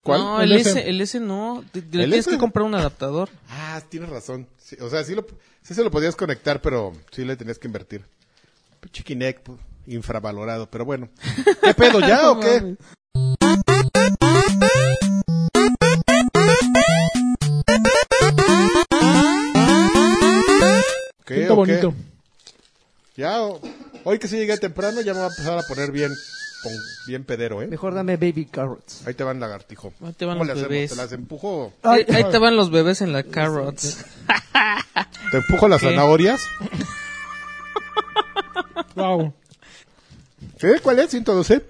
¿Cuál? No, el, S, el S no. Te- Le ¿El tienes S? que comprar un adaptador. Ah, tienes razón. Sí, o sea, sí, lo, sí se lo podías conectar, pero sí le tenías que invertir. Chiquinec, pues, infravalorado, pero bueno. ¿Qué pedo ya o qué? ¿Qué Pinta o qué? bonito. Ya, o- hoy que sí llegué temprano ya me va a empezar a poner bien, pon- bien pedero, ¿eh? Mejor dame baby carrots. Ahí te van lagartijo. Ahí te van los ¿Cómo le hacemos? bebés. ¿Te las empujo? Ahí, Eh, ah. ahí te van los bebés en la carrots. ¿Te empujo las ¿Qué? zanahorias? Wow. ¿Eh? ¿Cuál es? ¿112?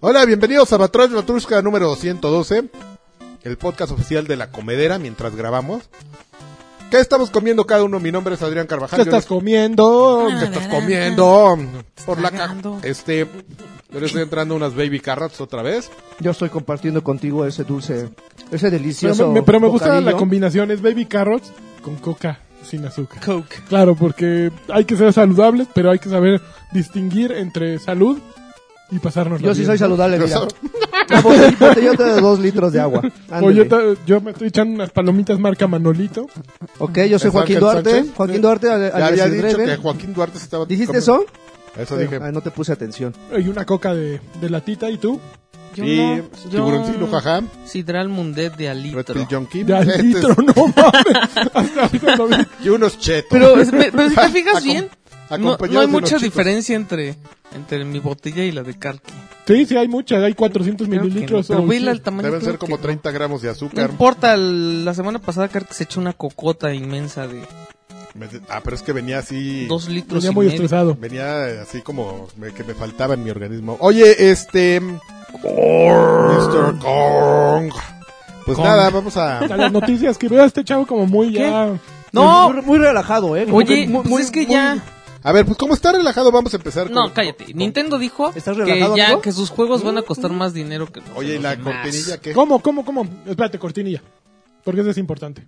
Hola, bienvenidos a Batrash Batrushka número 112, el podcast oficial de La Comedera mientras grabamos. ¿Qué estamos comiendo cada uno? Mi nombre es Adrián Carvajal. ¿Qué yo estás les- comiendo? Ah. ¿Qué Ah, estás comiendo? Por la ca... Tragando. Este, yo le estoy entrando unas baby carrots otra vez. Yo estoy compartiendo contigo ese dulce, ese Pero delicioso. me, me- pero me gusta bocadillo. la combinación, es baby carrots con coca sin azúcar. Coke. Claro, porque hay que ser saludables, pero hay que saber distinguir entre salud y pasarnos Yo sí soy saludable, mira. Yo soy- Una botell- botellota de dos litros de agua. Ándele. Oye, ta- yo me estoy echando unas palomitas marca Manolito. Ok, yo soy ¿Es Joaquín Ángel Duarte. Sánchez? Joaquín Duarte, al, al Ya había dicho Dreven. que Joaquín Duarte se estaba... ¿Dijiste comiendo- eso? Eso dije. Ah, no te puse atención. Y una coca de, de latita, ¿y tú? Yo y no, yo- tiburoncino, jaja. Sidral Mundet de Red alitro. Pill Junkie. De al Este es- litro, no mames. Hasta ahorita lo vi. Y unos chetos. Pero, es- me- pero si te Acom- fijas bien, no, acompañados no de hay unos mucha chicos. diferencia entre, entre mi botella y la de Karki. Sí, sí, hay muchas, hay 400 Creo que no, mililitros. Pero o- vela el tamaño. Deben creo ser que como no. 30 gramos de No azúcar. importa, el- la semana pasada Karki se echó una cocota inmensa de Me- Ah, pero es que venía así. dos litros Venía y muy medio. estresado. Venía así como me- que me faltaba en mi organismo. Oye, este. Mr. Kong. Pues Kong. nada, vamos A a. las noticias que veo a este chavo como muy ya... No, Muy, muy relajado, ¿eh? Como oye, que muy- pues muy- es que muy- ya... A ver, pues como está relajado, vamos a empezar No, con- cállate. con- Nintendo dijo ¿Estás que relajado, ya amigo? Mm. que sus juegos van a costar más dinero que los Oye, ¿y de la los demás. cortinilla que ¿Cómo, cómo, cómo? Espérate, cortinilla. Porque eso es importante.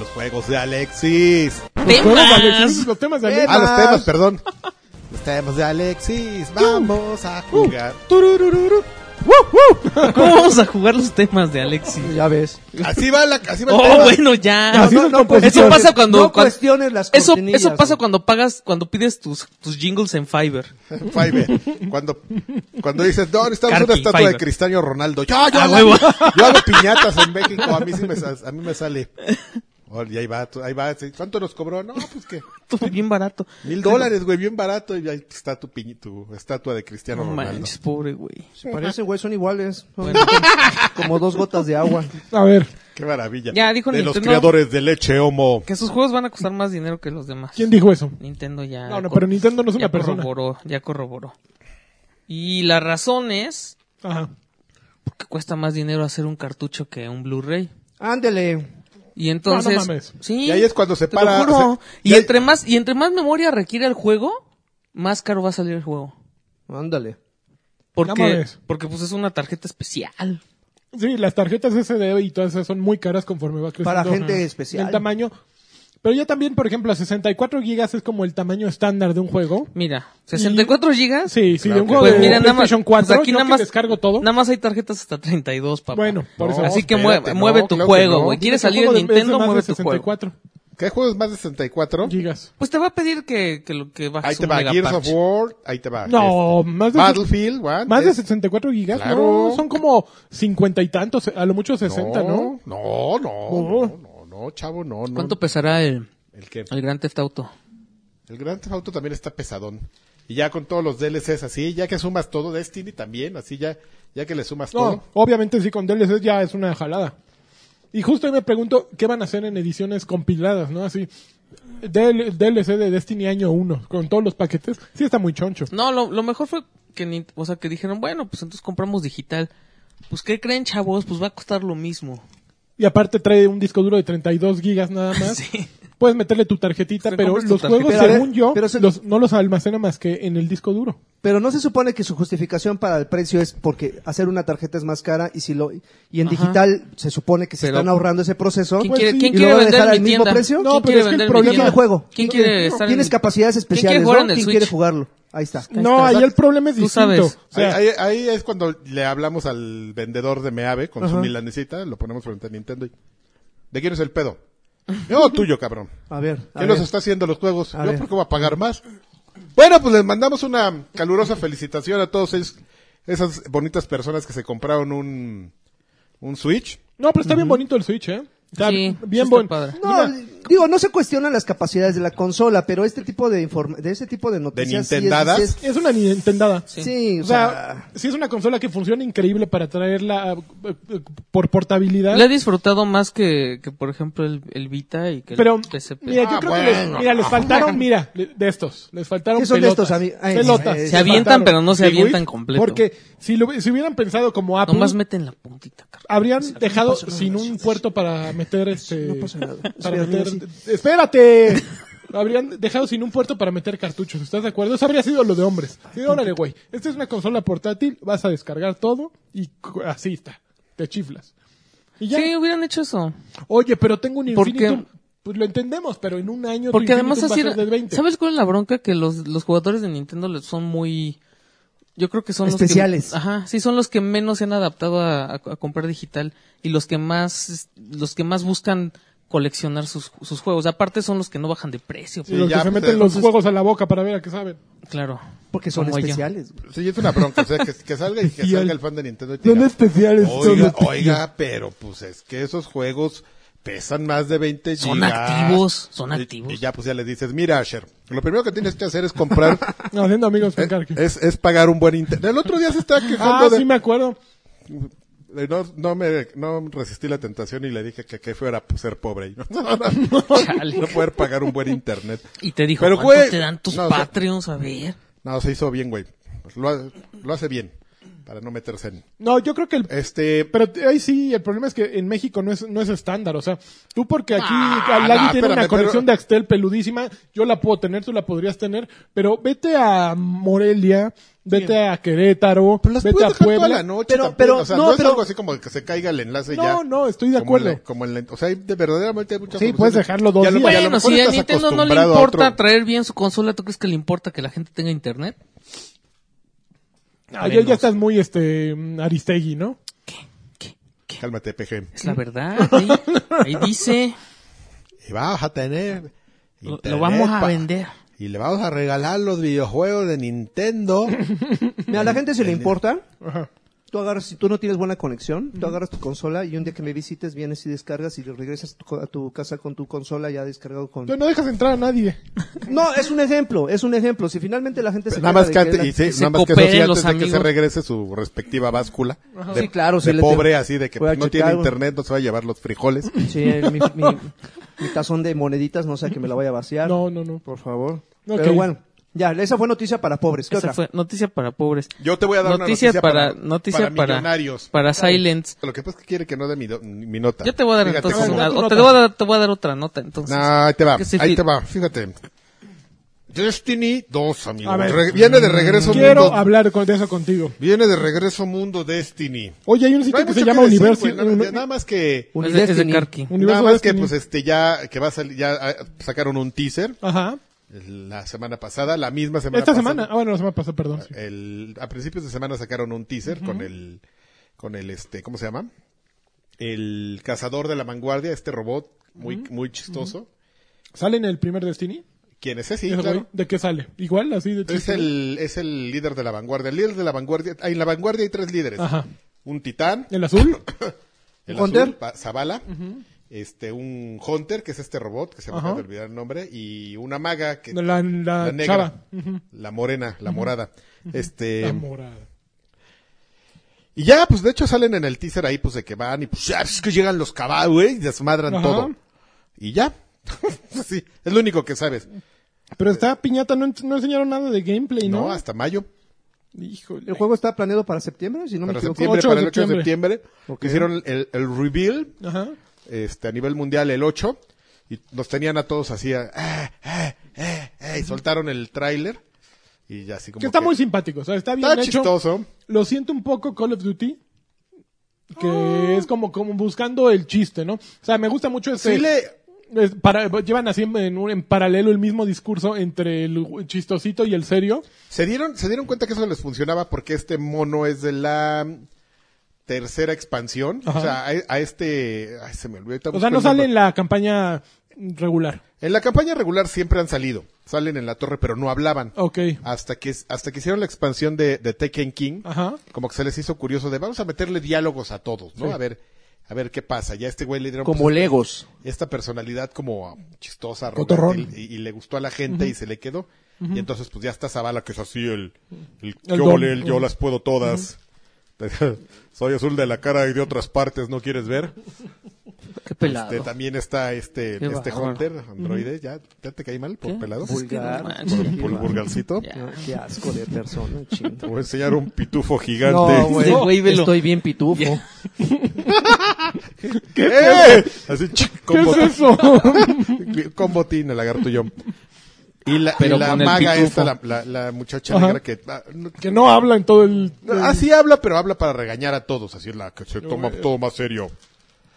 Los juegos de Alexis. Pues, Los juegos de ¡Temas! Alexis, los temas de Alexis. Ah, los Temas. temas, perdón. Los temas de Alexis. Vamos a jugar. Tururururu. ¿Cómo vamos a jugar los temas de Alexis? Ya ves. Así va la. Así va el Oh, tema. bueno, ya. Así No, son no, pues, Eso composiciones. pasa cuando, No cuando- cuestiones las eso, cortinillas, eso pasa güey. cuando pagas, cuando pides tus, tus jingles en Fiverr. Fiverr. eh, Cuando, cuando dices, no, necesitamos Karki, una estatua de Fiverr. Cristiano Ronaldo. Yo, yo, Ah, hago- huevo. yo hago piñatas en México. A mí, sí me, sa- a mí me sale. Oh, y ahí va, tú- ahí va. sí. ¿Cuánto nos cobró? No, pues que Todo bien barato. mil dólares, güey, bien barato. Y ahí está tu, piñ- tu estatua de Cristiano No Ronaldo. manches, pobre güey. Parece, güey, son iguales. Son como dos gotas de agua. A ver, Qué maravilla. Ya, pues, dijo de los Nintendo. creadores de leche homo. Que sus juegos van a costar más dinero que los demás. ¿quién dijo eso? Nintendo ya. No, no, cor- pero Nintendo no es ya una persona. corroboró, ya corroboró. Y la razón es Ajá. porque cuesta más dinero hacer un cartucho que un Blu-ray. Ándele. Y entonces. No, no mames. Sí. Y ahí es cuando se te lo para- juro. o sea, y y, ahí- entre más, y entre más memoria requiere el juego, más caro va a salir el juego. Ándale. Porque, mames. porque pues es una tarjeta especial. Sí, las tarjetas SD y todas esas son muy caras conforme va creciendo. Para gente El especial. tamaño. Pero ya también, por ejemplo, 64 gigas es como el tamaño estándar de un juego. Mira, 64 gigas. Sí, sí, de un Claro juego que- de Pues mira, nada más. PlayStation 4, pues aquí yo nada que más. descargo todo. Nada más hay tarjetas hasta 32, papá. Bueno, por eso. Así que espérate, mueve, no, mueve tu claro que juego, no. güey. Tiene ¿Quieres salir en juego de- es de Nintendo? más de Mueve tu juego. 64 ¿Qué juego es más de 64? gigas. Pues te va a pedir que, que lo que bajes Ahí te un va Gears of megaparche. War. Ahí te va. No, más este. de Battlefield, what? Más de Es- 64 gigas, Claro. no, son como 50 y tantos, a lo mucho 60, ¿no? No, no, no, no, no, chavo, no, no. ¿Cuánto pesará el, ¿El qué? el Gran Theft Auto? El Grand Theft Auto también está pesadón. Y ya con todos los DLCs así, ya que sumas todo Destiny también, así ya ya que le sumas No, todo. obviamente sí, con DLC ya es una jalada. Y justo ahí me pregunto, ¿qué van a hacer en ediciones compiladas, no? Así, DL DLC de Destiny año 1, con todos los paquetes, sí está muy choncho. No, lo, lo mejor fue que, Nin- o sea, que dijeron, bueno, pues entonces compramos digital. Pues, ¿qué creen, chavos? Pues va a costar lo mismo. Y aparte trae un disco duro de 32 gigas nada más. Sí. Puedes meterle tu tarjetita, Te pero compras tu los tarjeta. juegos, Pero a ver, según yo, pero se- los- no los almacena más que en el disco duro. Pero no se supone que su justificación para el precio es porque hacer una tarjeta es más cara y si lo y en Ajá. digital se supone que se Pero- están ahorrando ese proceso. ¿Quién Pues quiere, sí. quién ¿Y lo quiere va a vender dejar mi al mismo tienda? precio? No, ¿Quién pero quiere es que el vender mi problema- tienda? ¿Quién juego? ¿Quién No, quiere no, estar en- Tienes capacidades quiere especiales, jugar ¿no? en el ¿Quién quiere Switch? jugarlo? Ahí está. No, ahí el problema es Tú distinto. sabes. O sea, ahí, ahí- ahí es cuando le hablamos al vendedor de Meave con su Ajá. milanesita, lo ponemos frente a Nintendo y... ¿De quién es el pedo? No, tuyo, cabrón. A ver. a ¿Quién ver. los está haciendo los juegos? A Yo ver. por qué voy a pagar más. Bueno, pues les mandamos una calurosa felicitación a todos es- esas bonitas personas que se compraron un, un Switch. no, pero está bien bonito el Switch, ¿eh? Está Sí, sí bien está bonito. padre. No, digo, no se cuestionan las capacidades de la consola, pero este tipo de inform- de ese tipo de noticias. sí es- nintendadas? sí es- Es una Nintendada. Sí, O o sea, sea, si es una consola que funciona increíble para traerla eh, eh, por portabilidad. Le he disfrutado más que, que por ejemplo, el, el Vita y que el Pero, PSP. mira, yo Ah, creo que bueno. les, mira, les faltaron, mira, le- de estos, les faltaron ¿Qué son de pelotas. estos, ami- Ay, pelotas. eh, les se avientan, faltaron. pero no se Sí, güey, avientan completo. Porque si, lo, si hubieran pensado como Apple, Ah, Nomás meten la puntita, cabrón. habrían dejado sin un puerto para meter este... No pasa nada. para Espera, meter- mira, ¡Espérate! habrían dejado sin un puerto para meter cartuchos, ¿estás de acuerdo? Eso habría sido lo de hombres. Sí, órale, güey, esta es una consola portátil, vas a descargar todo y cu- así está, te chiflas. Y ya. Sí, hubieran hecho eso. Oye, pero tengo un ¿Por Infinitum. Pues lo entendemos, pero en un año tu Porque además Infinitum va a así ser era- del 20. ¿Sabes cuál es la bronca? Que los, los jugadores de Nintendo le- son muy... Yo creo que son Especiales. los que, ajá, sí son los que menos se han adaptado a, a- a comprar digital y los que más es- los que más buscan coleccionar sus, sus juegos. Aparte son los que no bajan de precio, Sí, pues, los ya, que se pues, meten los entonces- juegos a la boca para ver a qué saben. claro. porque son Como yo. especiales. Sí, es una bronca. O sea, que, que salga y que Fiel. salga el fan de Nintendo y te diga, especiales. Oiga, oiga, pero pues es que esos juegos pesan más de 20 Son gigas. activos, son Y- activos. Y ya pues ya le dices, mira Asher, lo primero que tienes que hacer es comprar, Haciendo amigos con eh, Karki. es, es pagar un buen internet. El otro día se estaba quejando Ah, de... sí me acuerdo. Eh, No, no me no resistí la tentación y le dije que qué feo era ser pobre. No, Chale. poder pagar un buen internet. Y te dijo, Pero, ¿cuánto güey, te dan tus no, o sea- Patreons? A ver. No, se hizo bien, güey. Pues Lo, ha- lo hace bien para no meterse en... No, yo creo que el... Este, Pero t- ahí sí, el problema es que en México no es, no es estándar. O sea, tú porque aquí Ah, Lagi no, tiene espérame, una pero- conexión de Axtel peludísima, yo la puedo tener, tú la podrías tener, pero vete a Morelia, vete a Querétaro, Pero las vete puedes a dejar toda Puebla. la noche Pero- también, pero- o sea, no, no, es pero- algo así como que se caiga el enlace y No, ya. no, estoy de Como en la- acuerdo. como en la- o sea, hay de verdaderamente hay muchas Sí, soluciones. puedes dejarlo dos Y a lo- días. y pues, a lo Bueno, mejor si a estás Nintendo no le acostumbrado a otro- importa traer bien su consola, ¿tú crees que le importa que la gente tenga internet? Allá Ah, ya estás muy, este, Aristegui, ¿no? ¿Qué? ¿Qué? Cálmate, PG. Es la verdad. Ahí, ahí dice, Y vas a tener lo, lo internet, vamos a pa- vender. Y le vamos a regalar los videojuegos de Nintendo. Mira, a la gente se le importa. Ajá. Tú agarras, si tú no tienes buena conexión, tú agarras tu consola y un día que me visites vienes y descargas y regresas a tu, co- a tu casa con tu consola ya descargado con... Tú no dejas entrar a nadie. No, es un ejemplo, es un ejemplo. Si finalmente la gente se... Nada queja más de que antes, la- y sí, se nada más que eso sí, cooperen antes los de que se amigos. regrese su respectiva báscula. De, Sí, claro, sí, de le tengo- pobre, así de que pues, voy a no checar, tiene güey. internet, no se va a llevar los frijoles. Sí, mi, mi- mi tazón de moneditas, no sé que me la vaya a vaciar. No, no, no. Por favor. Ok. Pero bueno, ya, esa fue noticia para pobres. ¿Qué Esa otra? fue noticia para pobres. Yo te voy a dar Noticia, una noticia para, para, noticia para, millonarios. para Silence. Lo que pasa es que quiere que no dé mi, do- mi nota. Yo te voy a dar Fíjate entonces cómo- una, da tu o te nota. voy a dar, te voy a dar otra nota entonces. No, ahí te va, Que se ahí fi- te va, fíjate. Destiny 2, amigo. A ver. Re- viene de regreso Quiero mundo. hablar con- de eso contigo. Viene de regreso mundo Destiny. Oye, hay un No sitio hay que mucho se llama que decir, Universo. güey, nada, más- nada más Es de, que es de Unidestiny. Karki. Universo nada más que Destiny. pues este ya que va a salir ya ah, sacaron un teaser Ajá. la semana pasada, la misma semana Esta pasada. semana. Ah, bueno, la semana pasada, perdón. sí. el, a principios de semana sacaron un teaser con el con el este cómo se llama el cazador de la vanguardia este robot muy muy chistoso ¿Sale en el primer Destiny? quién es ese sí, Ese claro güey, ¿De qué sale? Igual, así de es chiste. el es el líder de la vanguardia el líder de la vanguardia ah, en la vanguardia hay tres líderes Ajá. un titán ¿El azul? el Hunter. azul, Pa- Zavala este un hunter que es este robot que se me Ajá. acaba de olvidar el nombre y una maga que la, la, Eh, la negra chava. Ujú. la morena la morada este La morada. Y ya, pues de hecho salen en el teaser ahí, pues de que van y pues ya, es que llegan los caballos, güey, y desmadran Ajá. todo. Y ya. sí, es lo único que sabes. Pero está piñata, no, no enseñaron nada de gameplay, No, ¿no? hasta mayo. Híjole. El juego está planeado para septiembre, si no me para equivoco. septiembre, Ocho de para el 8 de septiembre. Ok. que Hicieron el, el reveal Ajá. este, a nivel mundial el 8. Y nos tenían a todos así, ah, ah, ah, ah, y soltaron el tráiler. Y ya así como. Que está que- muy simpático. O sea, está bien Está hecho. chistoso. Lo siento un poco Call of Duty. Que es como, como buscando el chiste, ¿no? O sea, me gusta mucho ese. Sí le- es para- llevan así en, en un- en paralelo el mismo discurso entre el chistosito y el serio. Se dieron, se dieron cuenta que eso les funcionaba porque este mono es de la tercera expansión. O Ajá. sea, a, a este. Ay, se me olvidó. ahorita O sea, busco no el sale nombre. en la campaña regular. En la campaña regular siempre han salido. Salen en la torre, pero no hablaban. Ok. Hasta que, hasta que hicieron la expansión de, de Tekken King, Ajá. como que se les hizo curioso de vamos a meterle diálogos a todos, ¿no? Sí. A ver, a ver qué pasa. Ya a este güey le dieron Como Legos. esta personalidad como chistosa, Cotorrón. arrogante, y, y le gustó a la gente y se le quedó. Y entonces pues ya está Zavala, que es así el, el, El yo, don. volé, el yo las puedo todas. Soy azul de la cara y de otras partes, ¿no quieres ver? Qué pelado. Este, también está este, Qué este bárbaro. Hunter, androide, ya, ya te caí mal por pelado. Por, Vulgar. no manches. por- por vulgarcito. Ya. No, Qué asco de persona, ching. Te voy a enseñar un pitufo gigante. No, Sí, güey, güey. velo. Estoy bien pitufo. Ya. ¡Eh! Así, chic, con, ¿Qué es botín, eso? con botín, el lagarto y yo. Y la, y Pero la con el maga pitufo. esta, la, la- la muchacha Ajá. negra que... ah, no- que no habla en todo el... Eh. Así habla, pero habla para regañar a todos. Así es la que se toma todo más serio.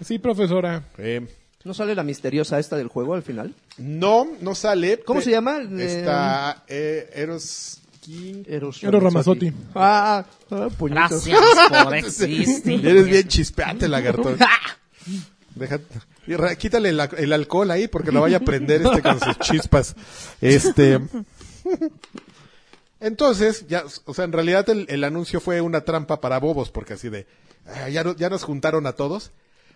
Sí, profesora. Eh, ¿No sale la misteriosa esta del juego al final? no, no sale. ¿Cómo Pe- se llama? Está eh, Eros King. Eros, Eros Ramazzotti. Ah, ah, ah, puñitos. Gracias por existir. Eres bien chispeate, lagarto. Deja- y ra- quítale el, ac- el alcohol ahí porque lo vaya a prender este con sus chispas. Este. Entonces, ya, o sea, en realidad el, el anuncio fue una trampa para bobos porque así de, "Ah, ya, no- ya nos juntaron a todos.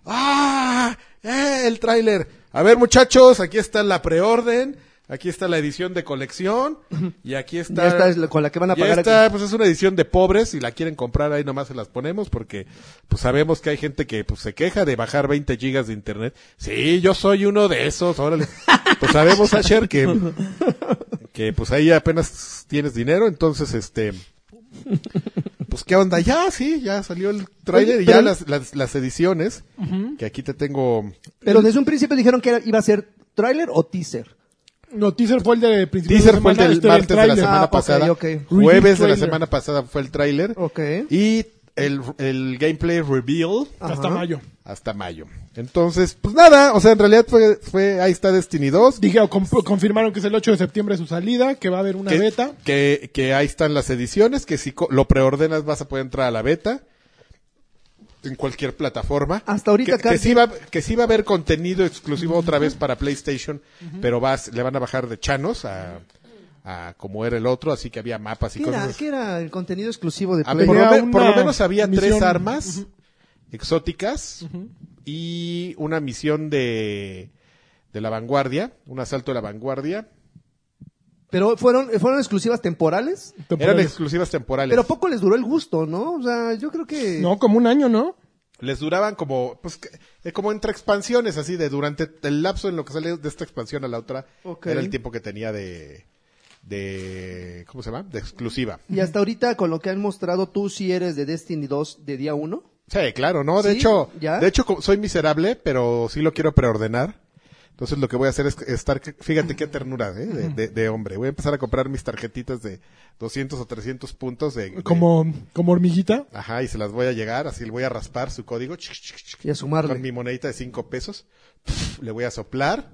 ¡Ah! ¡Eh, el tráiler. A ver, muchachos, aquí está la preorden, aquí está la edición de colección y aquí está Ya esta es la- con la que van a y pagar. esta, pues es una edición de pobres y la quieren comprar ahí nomás se las ponemos porque pues sabemos que hay gente que pues se queja de bajar 20 gigas de internet. Sí, yo soy uno de esos, órale. Pues sabemos Asher que que pues ahí apenas tienes dinero, entonces este pues qué onda, ya sí, ya salió el tráiler y ya las, las, las ediciones que aquí te tengo Pero desde un principio dijeron que era- iba a ser tráiler o teaser. No, teaser fue el de principio Teaser de fue el semana, del este martes de la tráiler. semana Ah, ok, pasada. ok. Jueves de la Release semana pasada fue el tráiler. Ok. Y el, el gameplay reveal pues, Hasta Ajá. mayo. hasta mayo. Entonces, pues nada, o sea, en realidad fue, fue ahí está Destiny 2. Dije, o com- confirmaron que es el 8 de septiembre su salida, que va a haber una que, beta. Que, que ahí están las ediciones, que si co- lo preordenas vas a poder entrar a la beta en cualquier plataforma. Hasta que, ahorita que casi- sí va que sí va a haber contenido exclusivo otra vez para PlayStation, pero vas le van a bajar de chanos a, a como era el otro, así que había mapas y ¿Qué cosas. era, así. qué era el contenido exclusivo de Ah, Play? por, lo Era me- por lo una menos había tres misión. armas exóticas y una misión de, de la vanguardia, un asalto de la vanguardia. Pero fueron, fueron exclusivas temporales. Eran Temporales. exclusivas temporales. Pero poco les duró el gusto, ¿no? O sea, yo creo que. No, como un año, ¿no? Les duraban como, pues, que- eh, como entre expansiones, así de durante el lapso en lo que sale de esta expansión a la otra, Ok. era el tiempo que tenía de, de, ¿cómo se llama? De exclusiva. Y hasta ahorita, con lo que han mostrado, tú sí eres de Destiny 2 de día 1. Sí, claro, ¿no? De Sí, hecho, ya. de hecho co- soy miserable, pero sí lo quiero preordenar. Entonces lo que voy a hacer es estar, fíjate qué ternura ¿eh? de, de- de hombre. Voy a empezar a comprar mis tarjetitas de 200 o 300 puntos de, de- Como, como hormiguita. Ajá, y se las voy a llegar, así le voy a raspar su código. chic, chic, chic, Y a sumarle. Con mi monedita de 5 pesos. Pf, Le voy a soplar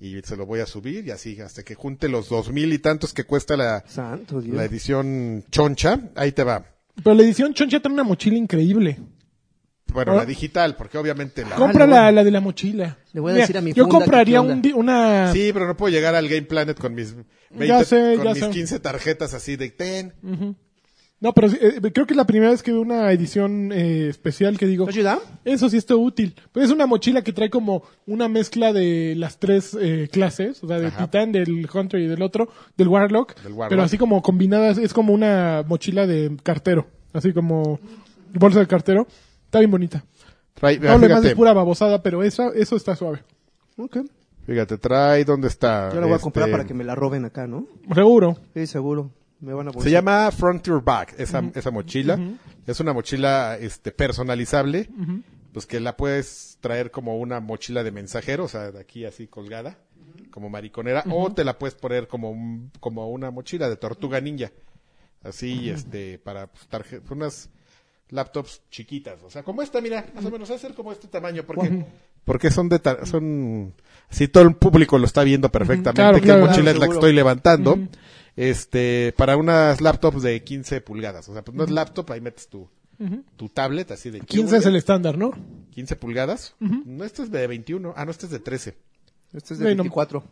y se lo voy a subir y así hasta que junte los dos mil y tantos que cuesta la, Santo Dios. la edición choncha. Ahí te va. Pero la edición choncha trae una mochila increíble. Bueno, Ah. la digital, porque obviamente la... ¿Cómo? Compra le voy a- la, la de la mochila. le voy a decir a mi Yo funda que compraría qué un onda. di- una... Sí, pero no puedo llegar al Game Planet con mis, 20 Ya sé, con ya mis sé. Mm. 15 tarjetas así de ten. No, pero sí, eh, creo que es la primera vez que veo una edición eh, especial que digo... ¿No, Yudam? Eso sí está útil. Pero es una mochila que trae como una mezcla de las tres eh, clases, o sea, del Ajá. titán, del hunter y del otro, del warlock, Del warlock. Pero así como combinadas, es como una mochila de cartero, así como bolsa de cartero. Está bien bonita. Trae, No, lo demás fíjate, es pura babosada, pero esa, eso está suave. Ok. Yo fíjate, trae, ¿dónde está? la voy a Este, comprar para que me la roben acá, ¿no? Seguro. Sí, seguro. Me van a Se bolsar. llama Frontier Bag, esa, esa mochila. Es una mochila este, personalizable, pues que la puedes traer como una mochila de mensajero, o sea, de aquí así colgada, como mariconera, o te la puedes poner como, un- como una mochila de tortuga ninja. Así, este, para pues, tarje- unas laptops chiquitas. O sea, como esta, mira, más o menos, va a ser como este tamaño, porque Porque son de ta- son si todo el público lo está viendo perfectamente, Claro, qué claro, mochila claro, es la que seguro. estoy levantando. Este, para unas laptops de 15 pulgadas, o sea, pues no es laptop, ahí metes tu tu tablet así de 15 es el estándar, ¿no? 15 pulgadas. No, este es de 21. Ah, no, este es de 13. Este es de Bueno. 24.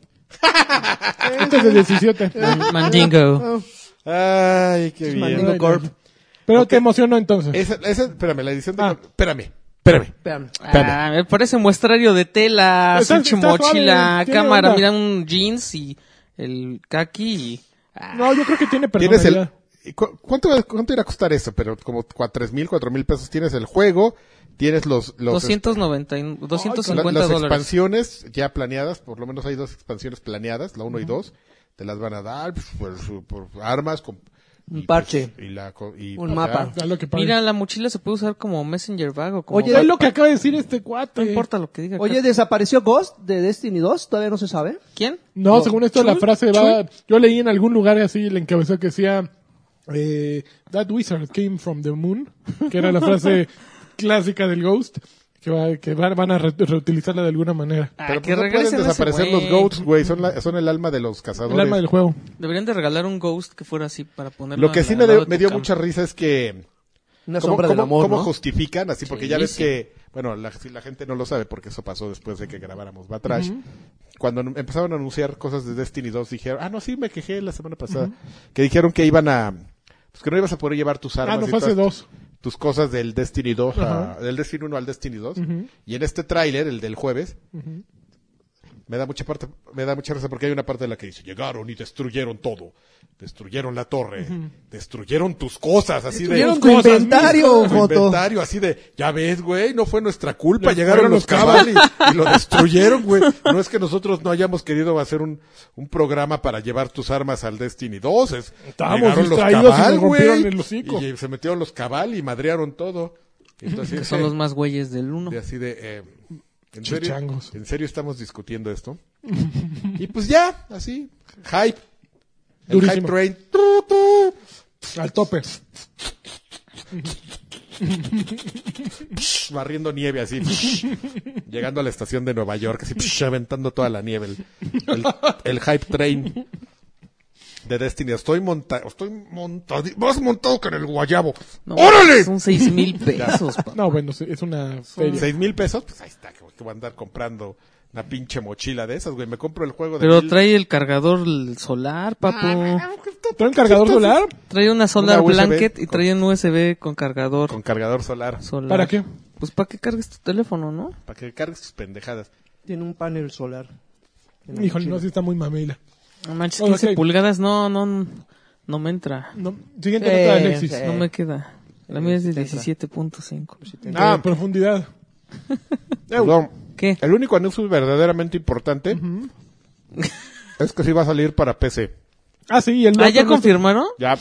Este es de 17. Man- Mandingo. Ay, qué bien. Ay, Mandingo. no. Corp. Pero Ok. te emocionó entonces. Esa, esa, espérame, la edición de... Ah. Espérame, espérame. Espérame. Ah, me parece muestrario de tela, Está- pinche está mochila, suave, tiene cámara, onda. mira un jeans y el kaki y... Ah, No, yo creo que tiene Tienes personalidad. el... cu- ¿Cuánto, ¿Cuánto irá a costar eso? Pero como cua- tres mil, cuatro mil pesos. Tienes el juego, tienes los... los 290, y- 250 este, la- las dólares. expansiones ya planeadas, por lo menos hay dos expansiones planeadas, la 1 y 2, te las van a dar pues, por, su- por armas, con, Un y, parche. pues, y la co- y, Un ya. mapa. Ya lo que pague. Mira, la mochila se puede usar como messenger bag o como... Oye, es lo que acaba de decir este cuate. no importa lo que diga. Oye, ¿desapareció Ghost de Destiny 2? Todavía no se sabe. ¿quién? No, No. según esto la frase va... Yo leí en algún lugar así el encabezado que decía... eh, That wizard came from the moon. Que era la frase clásica del Ghost. Que, va- que va- van a re- reutilizarla de alguna manera. Ah, Pero pues, que no regresen pueden ese desaparecer güey. los goats, güey. Son, la- son el alma de los El cazadores. alma del juego. Deberían de regalar un ghost que fuera así para ponerlo. Lo que al- sí al me, lado de- de tu me dio cama. mucha risa es que... Una ¿Cómo, sombra cómo- del amor, cómo ¿no? justifican? Así, porque ya Sí, ves sí. que, bueno, la, si la gente no lo sabe porque eso pasó después de que grabáramos Batrash. Cuando an- empezaron a anunciar cosas de Destiny 2, dijeron, ah, no, sí, me quejé la semana pasada, que dijeron que iban a, pues que no ibas a poder llevar tus armas Ah, no, y fue hace todas dos. tus cosas del Destiny 2, a- del Destiny 1 al Destiny 2. Y en este tráiler, el del jueves, me da mucha parte, me da mucha risa porque hay una parte en la que dice, llegaron y destruyeron todo. Destruyeron la torre, destruyeron tus cosas, así Destruyeron de tu "Tus cosas, inventario, mis cosas". Tu Joto. inventario, así de, ya ves, güey, no fue nuestra culpa, Le llegaron fueron los los cabal y, y lo destruyeron, güey. No es que nosotros no hayamos querido hacer un, un programa para llevar tus armas al Destiny 2, es, Estábamos llegaron los distraídos y cabal, nos rompieron güey, el hocico. y se metieron los cabal y madrearon todo. Entonces, eh, Que son los más güeyes del uno. de así de... eh, ¿en, serio, Chichangos. ¿En serio estamos discutiendo esto? y pues ya, así, hype. El Durísimo. hype train. Tu, tu. Al tope. barriendo nieve así. llegando a la estación de Nueva York, así, aventando toda la nieve. El, el- el hype train de Destiny. Estoy montado, estoy montado, más montado que en el guayabo. No, ¡Órale! Son seis mil pesos, pa. No, bueno, sí, es una feria. Seis mil pesos, pues ahí está, que voy a andar comprando una pinche mochila de esas, güey. Me compro el juego de Pero mil- trae el cargador l- solar, papu. ¿Todo un cargador solar? Trae una solar Una USB blanket y con- trae un USB con cargador con cargador solar. solar. ¿Para qué? Pues para que cargues tu teléfono, ¿no? Para que cargues tus pendejadas. Tiene un panel solar. en la Híjole, mochila. no, sí está muy mamila. No manches, Oh, 15 ok. pulgadas, no, no, no me entra. No, siguiente nota Sí, de Alexis. sí. No me queda. La mía es de te entra. 17.5. Ah, profundidad. Perdón. ¿Qué? El único anuncio verdaderamente importante es que sí va a salir para PC. Ah, sí, y el Ah, otro ¿ya no- confirmaron? Ya.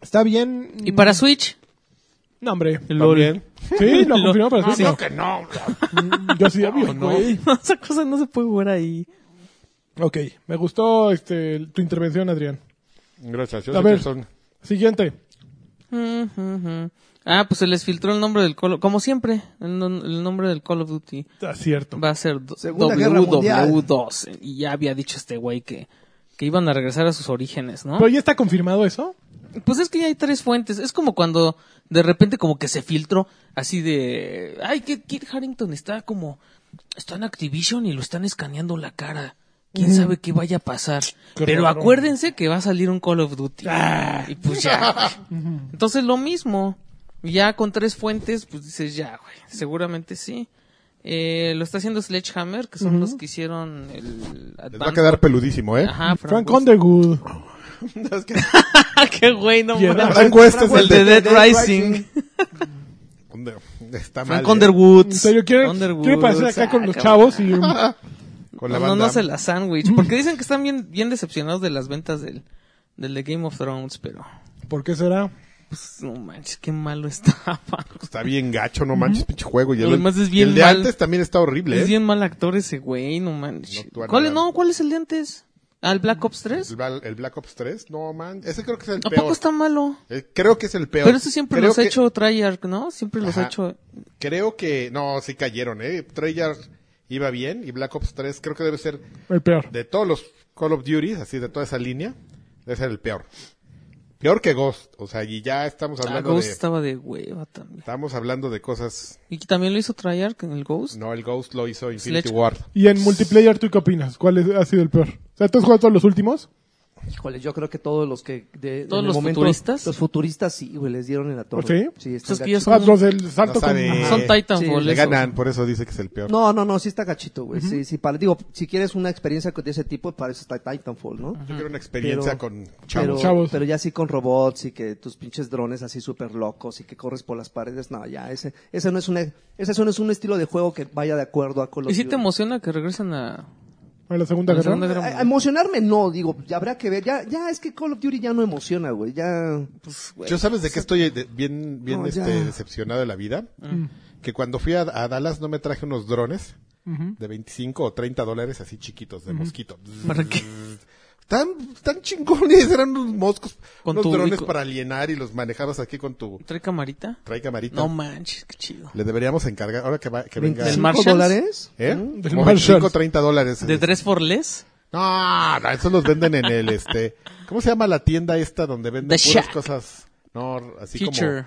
Está bien. ¿Y para Switch? No, hombre. También. Sí, lo confirmó para Switch. que no. Yo sí, obvio, no. güey. No, esa cosa no se puede jugar ahí. Ok, me gustó este, tu intervención, Adrián. Gracias. Yo A sé que ver. son- Siguiente. Mm, mm, mm. Ah, pues se les filtró el nombre del Call of Como siempre, el, non- el nombre del Call of Duty Está cierto. va a ser do- Segunda Guerra Mundial. WW2. Y ya había dicho este güey que, que iban a regresar a sus orígenes, ¿no? Pero ya está confirmado eso. Pues es que ya hay tres fuentes. Es como cuando de repente como que se filtró así de... Ay, que Kit Harrington está como... Está en Activision y lo están escaneando la cara. ¿Quién sabe qué vaya a pasar? Pero raro. acuérdense que va a salir un Call of Duty. Ah. Y pues ya. Entonces lo mismo. Ya con tres fuentes, pues dices ya, güey. Seguramente sí. Eh, lo está haciendo Sledgehammer, que son los que hicieron el... Les va a quedar peludísimo, ¿eh? Ajá, Frank Ah, Frank, Ah, Underwood. Es que- qué güey, no Yeah. mames. Frank West es El el de de... Dead Rising. Hombre, Está mal. Frank ¿eh? Underwood. En serio, quiere, quiere parecer acá con Ah, los chavos y... Con la No, banda. no, no se la sandwich. Porque dicen que están bien, bien decepcionados de las ventas del, del de Game of Thrones, pero. ¿Por qué será? Pues, no manches, qué malo estaba. Está bien gacho, no manches, pinche juego. Y el, Además es bien el de mal. antes también está horrible, Es ¿eh? bien mal actor ese güey, no manches. No actúa ¿Cuál, es- nada. no, ¿cuál es el de antes? ¿Al Black Ops 3? El, Bla- el Black Ops 3, no man, ese creo que es el ¿A peor. poco está malo? Eh, creo que es el peor. Pero eso siempre Creo los ha que- hecho Treyarch, ¿no? Siempre los ha Ajá. hecho... Creo que, no, sí cayeron, eh. Treyarch iba bien y Black Ops 3 creo que debe ser El peor. de todos los Call of Duty, así de toda esa línea, debe ser el peor. Peor que Ghost, o sea, y ya estamos Ah, hablando Ghost de estaba de hueva también. estamos hablando de cosas, Y que también lo hizo Treyarch en el Ghost. no, el Ghost lo hizo Infinity Sledge- Ward. Y en multiplayer, ¿tú qué opinas? ¿Cuál es- ha sido el peor? O sea, ¿tú has jugado todos los últimos? Híjole, yo creo que todos los que... De, ¿Todos en el los momento- futuristas? Los futuristas sí, güey, les dieron en la torre. ¿Sí? está Esos que ya gachito. son- Ah, los del salto No sabe. con... Son Eh, Titanfall. sí, Le esos. ganan, por eso dice que es el peor. No, no, no, sí está gachito, güey. Sí, sí, para, digo, si quieres una experiencia de ese tipo, para eso está Titanfall, ¿no? Yo quiero una experiencia Pero- con Pero, chavos. Chavos. pero ya sí con robots y que tus pinches drones así súper locos y que corres por las paredes. No, ya, ese, ese no es una, ese no es un estilo de juego que vaya de acuerdo a Call of ¿Y si te Duty. emociona que regresan a... ¿A la Segunda a la Guerra? Segunda Guerra A- a Mundial? emocionarme no, digo, ya habrá que ver. Ya, ya es que Call of Duty ya no emociona, güey. Ya. pues, Yo sabes de qué estoy de- bien, bien No, ya. este, decepcionado de la vida. Mm. Que cuando fui a, a Dallas no me traje unos drones de 25 o 30 dólares así chiquitos de mosquito. ¿Para qué? Tan, tan chingones, eran unos moscos, Con unos tu drones ubico- para alienar y los manejabas aquí con tu ¿Trae camarita? trae camarita. No manches, qué chido. Le deberíamos encargar, ahora que, va- que venga. Del ¿25 Marshalls? dólares? ¿Eh? Del Como Marshalls. 25 o 30 dólares. ¿De tres for less? No, no, esos los venden en el este. ¿Cómo se llama la tienda esta donde venden The puras Shack. cosas? No, así Teacher.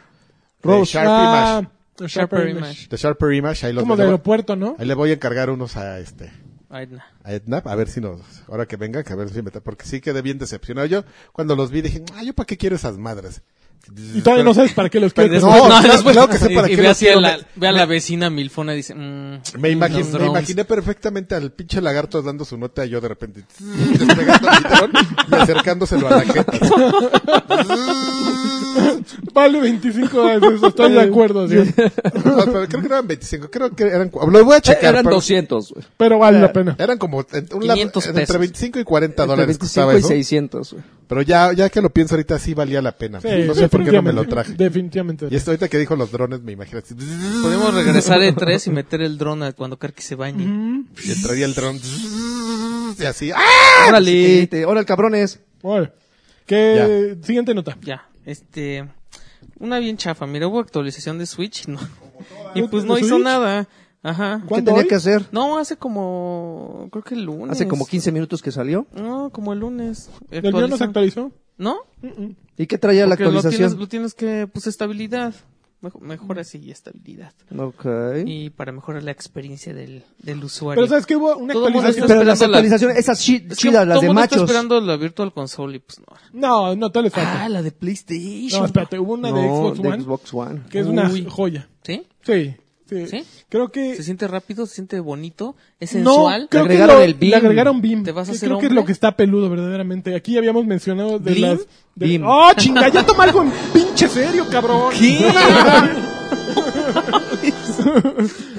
como. de Rose. Sharp Ah, Image. el Sharper Sharper Image. Image. De Sharper Image, ahí los Como de venden. aeropuerto, ¿no? Ahí le voy a encargar unos a este. Ay, no. A Ednap, a ver si nos, ahora que vengan, que a ver si me, tra- porque sí quedé bien decepcionado. Yo, cuando los vi, dije, ah, yo para qué quiero esas madres. Y todavía no sabes para qué los Y quieres. después- no, claro- después- claro que sé para y qué ve lo así a quiero, la, me- ve a la vecina milfona y dice... mm, Me, imagin- los me drones. imaginé perfectamente al pinche lagarto dando su nota y yo de repente despegando el dron y acercándoselo a la gente. Vale 25 dólares, eso estoy de acuerdo. sí. No, pero creo que no eran 25, creo que eran, cu- lo voy Eh, a checar. Eran pero 200, güey. Pero vale la pena. eran como en- un lab- 500 entre pesos. 25 y 40 Entre dólares 25 costaba y eso. 600, güey. Pero ya, ya que lo pienso ahorita sí valía la pena. Sí, no sé por qué no me definitivamente, lo traje. Definitivamente. Y esto ahorita que dijo los drones, me imagino. así, y Podemos regresar de tres y meter el dron a cuando Karki se bañe. entraría el dron. Y así. ¡ah! Sí, ¡Órale! te- Ahora el cabrón es. Bueno, ¿Qué? Siguiente nota. Ya, este... Una bien chafa. Mira, hubo actualización de Switch no. y pues no ¿De hizo Switch? nada. Ajá. ¿Qué ¿Cuándo tenía hoy? que hacer? No, hace como... Creo que el lunes. Hace como 15 minutos que salió. No, como el lunes. ¿El mío no se Actualizan. actualizó? ¿No? ¿Y qué traía la Porque lo tienes, actualización? lo tienes que, pues, estabilidad. Mejo- Mejora así, estabilidad. Ok. Y para mejorar la experiencia del, del usuario. Pero ¿sabes que Hubo una Todo el mundo actualización. está- Pero las esperando la- actualizaciones, esas chi- Es que chidas, las todo de mundo está machos. esperando la Virtual Console y pues no. No, no, todo les falta. Ah, la de PlayStation. No, espérate, hubo una de No, Xbox de One Xbox One. que es una Uy. joya. ¿Sí? Sí, sí. ¿Sí? Creo ¿Se que siente rápido? ¿Se siente bonito? ¿Es no, sensual? creo Le que agregaron lo- el Beam. le agregaron Beam. ¿Te vas a que hacer creo que es hombre? lo que está peludo verdaderamente. Aquí ya habíamos mencionado de ¿Glim? las de- Beam. Oh, chinga, ya toma algo en pinche serio, cabrón.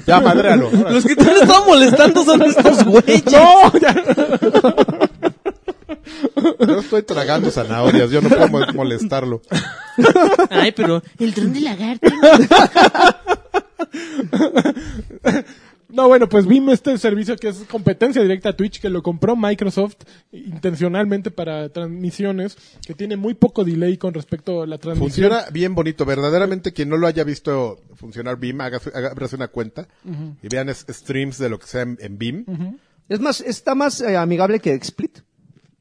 Ya, madréalo. Los que te han estado molestando son estos güeyes. No, ya. Yo estoy tragando zanahorias. Yo no puedo mo- molestarlo. Ay, pero el dron de lagarto. No, bueno, pues Beam este servicio que es competencia directa a Twitch que lo compró Microsoft intencionalmente para transmisiones, que tiene muy poco delay con respecto a la transmisión. Funciona bien bonito. Verdaderamente, quien no lo haya visto funcionar Beam, haga, haga- ábrase una cuenta y vean es- streams de lo que sea en, en Beam. Es más, está más eh, amigable que Split,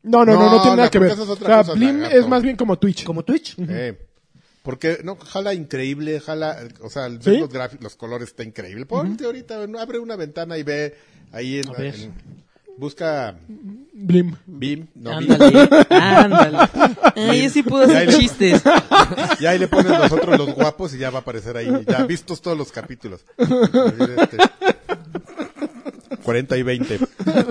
No, no, no, no, No, tiene nada no, que porque ver. eso es O otra sea, cosa, Blim lagarto. es más bien como Twitch. como Twitch. Eh, porque, no, jala increíble, jala, eh, o sea, el- ¿Sí? los, grafi- los colores está increíble. Ponte ahorita, no, abre una ventana y ve ahí en, en- busca Blim. Beam, no Beam. Ándale, ándale. Ay, yo sí puedo Ya, hacer ya. chistes. Y ahí le ponen nosotros los guapos y ya va a aparecer ahí. Ya vistos todos los capítulos. Este, 40 y 20.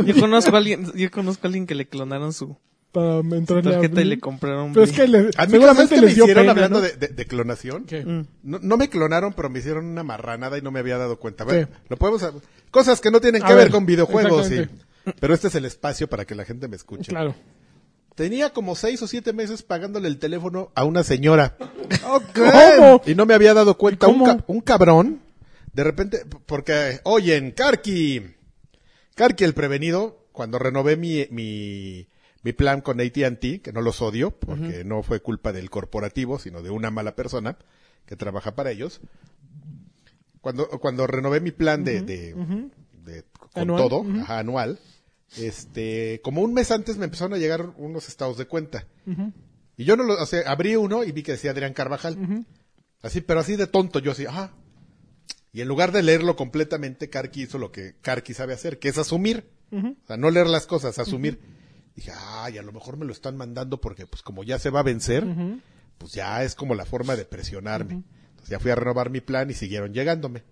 Yo conozco a alguien, yo conozco a alguien que le clonaron su Para entrarle a tarjeta y Blim. le compraron. Pero es Blim. que le, A mí, ¿sabes seguramente qué me les dio hicieron pena, hablando ¿no? de, Mm. de- de clonación? ¿Qué? Mm. No, no me clonaron, pero me hicieron una marranada y no me había dado cuenta. A ver, Sí. lo podemos... hab- Cosas que no tienen A que ver, ver, con videojuegos, sí. exactamente. Pero este es el espacio para que la gente me escuche. Claro. Tenía como seis o siete meses pagándole el teléfono a una señora. ¿Cómo? Y no me había dado cuenta. Un, ¿Cómo? ca- un cabrón, de repente, p- porque, oyen, Karki, Karki el prevenido, cuando renové mi, mi, mi plan con AT&T, que no los odio, porque no fue culpa del corporativo, sino de una mala persona que trabaja para ellos. Cuando, cuando renové mi plan de, de, de- con Anual, todo, ujú. ajá, anual, este, como un mes antes me empezaron a llegar unos estados de cuenta. Y yo no lo, o sea, abrí uno y vi que decía Adrián Carvajal. Así, pero así de tonto, yo así, ajá. Y en lugar de leerlo completamente, Karki hizo lo que Karki sabe hacer, que es asumir. O sea, no leer las cosas, asumir. Dije, ay, a lo mejor me lo están mandando porque, pues, como ya se va a vencer, pues ya es como la forma de presionarme. Entonces ya fui a renovar mi plan y siguieron llegándome.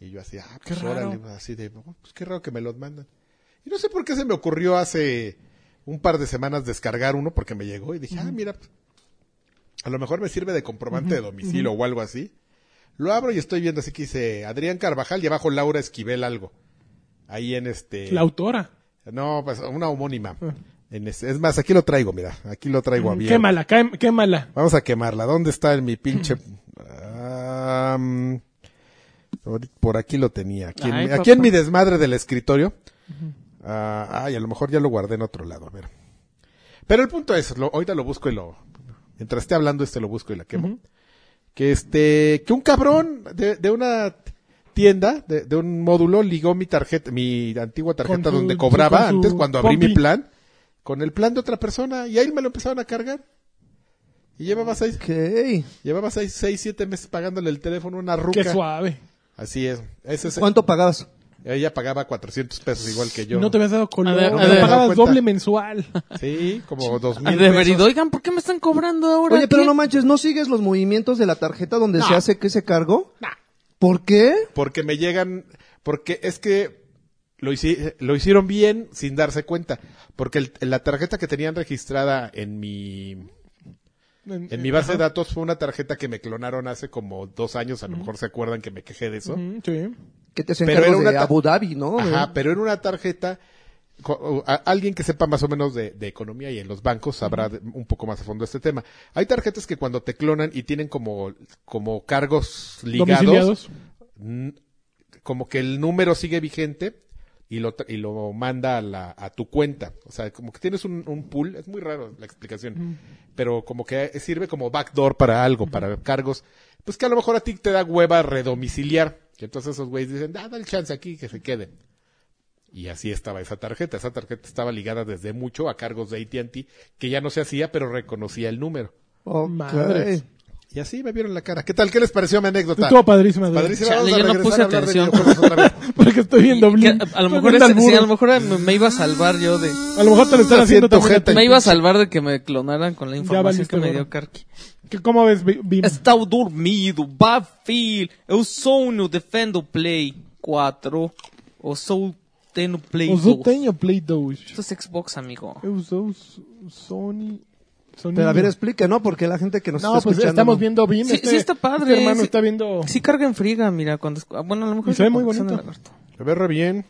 Y yo así, ah, pues Qué raro. órale, así de, oh, pues qué raro que me los mandan. Y no sé por qué se me ocurrió hace un par de semanas descargar uno porque me llegó y dije, ah, mira, pues, a lo mejor me sirve de comprobante de domicilio o algo así. Lo abro y estoy viendo así que dice Adrián Carvajal y abajo Laura Esquivel algo. Ahí en este... La autora. No, pues una homónima. En este- Es más, aquí lo traigo, mira. Aquí lo traigo abierto. Quémala, cae- quémala. Vamos a quemarla. ¿Dónde está en mi pinche... Ah, mm, ahorita por aquí lo tenía. Aquí, en, Ay, mi- aquí en papá. mi desmadre del escritorio. Ah, ay, a lo mejor ya lo guardé en otro lado. A ver. Pero el punto es, lo, ahorita lo busco y lo... Mientras esté hablando este lo busco y la quemo. Que este... Que un cabrón de, de una tienda, de, de un módulo, ligó mi tarjeta, mi antigua tarjeta Con su- donde cobraba con su antes cuando abrí mi compi. plan, con el plan de otra persona. Y ahí me lo empezaron a cargar. Y llevaba seis, Ok. llevaba seis, seis, siete meses pagándole el teléfono a una ruca. Qué suave. Así es. Ese es- ¿Cuánto pagabas? Ella pagaba 400 pesos igual que yo. No te habías dado color. A ver, no a te ver. pagabas Cuenta. doble mensual. Sí, como dos Ah, mil De verdad, pesos. oigan, ¿por qué me están cobrando ahora? Oye, pero ¿Qué? no manches, ¿no sigues los movimientos de la tarjeta donde se hace que se cargo? ¿Por qué? Porque me llegan, porque es que lo, hici- lo hicieron bien sin darse cuenta. Porque el- la tarjeta que tenían registrada en mi, en mi base de datos fue una tarjeta que me clonaron hace como dos años. A lo mejor se acuerdan que me quejé de eso. Ujú, Sí. Que te hacen Pero cargo era una de ta- Abu Dhabi, ¿no? Ajá, pero en una tarjeta, co- o a- alguien que sepa más o menos de, de economía y en los bancos sabrá de- un poco más a fondo este tema. Hay tarjetas que cuando te clonan y tienen como, como cargos ligados, Domiciliados. n- como que el número sigue vigente y lo, tra- y lo manda a, la, a tu cuenta. O sea, como que tienes un, un pool, es muy raro la explicación, pero como que sirve como backdoor para algo, para cargos, pues que a lo mejor a ti te da hueva redomiciliar. Que entonces esos güeyes dicen, ah, el chance aquí que se quede. Y así estaba esa tarjeta. Esa tarjeta estaba ligada desde mucho a cargos de ATT, que ya no se hacía, pero reconocía el número. Ok. Madres. Y así me vieron la cara. ¿Qué tal? ¿Qué les pareció mi anécdota? Estuvo padrísima. de- Padrísima, Chale, vamos a yo no regresar puse a hablar de atención. videojuegos otra vez. Porque estoy viendo Que Blink. a- a lo Estoy mejor ese- viendo al sí, a lo burro. mejor me, me iba a salvar yo de A lo mejor te lo están haciendo Siento, también a ti. gente. me iba a salvar de que me clonaran con la información valiste, que me gordo. dio Karki. ¿Qué- ¿Cómo ves, Bi- Bim? Está dormido, Battlefield, eu sonho, defendo Play 4, eu sou tendo Play Os eu 2. tenho Play 2. Esto es Xbox, amigo. Eu sou s- Sony. Sony. Pero a Mm. ver, explica, ¿no? Porque la gente que nos no, está pues escuchando... estamos viendo BIM. Sí, sí está padre, Este hermano sí. está viendo. Sí carga en friga, mira, cuando... escu- ah, Bueno, a lo mejor... Y se ve muy suena bonito. lagarto. Me ve re bien.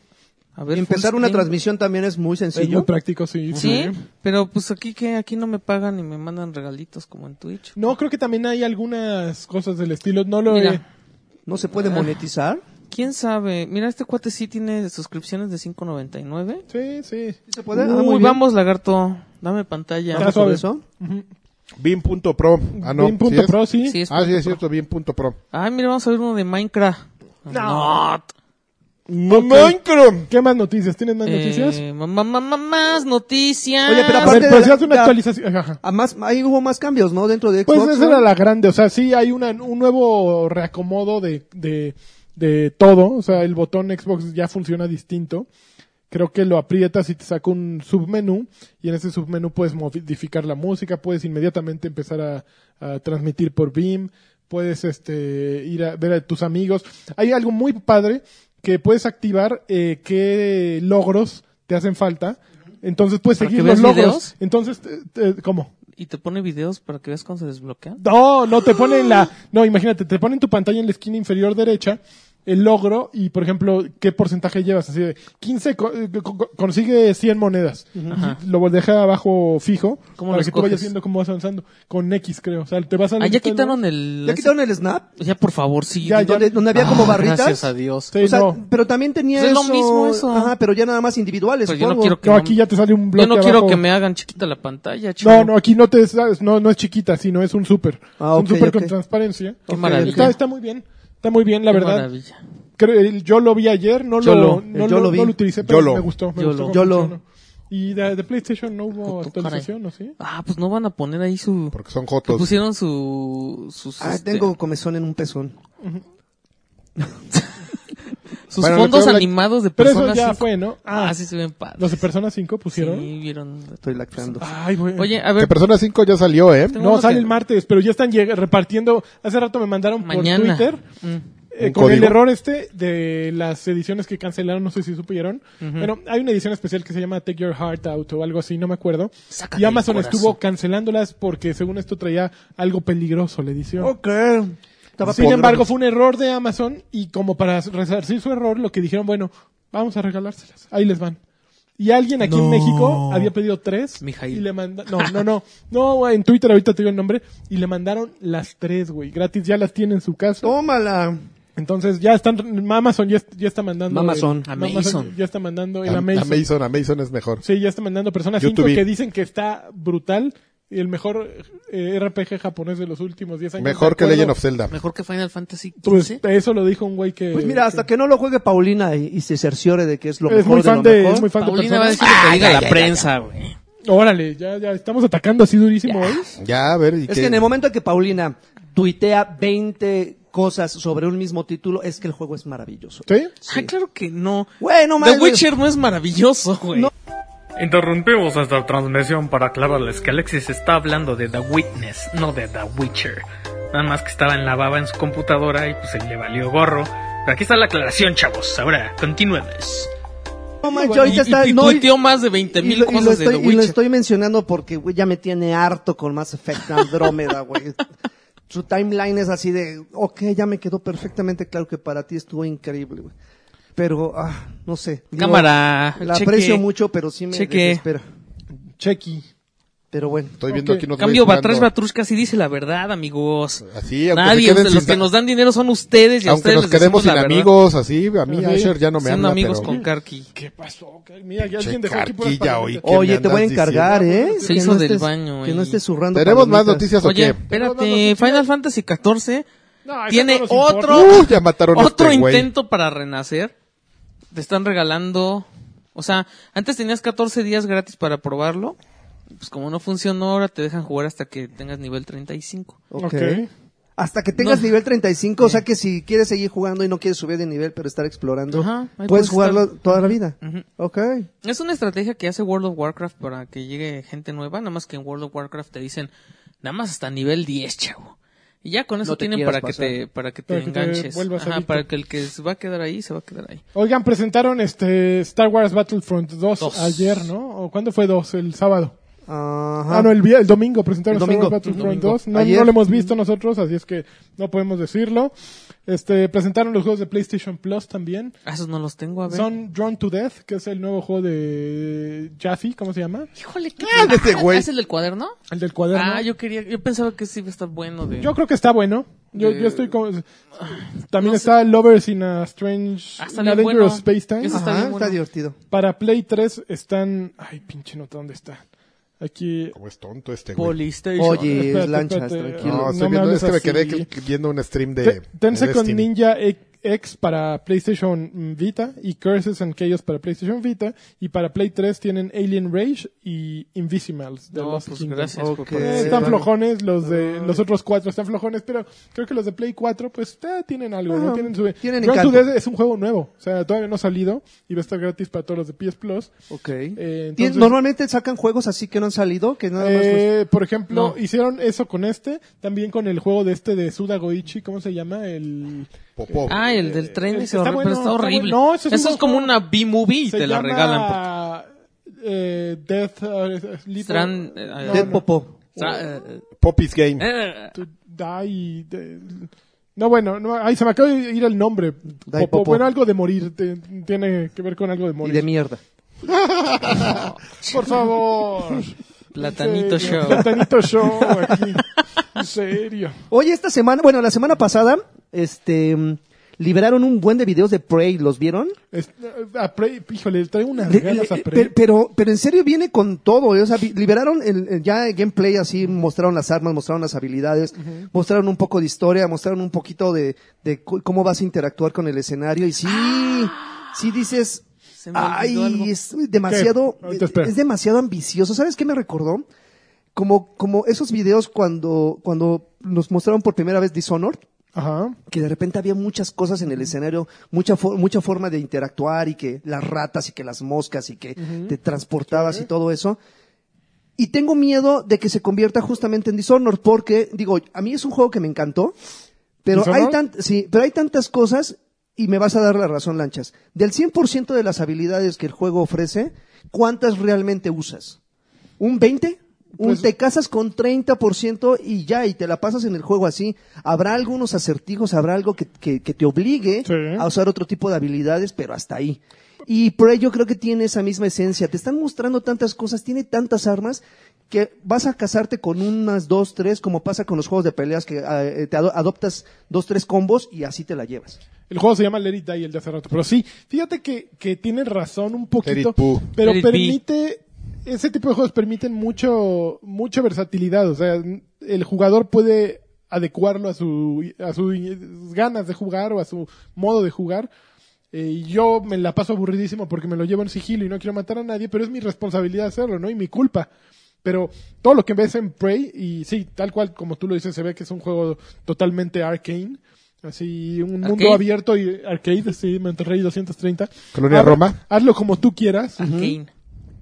A ver, Empezar full una screen. transmisión también es muy Es muy sencillo. práctico, sí. Sí, pero pues aquí que aquí no me pagan y me mandan regalitos como en Twitch. No, creo que también hay algunas cosas del estilo. No lo. Mira. he- ¿No se Ah. puede monetizar? ¿Quién sabe? Mira, este cuate sí tiene suscripciones de 5.99. Sí, sí. ¿Sí se puede? Ah, muy Uy, bien. vamos, lagarto. Dame pantalla. Está ¿Vamos sobre suave. eso? Bin.pro. Ah, no. BIM ¿sí punto es? pro, sí. Sí, es- Ah, sí, es cierto. Bin.pro. Ay, mira, vamos a ver uno de Minecraft. No. Minecraft. ¿Qué más noticias? ¿Tienes más noticias? Eh, ma- ma- ma- ma- más noticias. Oye, pero A ver, aparte pues de si la- hace una la- actualización. Ajá. Ah, más- ahí hubo más cambios, ¿no? Dentro de Xbox. Pues esa ¿no? era la grande, o sea, sí hay una, un nuevo reacomodo de, de, de todo, o sea, el botón Xbox ya funciona distinto. Creo que lo aprietas y te saca un submenú y en ese submenú puedes modificar la música, puedes inmediatamente empezar a, a transmitir por Beam, puedes este ir a ver a tus amigos. Hay algo muy padre que puedes activar eh, qué logros te hacen falta. Entonces puedes ¿Para que seguir los veas logros. videos? Entonces, te- te- ¿cómo? Y te pone videos para que veas cuando se desbloquean. No, no, te pone en la. No, imagínate, te pone en tu pantalla en la esquina inferior derecha. el logro y, por ejemplo, qué porcentaje llevas. Así de 15, co- eh, co- co- consigue 100 monedas. Ajá. Y Lo deja abajo fijo ¿Cómo para los que tú vayas coges? viendo cómo vas avanzando. Con X, creo. O sea, te vas a... Ah, ya quitaron el. ¿Ya quitaron el snap? Ya, por favor, sí. Ya, ya. Donde, donde había como Ah, barritas. Gracias a Dios. Sí, o sea, no. pero también tenía Pues es eso. lo mismo eso. Ajá, pero ya nada más individuales. Pero yo no supongo. quiero que No, no- aquí ya te sale un bloque Yo no quiero abajo. que me hagan chiquita la pantalla, chico. No, no, aquí no te sabes, no, no es chiquita, sino es un súper. Ah, Es un ok, súper ok. con transparencia. Qué Ok, maravilla. Está, está muy bien, está muy bien, la Qué verdad. maravilla. Creo- el- yo lo vi ayer, no Yo lo, lo- no, el lo, yo lo vi. no lo utilicé, pero Yo lo. me gustó, me Yo gustó lo. cómo Yo lo. funciona. Y de, de PlayStation no hubo Tú, caray. actualización, ¿o sí? Ah, pues no van a poner ahí su. Porque son que jotos. pusieron su. Sus, Ah, este, tengo comezón en un pezón. sus Bueno, fondos lo que- animados de Pero eso personas. ya cinco. fue, ¿no? Ah, sí se ven padres. Los de Persona 5 pusieron. Eh, Sí, vieron. Estoy lactando. Ay, güey. Oye, a Que ver. Persona 5 ya salió, ¿eh? Tengo No, uno sale que- el martes, pero ya están lleg- repartiendo. Hace rato me mandaron Mañana. por Twitter Mm. eh, ¿Un con el código? error este de las ediciones que cancelaron, no sé si supieron. Bueno, hay una edición especial que se llama Take Your Heart Out o algo así, no me acuerdo. Sácate y Amazon el corazón. estuvo cancelándolas porque según esto traía algo peligroso la edición. Ok. Estaba Sin pobre. embargo, fue un error de Amazon y como para resarcir su error, lo que dijeron, bueno, vamos a regalárselas. Ahí les van. Y alguien aquí en No. México había pedido tres Mijail. y le manda no, no, no, no, güey, en Twitter ahorita te digo el nombre y le mandaron las tres, güey, gratis, ya las tiene en su casa. Tómala. Entonces ya están, Amazon ya, ya está mandando. Amazon, el- Amazon. ya está mandando el A- Amazon. Amazon, Amazon es mejor. Sí, ya está mandando personas YouTube. 5 que dicen que está brutal y el mejor eh, RPG japonés de los últimos 10 años. Mejor ¿de que acuerdo? Legend of Zelda. Mejor que Final Fantasy Pues 15. eso lo dijo un güey que. Pues mira, hasta que no lo juegue Paulina y, y se cerciore de que es lo es mejor muy fan de lo de, mejor. es muy fan de Paulina va a personas. decir lo que diga la prensa, güey. Órale, ya, ya estamos atacando así durísimo hoy. Ya, a ver. ¿y Es qué? que en el momento en que Paulina tuitea 20 cosas sobre un mismo título, es que el juego es maravilloso. ¿Sí? Ah, claro que no. Bueno, The mames. Witcher no es maravilloso, güey. No. Interrumpimos esta transmisión para aclararles que Alexis está hablando de The Witness, no de The Witcher. Nada más que estaba en la baba en su computadora y pues le valió gorro. Pero aquí está la aclaración, chavos. Ahora, continúenles. No manches, ahorita y, está. y no, y- tuiteó más de 20 y mil lo, y lo cosas estoy, de The y lo Witcher. estoy mencionando porque güey, ya me tiene harto con Mass Effect Andrómeda, güey. Su timeline es así de, ok, ya me quedó perfectamente claro que para ti estuvo increíble, güey. Pero, ah, no sé. Digo, Cámara, La cheque. aprecio mucho, pero sí me Cheque. desespera. Chequi. Pero bueno. Estoy viendo Ok. aquí nos Cambio, va Batrash disparando. Batrushka sí dice la verdad, amigos. Así, Ah, aunque se Nadie, queden los sin que da- nos dan dinero son ustedes y a Aunque ustedes nos les decimos quedemos sin la verdad. amigos, así, a mí Sí. Asher ya no me Siendo habla, amigos pero- con Karki. ¿Qué pasó? ¿Qué- Mira, ya alguien Che, dejó aquí por el carquilla, parlamento. ¿Qué me Oye, te voy a andas encargar, diciendo? ¿eh? Se Que hizo no del estés- baño, Que no eh. estés zurrando. ¿Tenemos más palomitas. noticias o Oye, qué? No, no, no, espérate, sí, Final Fantasy XIV No, eso tiene no nos importa. otro, Uh, ya mataron a otro este güey. intento para renacer. Te están regalando, o sea, antes tenías 14 días gratis para probarlo. Pues como no funcionó, ahora te dejan jugar hasta que tengas nivel 35. Ok. Ok. Hasta que tengas No. nivel 35, o sea que si quieres seguir jugando y no quieres subir de nivel, pero estar explorando, Ajá, ahí puedes, puedes jugarlo estar. toda la vida. Ujú. Ok. Es una estrategia que hace World of Warcraft para que llegue gente nueva, nada más que en World of Warcraft te dicen, nada más hasta nivel 10, chavo. Y ya con eso No te tienen quieras para que, pasar. te, para que te Para que te enganches. vuelvas Ajá, adicto. para que el que se va a quedar ahí, se va a quedar ahí. Oigan, presentaron este Star Wars Battlefront 2 Dos. ayer, ¿no? ¿O cuándo fue 2? El sábado. Ajá. Ah, no, el, vi- el domingo presentaron El Star Wars domingo. Battlefront El domingo. 2. No, Ayer. no lo hemos visto nosotros, así es que no podemos decirlo. Este, presentaron los juegos de PlayStation Plus también. Ah, esos no los tengo, a ver. Son Drawn to Death, que es el nuevo juego de Jaffe, ¿cómo se llama? Híjole, ¿qué Ah, de este güey. ¿Es el del cuaderno? El del cuaderno. Ah, yo quería, yo pensaba que sí iba a estar bueno de... Yo creo que está bueno. Yo, yo Eh, estoy con... También está Lovers in a Strange... Ah, está in a bien Dangerous bueno. Space Time. Ese Ajá, bien está bueno. divertido. Para Play 3 están... Ay, pinche nota, ¿dónde está? Aquí... Cómo es tonto este güey. Polystation. Oye, Espérate, lanchas, espérate. tranquilo. No, No estoy me viendo, hables es que me quedé así. que- viendo un stream de... Te- Ten de Second Destiny. Ninja X- X para PlayStation mm, Vita y Curses and Chaos para PlayStation Vita y para Play 3 tienen Alien Rage y Invisimals de No, Lost pues Kingdom. gracias Ok. por Eh, participar. están vale. flojones los de los otros cuatro están flojones pero creo que los de Play 4 pues eh, tienen algo ¿no? Ajá, tienen su tienen Ground encanto. to Death es un juego nuevo o sea todavía no ha salido y va a estar gratis para todos los de PS Plus Ok. Eh, entonces- Tien- Normalmente sacan juegos así que no han salido, que nada más. pues, los- Eh, por ejemplo No. hicieron eso con este también con el juego de este de Suda Goichi cómo se llama el Popó. Ah, el del tren Eh, ese está horrible, bueno, pero está está horrible. bueno. No, ese es un Eso es buen como juego. una B-movie y Se te la llama, regalan. por- eh, Death eh, Sleep Strand, eh, no, Dead no. Popo. Tra- eh, Popis Game. eh, To Die de- No, bueno, no, ahí se me acaba de ir el nombre. Dai Popo, Popo. Bueno, algo de morir. te- tiene que ver con algo de morir. Y de mierda. eh. Por favor. Platanito En serio, Show. Platanito Show aquí. En serio. Oye, esta semana, bueno, la semana pasada, este, mm, liberaron un buen de videos de Prey, ¿los vieron? Es- a Prey, híjole, traigo unas Le- ganas a le- Prey. pero, pero, pero en serio viene con todo, eh, o sea, vi- liberaron el, el- ya el gameplay así, mostraron las armas, mostraron las habilidades, mostraron un poco de historia, mostraron un poquito de, de cu- cómo vas a interactuar con el escenario y sí, sí dices, ¡Ah! Se me olvidó algo. ay, es demasiado, ¿Qué? Ahorita espera. es demasiado ambicioso. ¿Sabes qué me recordó? Como, como esos videos cuando, cuando nos mostraron por primera vez Dishonored, Ajá. que de repente había muchas cosas en el escenario, mucha, for- mucha forma de interactuar y que las ratas y que las moscas y que te transportabas y todo eso. Y tengo miedo de que se convierta justamente en Dishonored porque, digo, a mí es un juego que me encantó, pero hay, ¿Dishonored? tan- sí, pero hay tantas cosas y me vas a dar la razón, Lanchas. Del 100% de las habilidades que el juego ofrece, ¿cuántas realmente usas? ¿Un 20? Un- Pues- te casas con 30% y ya, y te la pasas en el juego así. Habrá algunos acertijos, habrá algo que, que- que te obligue Sí. a usar otro tipo de habilidades, pero hasta ahí. Y Prey yo creo que tiene esa misma esencia. Te están mostrando tantas cosas, tiene tantas armas que vas a casarte con unas dos, tres, como pasa con los juegos de peleas, que eh, te ado- adoptas dos, tres combos y así te la llevas. El juego se llama Let It Die el de hace rato. Pero sí, fíjate que, que tiene razón un Let poquito. it poo. Pero Let it be. permite. Ese tipo de juegos permiten mucho, mucha versatilidad. O sea, el jugador puede adecuarlo a su, a sus ganas de jugar o a su modo de jugar. Eh, yo me la paso aburridísimo porque me lo llevo en sigilo y no quiero matar a nadie, pero es mi responsabilidad hacerlo, ¿no? Y mi culpa. Pero todo lo que ves en Prey, y sí, tal cual como tú lo dices, se ve que es un juego totalmente arcane. Así, un mundo Arcade. abierto y arcade, sí, Monterrey 230. Colonia Roma. Hazlo como tú quieras. Arcane.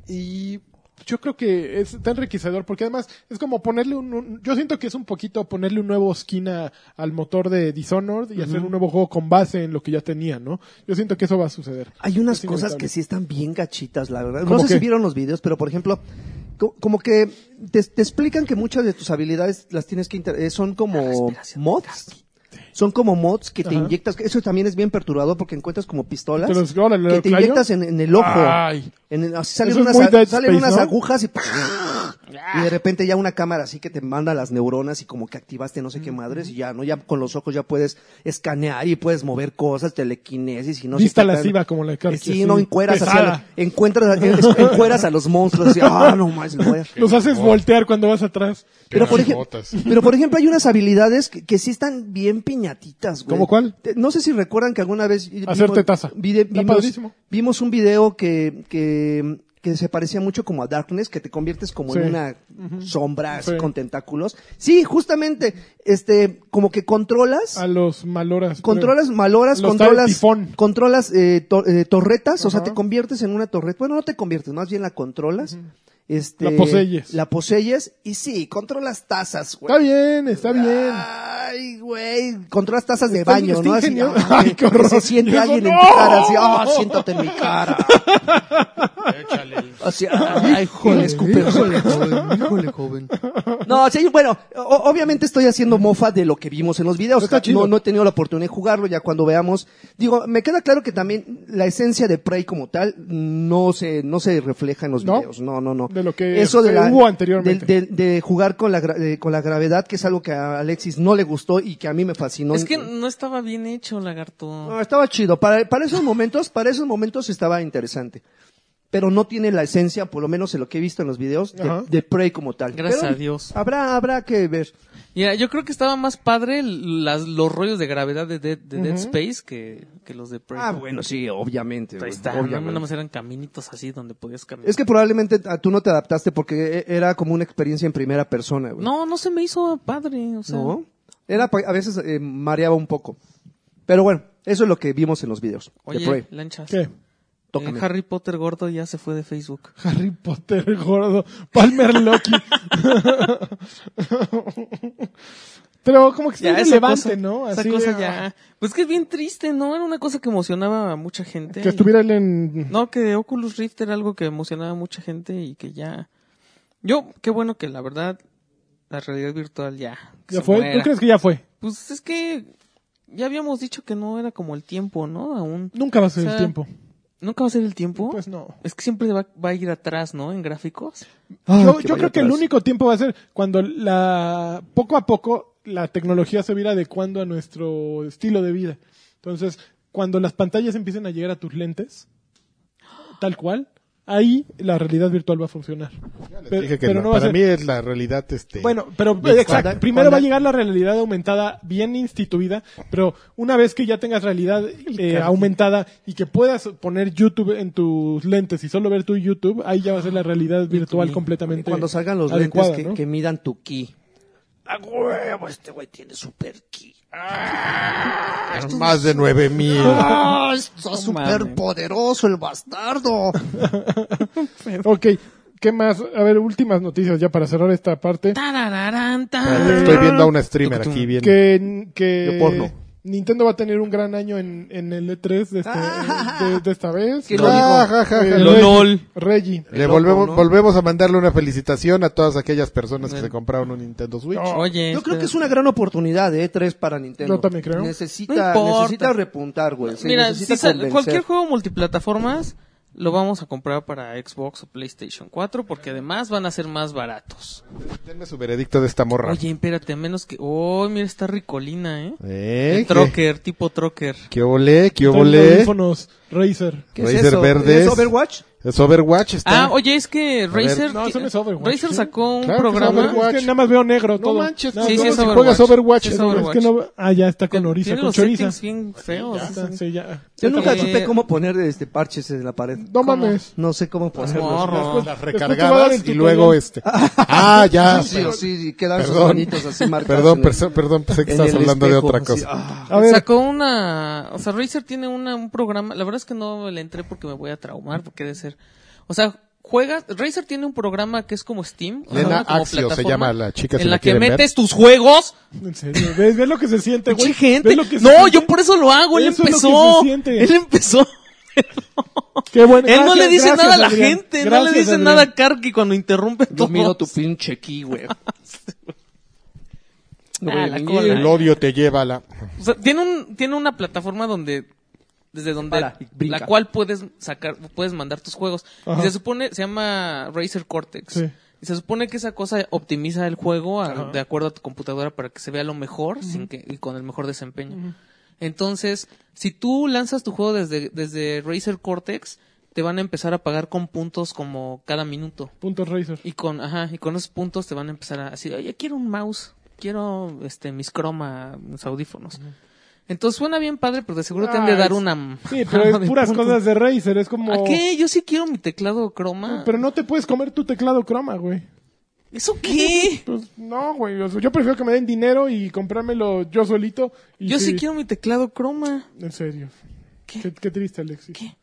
Y yo creo que es tan enriquecedor porque además es como ponerle un, un- yo siento que es un poquito ponerle un nuevo skin a- al motor de Dishonored y hacer un nuevo juego con base en lo que ya tenía, ¿no? Yo siento que eso va a suceder. Hay unas Es cosas inevitable. que sí están bien gachitas, la verdad. No ¿Cómo sé qué? si vieron los videos, pero por ejemplo, co- como que te, te explican que muchas de tus habilidades las tienes que inter- eh, son como mods. Son como mods que te Ajá. inyectas. Eso también es bien perturbador porque encuentras como pistolas Te los- órale, que ¿lo te clayo? inyectas en, en el ojo. Ay. En el- así salen Eso es unas, muy a- Dead salen Space, unas ¿no? agujas y, y de repente ya una cámara así que te manda las neuronas y como que activaste no sé qué madres y ya, ¿no? Ya con los ojos ya puedes escanear y puedes mover cosas, telequinesis y no sé Vista qué tal. lasciva, como la de Karki, Sí, así, no, encueras, hacia pesada. la- encuentras, en- encueras a los monstruos así, ah, no más, me voy a- Los haces voltear cuando vas atrás. pero por, Pinches ejem- botas. pero por ejemplo hay unas habilidades que, que sí están bien piñatitas, güey. ¿Cómo cuál? Te- No sé si recuerdan que alguna vez vimos- Hacerte taza. vide- Está vimos, padrísimo. vimos un video que, que, que se parecía mucho como a Darkness, que te conviertes como Sí. en una sombra así Sí. con tentáculos. Sí, justamente, este, como que controlas A los maloras. controlas maloras, Los tal controlas, tifón. controlas eh, to- eh, torretas, o sea, Ajá. te conviertes en una torreta. Bueno, no te conviertes, más bien la controlas. este, La poseyes. La poseyes y sí, controlas tazas, güey. Está bien, está bien. Ay, güey, controlas tazas de Está- baño, está ¿no? Así, ingenioso. ah, Ay, que- qué horror. que se siente Yo digo, alguien en ¡no! tu cara, así, ah, siéntate en mi cara. Así, ay, joder, escupe, híjole, joven, híjole, joven. No, sí, bueno, o- obviamente estoy haciendo mofa de lo que vimos en los videos. Está chido. No, no he tenido la oportunidad de jugarlo, ya cuando veamos. Digo, me queda claro que también la esencia de Prey como tal no se, no se refleja en los No. videos. No, no, no. De lo que Eso de se la, hubo anteriormente. De, de- de jugar con la, gra- de- con la gravedad, que es algo que a Alexis no le gustó y que a mí me fascinó. Es que no estaba bien hecho, lagarto. No, estaba chido. Para, para esos momentos, para esos momentos estaba interesante. Pero no tiene la esencia, por lo menos en lo que he visto en los videos, Ajá. de, de Prey como tal. Gracias Pero a Dios. Habrá, habrá que ver. Mira, yo creo que estaba más padre las, los rollos de gravedad de Dead, de Dead Space que, que los de Prey. Ah, bueno, sí, obviamente. Ahí güey, está. obviamente. Nada más eran caminitos así donde podías caminar. Es que probablemente ah, tú no te adaptaste porque e- era como una experiencia en primera persona, güey. No, no se me hizo padre. O sea, ¿No? Era, pa- a veces eh, mareaba un poco. Pero bueno, eso es lo que vimos en los videos de Oye, Prey. lanchas. ¿Qué? Tócame. Eh, Harry Potter gordo ya se fue de Facebook. Harry Potter gordo. Palmer Loki. Pero como que está Ya, irrelevante, ¿no? Esa Así, cosa ah, ya. Pues que es bien triste, ¿no? Era una cosa que emocionaba a mucha gente. Que y- estuviera él en... No, que Oculus Rift era algo que emocionaba a mucha gente y que ya. Yo, qué bueno que la verdad, la realidad virtual ya. que ¿Ya se fue? muera. ¿Tú crees que ya fue? Pues es que ya habíamos dicho que no era como el tiempo, ¿no? Aún. Nunca va a ser O sea, el tiempo. ¿Nunca va a ser el tiempo? Pues no. Es que siempre va, va a ir atrás, ¿no? En gráficos. yo Ah, que yo vaya creo que el atrás. único tiempo va a ser cuando la poco a poco la tecnología se va a ir adecuando a nuestro estilo de vida. Entonces, cuando las pantallas empiecen a llegar a tus lentes, tal cual, ahí la realidad virtual va a funcionar. Les Pe- dije que pero no. no va a Para ser- mí es la realidad este. Bueno, pero Virtual. exacto. Cuando- Primero cuando- va a llegar la realidad aumentada bien instituida, pero una vez que ya tengas realidad eh, aumentada y que puedas poner YouTube en tus lentes y solo ver tu YouTube, ahí ya va a ser la realidad virtual completamente. Cuando salgan los adecuada, lentes que, ¿no? que midan tu ki. Más de 9000. Ah, Está mames. poderoso el bastardo. Este Ok, ¿qué más? A ver, últimas noticias ya para cerrar esta parte. Tarararán, tararán. Estoy viendo a una streamer aquí bien. Que, que De porno. Nintendo va a tener un gran año en, en el E3 de, este- de- de esta vez. Que Ah, lo Ah, ja, ja, ja. eh, Lo Reggie- nol. Reggie. Le loco, volvemos, ¿no? volvemos a mandarle una felicitación a todas aquellas personas que se compraron un Nintendo Switch. Oye. Yo creo este- que es una gran oportunidad de E3 para Nintendo. Yo también creo. Necesita, No importa. necesita repuntar, güey. Se Mira, necesita si sal- convencer. cualquier juego multiplataformas lo vamos a comprar para Xbox o PlayStation 4 porque además van a ser más baratos. Denme su veredicto de esta morra. Oye, espérate, a menos que... Oh, mira, está ricolina, ¿eh? ¿Eh? El trocker, tipo trocker. ¿Qué ole? ¿Qué Traen ole? audífonos Razer. ¿Qué es Razer eso? verdes. ¿Es Overwatch? Es Overwatch. Está... Ah, oye, es que Razer... No, eso no es Overwatch, Razer ¿sí? sacó un Claro que programa... Overwatch. Es que nada más veo negro todo. manches, Nada sí, más sí, veo es si Overwatch. juegas Overwatch. Sí, es es que Overwatch. no- ah, ya está con oriza, Tiene con los choriza. settings bien feos. Ya está, sí, ya. Yo nunca Eh, supe cómo poner este parches en la pared. No mames. No sé cómo ponerlos. Pues Morro. Las Después te va a dar recargadas el y luego este. Ah, ya. Sí, sí, sí, quedan sus Perdón. manitos así marcados. Perdón, en el- perso- perdón, pensé que en el estabas hablando de espejo, otra así, cosa. ah. A ver, Sacó una... O sea, Razer tiene una, un programa... La verdad es que no le entré porque me voy a traumar, porque debe ser... O sea, juegas... Razer tiene un programa que es como Steam. o sea, Lena una como Axio se plataforma llama la chica, si En la la que quieren ver. metes tus juegos. en serio, ¿ves, ves lo que se siente, güey? Pinche ¿Ves gente. lo que se No, siente? yo por eso lo hago. Él Eso es lo que empezó. se siente. Él empezó. Qué bueno. Él no Gracias, le dice gracias, nada a la Adrián. gente. no Gracias, le dice Adrián. nada a Karki cuando interrumpe Yo todo. miro tu pinche ki, güey. No, Ah, güey, la mi- cola. El odio te lleva a la. O sea, tiene, un, tiene una plataforma donde. Desde donde. Para, y brinca. la cual puedes sacar. Puedes mandar tus juegos. Y Ajá. se supone. Se llama Razer Cortex. Sí. Y se supone que esa cosa optimiza el juego a- de acuerdo a tu computadora para que se vea lo mejor sin que, y con el mejor desempeño. Entonces, si tú lanzas tu juego desde, desde Razer Cortex, te van a empezar a pagar con puntos como cada minuto. Punto Razer. Y con, ajá, y con esos puntos te van a empezar a decir, oye, quiero un mouse, quiero este mis croma, mis audífonos. Entonces suena bien padre, pero de seguro te han de Ah, dar es- una... Sí, pero es puras cosas de Razer, es como... ¿A qué? Yo sí quiero mi teclado croma. Pero no te puedes comer tu teclado croma, güey. ¿Eso qué? Pues no, güey. o sea, yo prefiero que me den dinero y comprármelo yo solito. Y Yo si- sí quiero mi teclado croma. En serio. ¿Qué? Qué, qué triste, Alexis. ¿Qué?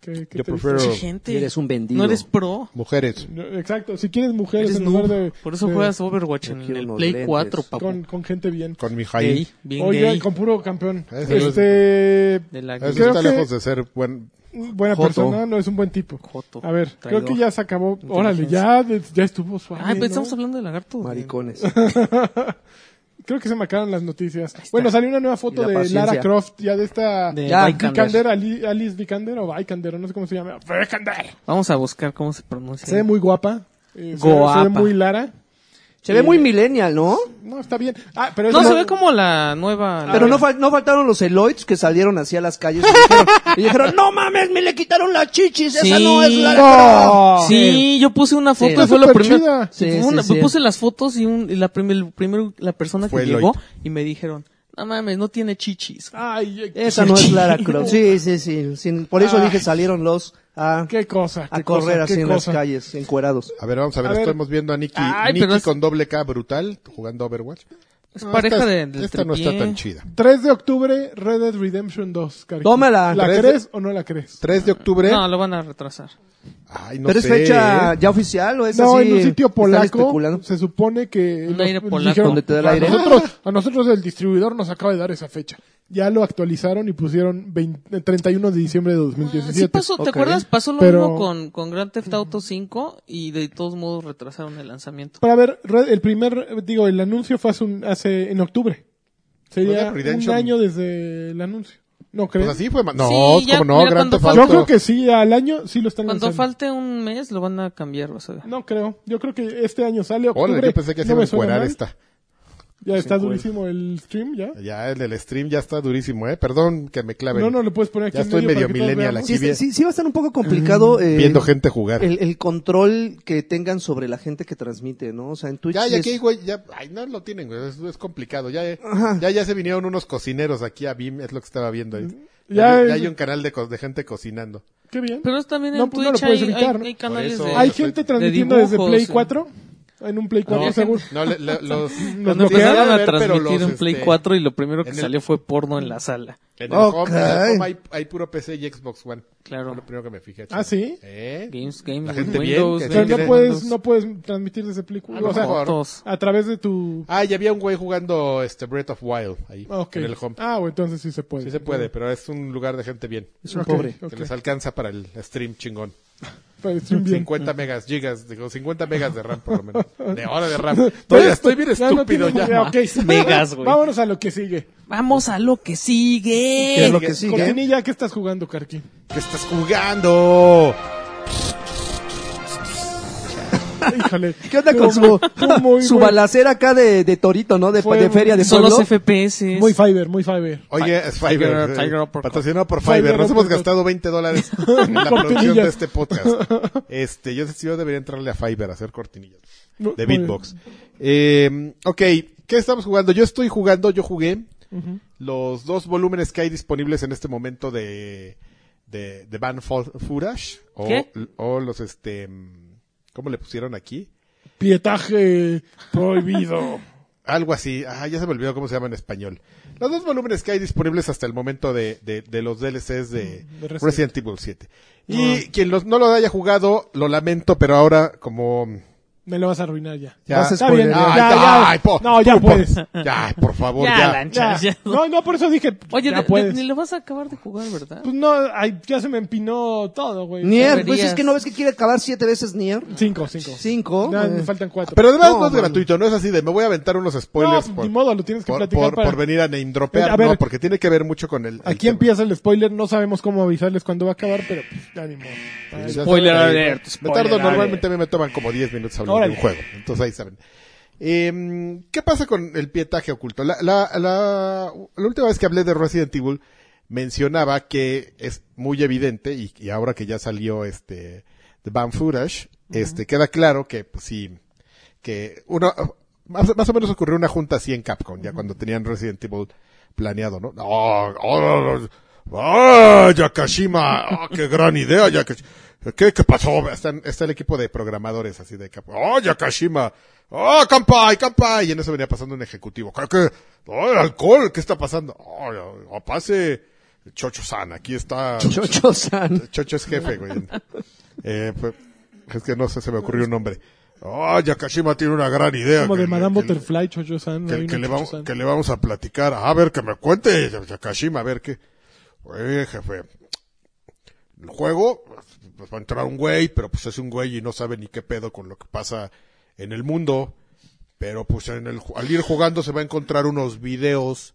Qué- qué Yo triste. prefiero Mucha gente. Eres un vendido. No eres pro. mujeres. No, Exacto. Si quieres mujeres Eres en lugar de... noob. Por eso de- juegas Overwatch Yo en quiero el unos Play lentes. 4, papu. Con, con gente bien. Con Gay, Mijail. bien Oye, gay. con puro campeón. Ese no es- este... De la Eso Creo está que- lejos de ser buen. Buena Joto. persona, no es un buen tipo. Joto. A ver, Traidor. creo que ya se acabó. Órale, ya, ya estuvo suave. Ah, pero ¿no? estamos hablando de lagarto. Maricones. Creo que se me acaban las noticias. Bueno, salió una nueva Y foto la de paciencia. Lara Croft, ya de esta... De Ya, Vikander. Vikander, Ali- Alice Vikander o Vikander, no sé cómo se llama. Vikander. Vamos a buscar cómo se pronuncia. Se ve muy guapa. eh, se- Guapa. Se ve muy Lara. Se ve muy millennial, ¿no? No, está bien. Ah, pero es No, la- se ve como la nueva... la- Pero no, fal- no faltaron los Eloids que salieron así a las calles y dijeron, y dijeron, no mames, me le quitaron las chichis, esa Sí. no es la... ¡Oh! Sí, yo puse una foto, Está y fue la súper primera. chida. Sí, fue sí, una- sí. Puse las fotos y, un- y la prim- el primero la persona Fue que Eloy. llegó y me dijeron, no mames, no tiene chichis. Ay, eh, Esa no es Lara Croft. Sí, sí, sí. Sin- por eso Ah. dije salieron los a, qué cosa. a qué correr cosa, así qué en cosa. las calles, encuerados. A ver, vamos a ver, A ver. estamos viendo a Nikki, Ay, Nikki pero es- con doble K brutal jugando Overwatch. Es No, pareja esta, de, del esta no tripié. está tan chida. 3 de octubre, Red Dead Redemption 2. Cari. Tómala. ¿La Tres de- crees o no la crees? 3 de octubre. No, lo van a retrasar. Ay, no ¿Pero sé. ¿eh? es fecha ya oficial o es No, así? en un sitio están especulando? polaco se supone que Un los- aire polaco. Donde te da el a, aire". Nosotros, a nosotros el distribuidor nos acaba de dar esa fecha. Ya lo actualizaron y pusieron 20 eh, 31 de diciembre de 2017. Sí pasó, ¿te Ok. acuerdas? Pasó lo Pero- mismo con, con Grand Theft Auto 5 y de todos modos retrasaron el lanzamiento. Para ver, Red- el primer, eh, digo, el anuncio fue hace, un- hace- en octubre. Sería Red Dead un Redemption. año desde el anuncio. ¿No crees? Pues así fue. ma- No, Sí, ya, como no, mira, Gran cuando Theft fal- Auto. Yo creo que sí, al año sí lo están Cuando lanzando. falte un mes lo van a cambiar, vas a ver. No creo. Yo creo que este año sale octubre. Órale, yo pensé que se no iba a me suena encuerar mal. esta. Ya está durísimo el stream, ya. Ya el del stream ya está durísimo, ¿eh? Perdón que me clave. No, no, le puedes poner aquí Ya en estoy medio medio para que todos millennial veamos. aquí. Sí, bien. sí, sí va a estar un poco complicado. eh, Viendo gente jugar. el, el control que tengan sobre la gente que transmite, ¿no? O sea, en Twitch. Ya, sí ya es- aquí, güey, ya, ay, no lo tienen, güey, es, es complicado. Ya, eh, ya, ya se vinieron unos cocineros aquí a Bim, es lo que estaba viendo ahí. Ya, Ya, hay- eh, ya hay un canal de, co- de gente cocinando. Qué bien. Pero también en No, pues, no Twitch lo hay, puedes evitar, hay- ¿no? hay canales Por de... eso- Hay gente transmitiendo desde dibujos, Play sí. 4. En un Play 4 No. seguro. No, le- le- los, Los Cuando los dejaron bloquearon empezaron de a ver, pero transmitir los, en Play este, 4 y lo primero que en el- salió fue porno en la sala. En el Ok. home, en el home hay, hay puro PC y Xbox One. Claro. Fue lo primero que me fijé. Ah, ¿sí? ¿Eh? Games, games, La gente bien, Windows, que Pero Sí, no tiene- puedes, no puedes transmitir desde Play A 4. lo O sea, mejor. fotos. a través de tu... Ah, y había un güey jugando este Breath of Wild ahí Ok. en el home. Ah, bueno, entonces sí se puede. Sí se puede, pero es un lugar de gente bien. Es un Ok, pobre. ok. Que les alcanza para el stream chingón. Pero stream bien. 50 megas, gigas, digo, 50 megas de RAM por lo menos. De hora de RAM. Todavía estoy bien Ya no estúpido tiene- ya. ok. Megas, güey. Vámonos a lo que sigue. Vamos a lo que ¿Qué es sigue. lo que sigue? Cortinilla, ¿qué estás jugando, Karki? ¿Qué estás jugando? Híjole. ¿Qué onda con su, Estuvo muy- muy- su muy- balacera acá de, de torito, ¿no? De, Fue de muy- feria de Son pueblo. los FPS. Muy Fiverr, muy Fiverr. Oye, es Fiverr. eh, Tiger- Tiger Uppercut. Patrocinado por Tiger Fiverr. Nos hemos Uppercut. gastado 20 dólares en la producción Cortinillas. de este podcast. Este, yo, yo debería entrarle a Fiverr a hacer cortinillas. No, De muy bien. Beatbox. Eh, ok, ¿qué estamos jugando? Yo estoy jugando, yo jugué los dos volúmenes que hay disponibles en este momento de, de, de Van Fo- Furash. O, ¿Qué? o los, este, mm, ¿cómo le pusieron aquí? Pietaje prohibido. Algo así. Ah, ya se me olvidó cómo se llama en español. Los dos volúmenes que hay disponibles hasta el momento de, de, de los DLCs de, de Resident. Resident. Evil 7. Y quien los, no lo haya jugado, lo lamento, pero ahora como... Me lo vas a arruinar ya. Ya. Vas a Está Ay, bien. spoilerear. Ya, ya. ay, po- no, ya po- po- puedes. Ya, por favor, Ya, ya. lanchas, Ya. ya. No, no, por eso dije. Oye, ya de- de- puedes. ni lo vas a acabar de jugar, ¿verdad? Pues no, ay, ya se me empinó todo, güey. Nier, pues Deberías. es que no ves que quiere acabar siete veces Nier. Cinco, cinco. Cinco. Ya, eh. me faltan cuatro. Pero además No, no es mano. gratuito, no es así de me voy a aventar unos no, spoilers por, ni modo, lo tienes que por, platicar por- para... por venir a name dropear, A ver. no, porque tiene que ver mucho con el, el Aquí tema. empieza el spoiler, no sabemos cómo avisarles cuándo va a acabar, pero pues, ya ni modo. Ay, Sí, ya Spoiler saben, ahí, alert, me spoiler tardo, alert. normalmente a mí me toman como 10 minutos hablando Órale. de un juego, entonces ahí saben. Eh, ¿Qué pasa con el pietaje oculto? La, la, la, la última vez que hablé de Resident Evil mencionaba que es muy evidente y, y ahora que ya salió este The Ban Footage, este queda claro que pues, sí que uno más, más o menos ocurrió una junta así en Capcom, ya cuando tenían Resident Evil planeado, ¿no? ¡Ah! ¡Ah! ¡Ah! Yakashima, ¡Ah, qué gran idea, Yakashima. ¿Qué, qué pasó? Está, está el equipo de programadores así de Capcom. ¡Ah, Yakashima! ¡Ah, Kampai, Kampai! Y en eso venía pasando un ejecutivo. ¿Qué, qué? ¡Ah, el alcohol! ¿Qué está pasando? ¡Ah, ya- ya pase! Chocho-san, aquí está. Chocho-san. Chocho es jefe, güey. Eh, pues, es que no sé, se me ocurrió un nombre. Oh, Yakashima tiene una gran idea. Como de que- Madame que- Butterfly, Chocho-san. que- hay que una le vamos, Chocho-san. que le vamos a platicar. A ver, que me cuente Yakashima, a ver qué. Oye, jefe. El juego, pues va a entrar un güey, pero pues es un güey y no sabe ni qué pedo con lo que pasa en el mundo. Pero pues en el, ju- al ir jugando se va a encontrar unos videos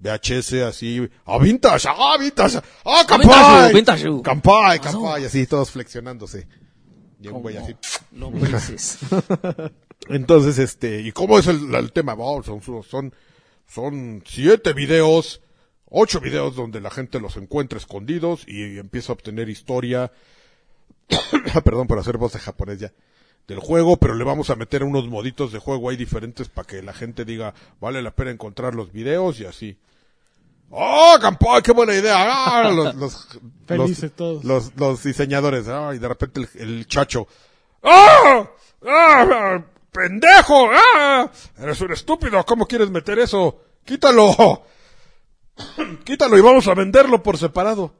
VHS así. ¡Ah, vintage! ¡Ah, vintage! ¡Ah, campai! vintage, vintage. Ah, ¡Campai, campai! Así todos flexionándose. Y un güey así. No me dices. Entonces, este, ¿y cómo es el, el tema? Wow, son, son, son siete videos, ocho videos donde la gente los encuentra escondidos y empieza a obtener historia. Ah, Perdón por hacer voz de japonés ya. Del juego, pero le vamos a meter unos moditos de juego ahí diferentes para que la gente diga, vale la pena encontrar los videos y así. ¡Oh, Campoy, qué buena idea! ¡Ah! Los, los, Felices los- todos. Los, los diseñadores, ¡ah! Y de repente el, el chacho, ¡Ah! ¡Ah! ¡Pendejo! ¡Ah! Eres un estúpido, ¿cómo quieres meter eso? ¡Quítalo! ¡Quítalo y vamos a venderlo por separado!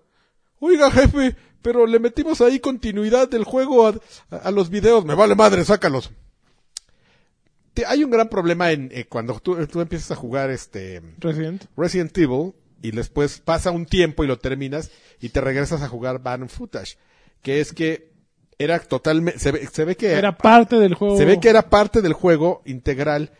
Oiga, jefe, pero le metimos ahí continuidad del juego a, a- a los videos. Me vale madre, sácalos. Te- hay un gran problema en eh, cuando tú, tú empiezas a jugar este Resident. Resident Evil y después pasa un tiempo y lo terminas y te regresas a jugar Ban Footage, que es que era totalmente se ve, se ve que Era parte del juego. se ve que era parte del juego integral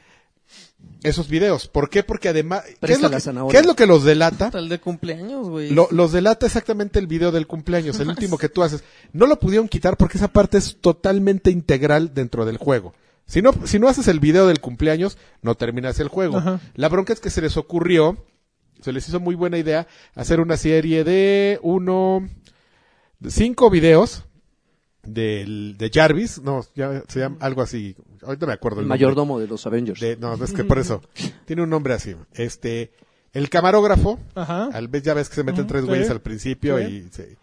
esos videos. ¿Por qué? Porque además... ¿qué es, Presta lo la que, zanahoria. qué es lo que los delata? Tal de cumpleaños, güey. Lo- los delata exactamente el video del cumpleaños, el último que tú haces. No lo pudieron quitar porque esa parte es totalmente integral dentro del juego. Si no, si no haces el video del cumpleaños, no terminas el juego. Ajá. La bronca es que se les ocurrió, se les hizo muy buena idea, hacer una serie de uno, de cinco videos del, de Jarvis, no, ya se llama algo así, ahorita me acuerdo. El El nombre. mayordomo de los Avengers. De- no, es que por eso. Tiene un nombre así. Este, el camarógrafo. Ajá. Al vez ya ves que se meten Ujú, tres Ah, sí. güeyes al principio Sí. y se-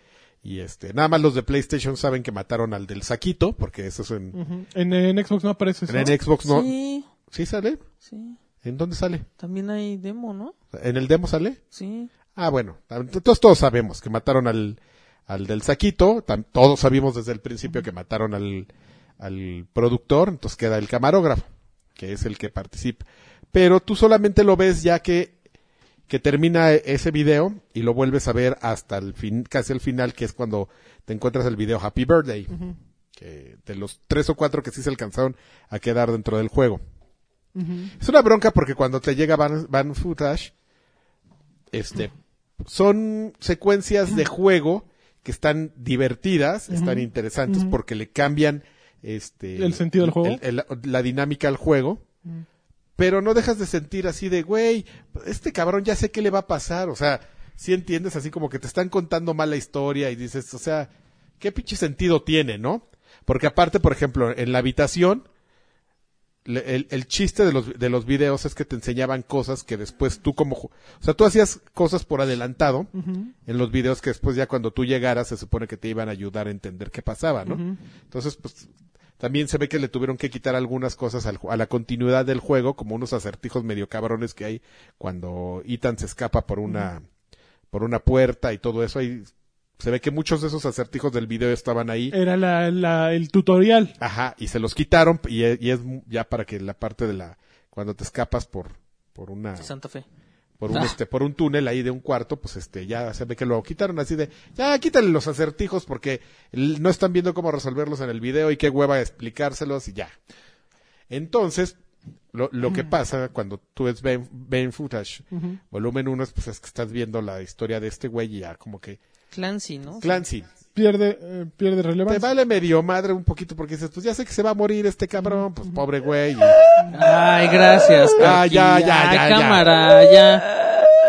y este, nada más los de PlayStation saben que mataron al del saquito, porque eso es en, Ujú. en, en Xbox no aparece Mm, eso. en el Xbox no. ¿Sí? Sí, sale? sí. ¿En dónde sale? También hay demo, ¿no? ¿En el demo sale? Sí. Ah, bueno. Entonces todos sabemos que mataron al, al del saquito. Tam- Todos sabimos desde el principio que mataron al, al productor. Entonces queda el camarógrafo, que es el que participa. Pero tú solamente lo ves ya que, que termina e- ese video y lo vuelves a ver hasta el fin, casi al final, que es cuando te encuentras el video Happy Birthday. Que de los tres o cuatro que sí se alcanzaron a quedar dentro del juego. Es una bronca porque cuando te llega Van, Van Footage, este, son secuencias de juego que están divertidas, están interesantes porque le cambian este El sentido del juego. el- el- la dinámica al juego. Pero no dejas de sentir así de, güey, este cabrón ya sé qué le va a pasar, o sea, si entiendes así como que te están contando mala historia y dices, o sea, qué pinche sentido tiene, ¿no? Porque aparte, por ejemplo, en la habitación le- el, el chiste de los, de los videos es que te enseñaban cosas que después tú como... ju- O sea, tú hacías cosas por adelantado en los videos que después ya cuando tú llegaras se supone que te iban a ayudar a entender qué pasaba, ¿no? Entonces, pues también se ve que le tuvieron que quitar algunas cosas al ju- a la continuidad del juego, como unos acertijos medio cabrones que hay cuando Ethan se escapa por una, por una puerta y todo eso. Ahí se ve que muchos de esos acertijos del video estaban ahí. Era la, la- el tutorial. Ajá, y se los quitaron y e- y es, mu- ya para que la parte de la cuando te escapas por por una Santa Fe. por un Ah. este por un túnel ahí de un cuarto, pues este ya se ve que lo quitaron así de ya quítale los acertijos porque l- no están viendo cómo resolverlos en el video y qué hueva explicárselos y ya. Entonces, lo, lo que pasa cuando tú ves Ben, Ben Footage, volumen 1, pues es que estás viendo la historia de este güey y ya como que Clancy, ¿no? Clancy, Pierde, eh, pierde te relevancia. vale medio madre un poquito porque dices, pues ya sé que se va a morir este cabrón, pues pobre güey. y Ay, gracias. Ya, Karki. Ah, ya, ya, Ay, ya, ya. cámara, ya.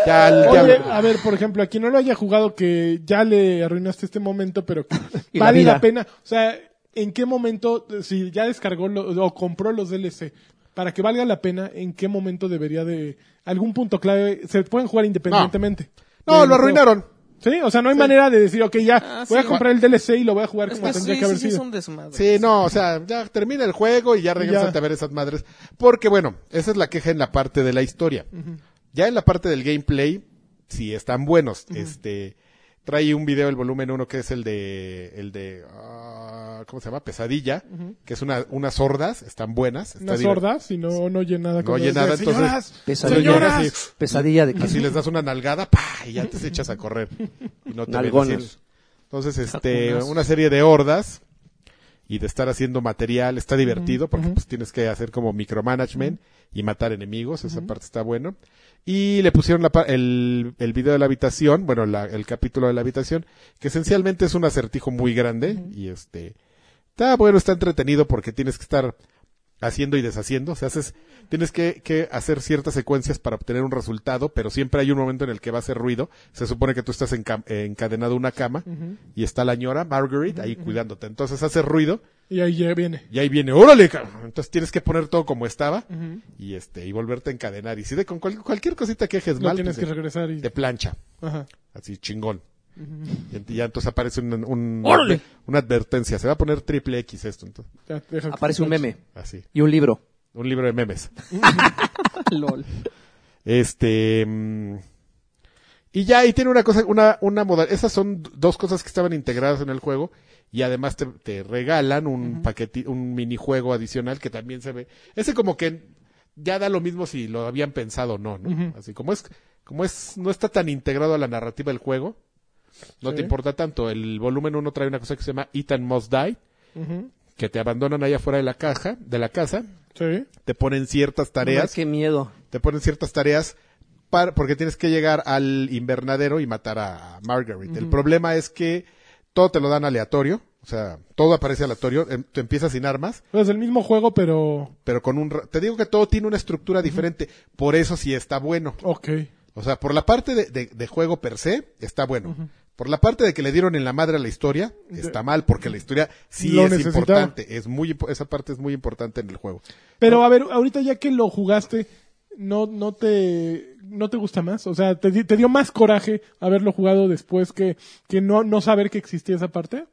ya, el Oye, diablo- a ver, por ejemplo, a quien no lo haya jugado, que ya le arruinaste este momento, pero que Y la vale la, vida. pena. O sea, ¿en qué momento, eh, si ya descargó lo- o compró los DLC, para que valga la pena, en qué momento debería de. algún punto clave, se pueden jugar independientemente? No, Del lo juego. arruinaron. Sí, o sea, no hay manera de decir, ok, ya Ah, voy sí. a comprar el DLC y lo voy a jugar Es como que tendría sí, que haber sí, sí, es sido. un desmadre. Sí, no, o sea, ya termina el juego y ya regresan Ya. a ver esas madres. Porque bueno, esa es la queja en la parte de la historia. Ya en la parte del gameplay, sí están buenos. Este, trae un video el volumen uno que es el de, el de, ah, ¿cómo se llama? Pesadilla, que es una, unas sordas, están buenas. está Unas divertido. sordas y no, no oye nada. No cuando oye decía, nada, entonces- "Señoras, Pesadilla. señoras". Sí. Pesadilla de Así que les das una nalgada, ¡pah! y ya te echas a correr. Y no te ven Nalgonas. así. Entonces, este, Jacunas. una serie de hordas y de estar haciendo material, está divertido porque pues tienes que hacer como micromanagement y matar enemigos, esa parte está bueno. Y le pusieron la pa- el, el video de la habitación, bueno, la- el capítulo de la habitación, que esencialmente es un acertijo muy grande y este, está bueno, está entretenido porque tienes que estar haciendo y deshaciendo. O sea, haces, tienes que, que hacer ciertas secuencias para obtener un resultado, pero siempre hay un momento en el que va a hacer ruido. Se supone que tú estás enca- eh, encadenado a una cama y está la ñora, Marguerite, ahí cuidándote. Entonces hace ruido Y ahí ya viene. y ahí viene, órale, cabrón. Entonces tienes que poner todo como estaba y este y volverte a encadenar. Y si de con cual- cualquier cosita que ejes No mal, tienes que pues, regresar y. te plancha. Ajá. Así chingón. Y ent- ya entonces aparece un, un- ¡Órale! una advertencia. Se va a poner triple X esto. Entonces, Ya, deja que aparece un planche. meme así. y un libro. Un libro de memes. LOL. Este. mm, Y ya ahí tiene una cosa, una, una modalidad. Esas son d- dos cosas que estaban integradas en el juego. Y además te, te regalan un paquete, un minijuego adicional que también se ve. Ese como que ya da lo mismo si lo habían pensado o no, ¿no? Así como es, como es, no está tan integrado a la narrativa del juego. No te importa tanto. El volumen uno trae una cosa que se llama Ethan Must Die. Ujú. que te abandonan allá afuera de la caja, de la casa, Sí. te ponen ciertas Hombre, tareas, Qué miedo. te ponen ciertas tareas para, porque tienes que llegar al invernadero y matar a Margaret. El problema es que todo te lo dan aleatorio, o sea, todo aparece aleatorio, em- tú empiezas sin armas, Es el mismo juego, pero. pero con un... ra- Te digo que todo tiene una estructura diferente, por eso sí está bueno. Ok. O sea, por la parte de, de- de juego per se, está bueno. Por la parte de que le dieron en la madre a la historia, está mal, porque la historia sí Lo es necesitaba. importante. Es muy, impo- esa parte es muy importante en el juego. Pero a ver, ahorita ya que lo jugaste, ¿no, no, te, no te gusta más? O sea, ¿te, di- te dio más coraje haberlo jugado después que, que no, no saber que existía esa parte?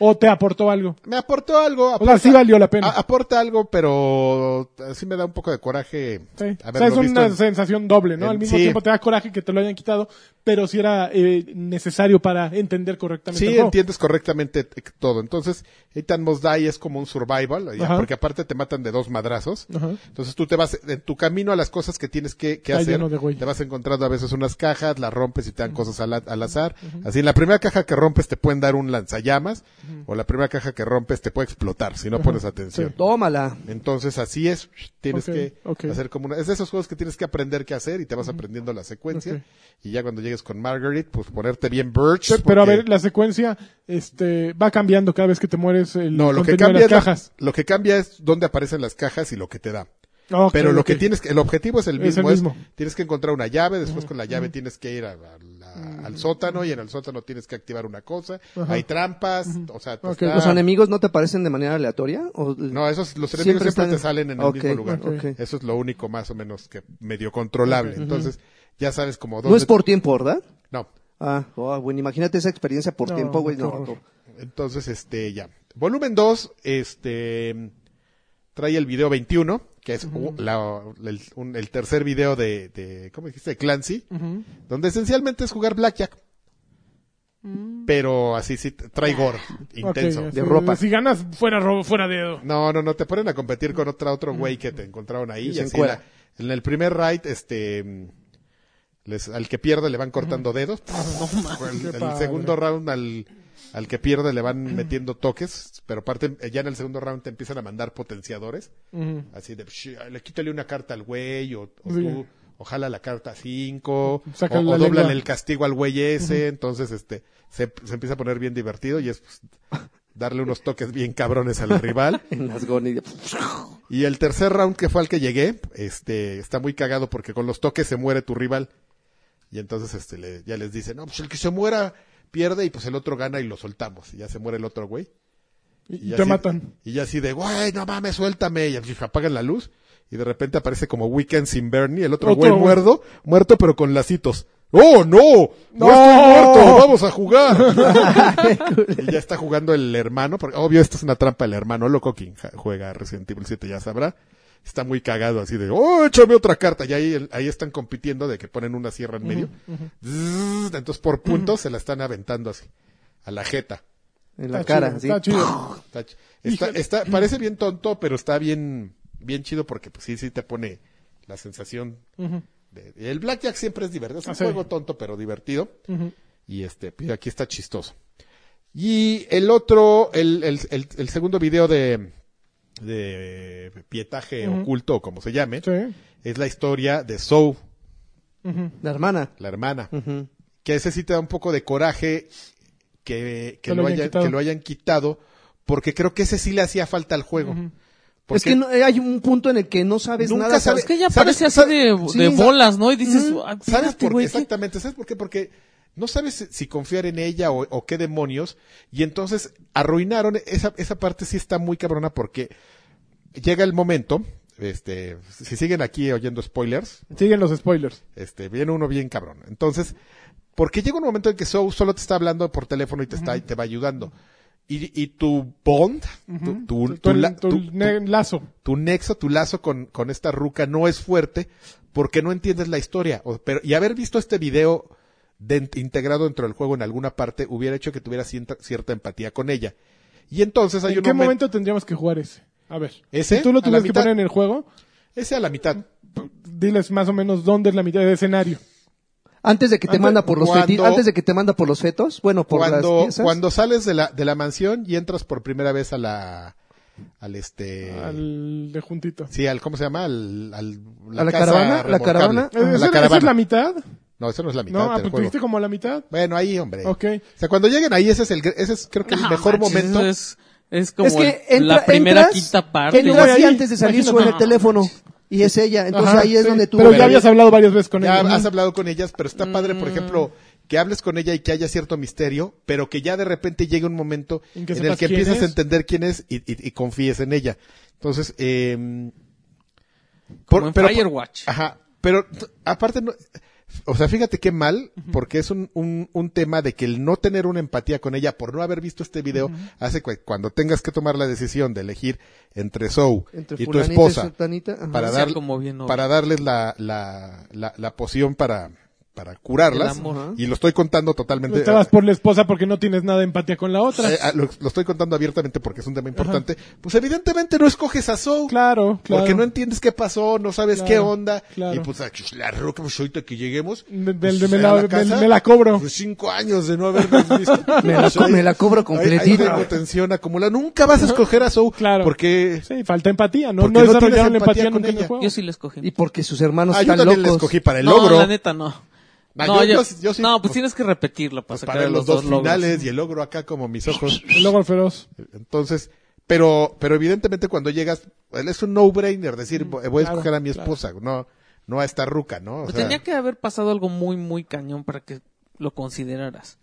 ¿O te aportó algo? Me aportó algo. O sea, sí valió la pena. a- aporta algo, pero eh, sí me da un poco de coraje. Sí. O sea, haberlo es visto una en- sensación doble, ¿no? en- Al mismo sí. tiempo te da coraje que te lo hayan quitado, pero si era eh, necesario para entender correctamente. Sí, el juego. entiendes correctamente t- todo. Entonces, Ethan Must Die es como un survival, ya, Ajá. porque aparte te matan de dos madrazos. Ajá. Entonces tú te vas, en tu camino a las cosas que tienes que, que Está hacer, lleno de güey. te vas encontrando a veces unas cajas, las rompes y te dan cosas al, al azar. Así, en la primera caja que rompes te pueden dar un lanzallamas, o la primera caja que rompes te puede explotar si no pones atención. Tómala. Entonces así es, tienes Ok, que ok. hacer como una... Es de esos juegos que tienes que aprender qué hacer y te vas aprendiendo la secuencia. Ok. Y ya cuando llegues con Margaret, pues ponerte bien Birch. Pero, pero a porque- ver, la secuencia este, va cambiando cada vez que te mueres el No, lo que contenido cambia de es la- las cajas. lo que cambia es dónde aparecen las cajas y lo que te da. Ah, Ok, Pero lo que ok. tienes que, el objetivo es el Es el mismo, es mismo. tienes que encontrar una llave, después con la llave tienes que ir a- a la- Mm. al sótano y en el sótano tienes que activar una cosa, hay trampas, o sea, te Ok, está- ¿Los enemigos no te aparecen de manera aleatoria? ¿O- no, esos, los enemigos Siempre siempre, están- te salen en Ok, el mismo lugar. ok. Eso es lo único más o menos que medio controlable. Entonces, ya sabes como dónde. No es por tiempo, ¿verdad? No. Ah, oh, bueno, imagínate esa experiencia por No, tiempo, güey. qué No, horror. no. Entonces, este, ya. Volumen 2, este, trae el video 21, que es u- la- el, un- el tercer video de, de, ¿cómo dijiste? De Clancy, donde esencialmente es jugar Blackjack. Mm. Pero así sí, trae gore, intenso. Ok, de así, ropa. Si ganas, fuera, ro- fuera dedo. No, no, no, te ponen a competir con otra, otro güey que te encontraron ahí. Y Y se así encuera. la- en el primer raid, este, mm, les- al que pierde le van cortando dedos. Qué En el padre. segundo round al, al que pierde le van metiendo toques, pero aparte eh, ya en el segundo round te empiezan a mandar potenciadores, Ujú. así de, "Psh, le quítale una carta al güey, o, o Sí. tú, ojalá la carta 5, o, Saca la o lengua. dóblale el castigo al güey ese, entonces este, se, se empieza a poner bien divertido y es pues, darle unos toques bien cabrones al rival. En las gonis. Y el tercer round que fue al que llegué, este, está muy cagado porque con los toques se muere tu rival. Y entonces este, le- ya les dice, no, pues el que se muera pierde y pues el otro gana y lo soltamos. Y ya se muere el otro güey. Y, ya te así- matan. Y ya así de, güey, no mames, suéltame. Y así, apagan la luz. Y de repente aparece como Weekend sin Bernie, el otro, Otro güey güey. muerto, muerto pero con lacitos. ¡Oh, no! ¡No, estoy muerto! ¡Vamos a jugar! y ya está jugando el hermano, porque obvio esto es una trampa el hermano loco, quien ja- juega Resident Evil 7 ya sabrá. Está muy cagado así de, ¡oh, échame otra carta! Y ahí, el- ahí están compitiendo de que ponen una sierra en medio. Zzzz, Entonces por puntos se la están aventando así, a la jeta. En la Está chido, cara, así. Está chido. Está ch- está- está- parece bien tonto, pero está bien, bien chido porque pues, sí, sí te pone la sensación. de- el blackjack siempre es divertido, es un Ah, sí. juego tonto pero divertido. Y este, pero aquí está chistoso. Y el otro, el, el- el- el segundo video de, de pietaje oculto, o como se llame, Sí. es la historia de Sou, La hermana. la hermana. Ujú. Que ese sí te da un poco de coraje que, que Que lo lo, hayan hayan, quitado. que lo hayan quitado, porque creo que ese sí le hacía falta al juego. Porque Es que no- eh, hay un punto en el que no sabes Nunca nada. sabes. ¿sabes? Es que ya ¿Sabes- parece así sabe- de, sí, de sa- bolas, ¿no? Y dices, "Ah, ¿Sabes fíjate, por qué? güey, ¿qué- Exactamente, ¿sabes por qué? Porque no sabes si- si confiar en ella o, o qué demonios, y entonces arruinaron, esa, esa parte sí está muy cabrona porque llega el momento, este, si siguen aquí oyendo spoilers, Siguen los spoilers. este, viene uno bien cabrón. Entonces, porque llega un momento en que Sou solo te está hablando por teléfono y te está, y te va ayudando. Y, y tu bond, tu- tu, Tu, tu la- tu tu- ne- lazo. tu nexo, tu lazo con, con esta ruca no es fuerte porque no entiendes la historia. O- pero, y haber visto este video de- integrado dentro del juego en alguna parte hubiera hecho que tuviera cierta, cierta empatía con ella. Y entonces hay ¿En un qué momen- momento tendríamos que jugar ese? A ver. ¿Ese? Si tú lo ¿A la tuvieras que mitad? poner en el juego, Ese a la mitad. p- diles más o menos dónde es la mitad del escenario. Antes de que te Antes- manda por los cuando- feti- antes de que te manda por los fetos, bueno, por las Cuando, piezas. cuando sales de la, de la mansión y entras por primera vez a la, al este... Al de juntito. Sí, al, ¿cómo se llama? Al, al- ¿A la casa caravana? ¿La remolcable. caravana? Ah, la ¿Esa, esa caravana. es la mitad? No, esa no es la mitad No, ah, del pues juego. tuviste como la mitad. Bueno, ahí, hombre. Ok. Ah, O sea, cuando lleguen ahí, ese es el, gr- ese es creo que el No, mejor Ah, manches, momento. eso Es, es como es que el- entra- la primera entras, quinta parte. Entras Voy y ahí, antes de salir imagínate. suena el teléfono. Y es ella. Entonces Ajá, ahí es sí. donde tú... Pero ves- ya habías hablado varias veces con Mm. Ya ella. has hablado con ellas, pero está padre, por ejemplo, que hables con ella y que haya cierto misterio, pero que ya de repente llegue un momento En en, que el sepas que quién empiezas a es. entender quién es y, y- y confíes en ella. Entonces, eh, Como por- en pero- Firewatch. Ajá, pero t- aparte, no, o sea, fíjate qué mal, porque es un, un, un tema de que el no tener una empatía con ella por no haber visto este video hace que cuando tengas que tomar la decisión de elegir entre Zoe Entre y tu fulanita y esposa sultanita, ajá. para, Sea dar- como bien obvio. para darles la, la, la, la poción para, para curarlas, El amor. y lo estoy contando totalmente. Te vas por la esposa porque no tienes nada de empatía con la otra. eh, ah, lo, lo estoy contando abiertamente porque es un tema importante. Pues evidentemente no escoges a Zoe. Claro, claro. Porque no entiendes qué pasó, no sabes Claro, qué onda. claro. Y pues a chus- la roca, pues ahorita que lleguemos. Me- me- pues, me a la- me- me la cobro. Pues cinco años de no habernos visto. Me la co- me la cobro completita. Ahí tengo tensión acumulada. Nunca vas a escoger a Zoe. Claro. Porque. Sí, falta empatía. No, Porque no no desarrollaron tienes empatía empatía con nunca en el ella. juego. Yo sí la escogí. Y porque sus hermanos Ah, yo están también locos. la escogí para el no, logro. la neta no. Ah, no, yo- yo- yo sí- yo sí. no, pues Pues- tienes que repetirlo para Pues sacar para los dos, logros. finales y el logro acá como mis ojos. El logro feroz. Entonces, pero, pero evidentemente cuando llegas, es un no-brainer decir, voy a Mm, claro, escoger a mi claro. esposa, no, no a esta ruca, ¿no? O Pues sea, tenía que haber pasado algo muy, muy cañón para que lo consideraras.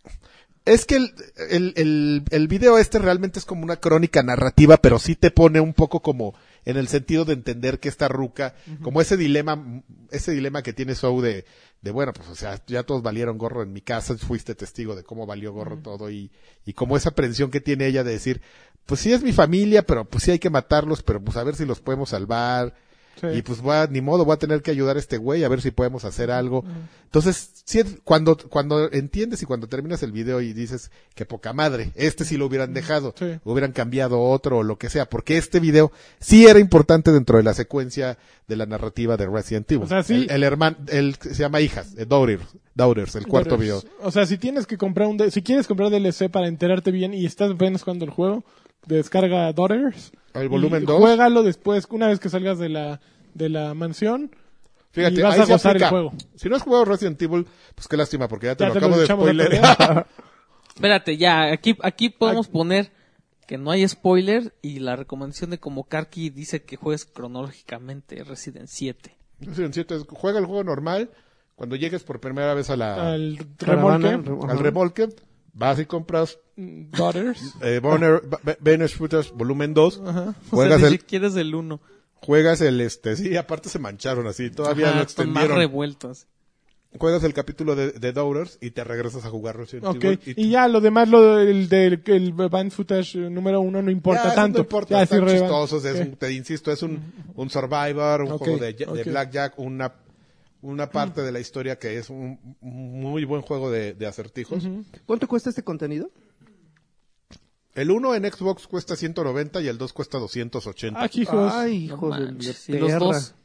Es que el, el, el, el video este realmente es como una crónica narrativa, pero sí te pone un poco como en el sentido de entender que esta ruca, como ese dilema, ese dilema que tiene Sou de, de bueno, pues o sea, ya todos valieron gorro en mi casa, fuiste testigo de cómo valió gorro todo y, y como esa aprensión que tiene ella de decir, pues sí es mi familia, pero pues sí hay que matarlos, pero pues a ver si los podemos salvar. Sí. Y pues va, ni modo, va a tener que ayudar a este güey a ver si podemos hacer algo. Entonces, sí, cuando, cuando entiendes y cuando terminas el video y dices que poca madre, este sí lo hubieran dejado, Sí. hubieran cambiado otro o lo que sea, porque este video sí era importante dentro de la secuencia de la narrativa de Resident Evil. O sea, sí. El, el hermano, el que se llama Hijas, eh, Daughters, Daughters, el cuarto Pero, video. O sea, si tienes que comprar un, D- si quieres comprar DLC para enterarte bien y estás apenas jugando el juego, descarga Daughters. El volumen y dos. Juégalo después, una vez que salgas de la, de la mansión. Fíjate, y vas ahí a se gozar el aplica. juego. Si no has jugado Resident Evil, pues qué lástima, porque ya te Ya lo te lo acabo de echamos a spoiler. perder. Espérate, ya, aquí, aquí podemos poner que no hay spoiler y la recomendación de como Karki dice que juegues cronológicamente Resident 7. Resident 7 es- juega el juego normal, cuando llegues por primera vez a la, Al Caravana, remolque. Ajá. al remolque, vas y compras Daughters. eh, Bonner, Ba- Banner Shooters Volumen 2, Ajá. O sea, juegas ni el, siquiera es Pues, el 1. juegas el este, sí, aparte se mancharon así, todavía lo están más extendieron. revueltos. Juegas el capítulo de, de Daughters y te regresas a jugar Resident Ok, Evil y ya lo demás, lo del, del el band footage número uno no importa eso tanto. No importa, Ya, sí, están relevante. chistosos, es Sí. un- te insisto, es un, un Survivor, un Ok, juego de, de ok. Blackjack, una, una parte de la historia que es un, un muy buen juego de, de acertijos. ¿Cuánto cuesta este contenido? El 1 en Xbox cuesta 190 y el 2 cuesta 280. Ah, hijos. Ay, No hijo de la manches, y los perra. dos.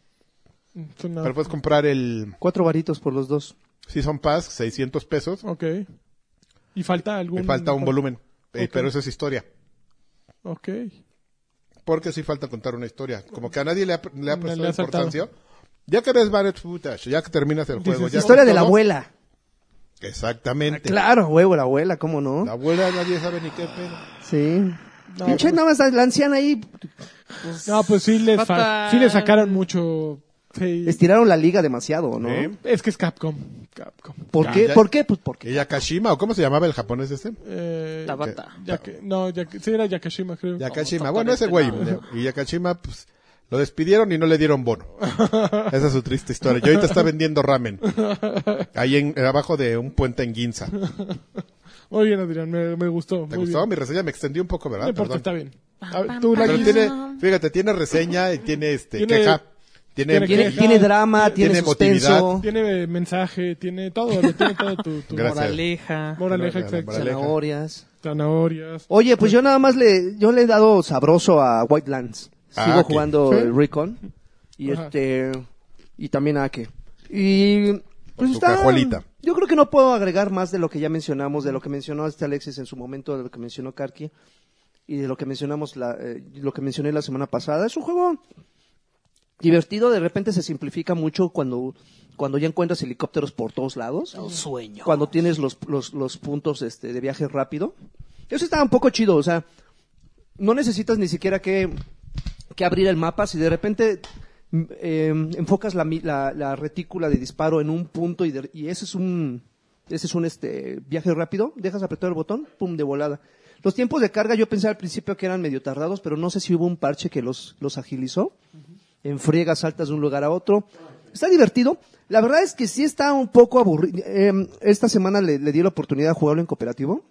Es una- Pero puedes comprar el Cuatro varitos por los dos. Season Pass, 600 pesos. Ok. Y falta algún. Me falta un volumen. Eh, Ok. Pero eso es historia. Ok. Porque sí falta contar una historia. Como que a nadie le ha, le ha Le- prestado le ha saltado. importancia. Ya que ves Barrett Footage, ya que terminas el juego. Dices, ya Historia ves de la todo. abuela. Ah, Exactamente. Claro, huevo, la abuela, ¿cómo La no? abuela nadie sabe ni qué pedo. Sí. Pinche, nada más la anciana ahí No, pues sí les, fa- Fatal. sí le sacaron mucho. Sí. estiraron la liga demasiado, ¿no? ¿Eh? Es que es Capcom. Capcom. ¿Por Ya, qué? ya. ¿Por qué? Pues porque. Yakashima, ¿o cómo se llamaba el japonés este? Eh, Tabata. Yaka- no, Yaka- sí era Yakashima, creo. Vamos Yakashima. a Bueno, ese güey. poner este Y Yakashima, pues, lo despidieron y no le dieron bono. Esa es su triste historia. Y ahorita está vendiendo ramen. Ahí en, abajo de un puente en Ginza. Muy bien, Adrián, me, me gustó. ¿Te muy gustó? bien. Mi reseña me extendí un poco, ¿verdad? No importa, Perdón. está bien. A ver, tú, Pero Lucky, tiene, fíjate, tiene reseña y tiene este Tiene- queja. Tiene, tiene Tiene, queja. tiene drama, tiene, Tiene suspenso, tiene, eh, mensaje, tiene todo, lo tiene todo tu, tu Gracias. Moraleja. moraleja, Moraleja. exacto. Moraleja. zanahorias. Oh. Zanahorias. Oye, pues yo nada más le, yo le he dado sabroso a Whitelands. Ah, Sigo ok. jugando Sí. el Recon. Y Ajá. este, y también a que. Y, pues tu está. cajuelita. Yo creo que no puedo agregar más de lo que ya mencionamos, de lo que mencionó este Alexis en su momento, de lo que mencionó Karki. y de lo que mencionamos la, eh, lo que mencioné la semana pasada. Es un juego divertido, de repente se simplifica mucho cuando, cuando ya encuentras helicópteros por todos lados. sueño. Cuando tienes los, los, los puntos este, de viaje rápido. Eso está un poco chido, o sea, no necesitas ni siquiera que, que abrir el mapa. Si de repente mm, eh, enfocas la, mi- la- la retícula de disparo en un punto y, de- y ese es un, ese es un este, viaje rápido, dejas apretar el botón, pum, de volada. Los tiempos de carga yo pensé al principio que eran medio tardados, pero no sé si hubo un parche que los, los agilizó en friegas saltas de un lugar a otro. Está divertido. La verdad es que sí está un poco aburrido. Eh, esta semana le, le di la oportunidad de jugarlo en cooperativo.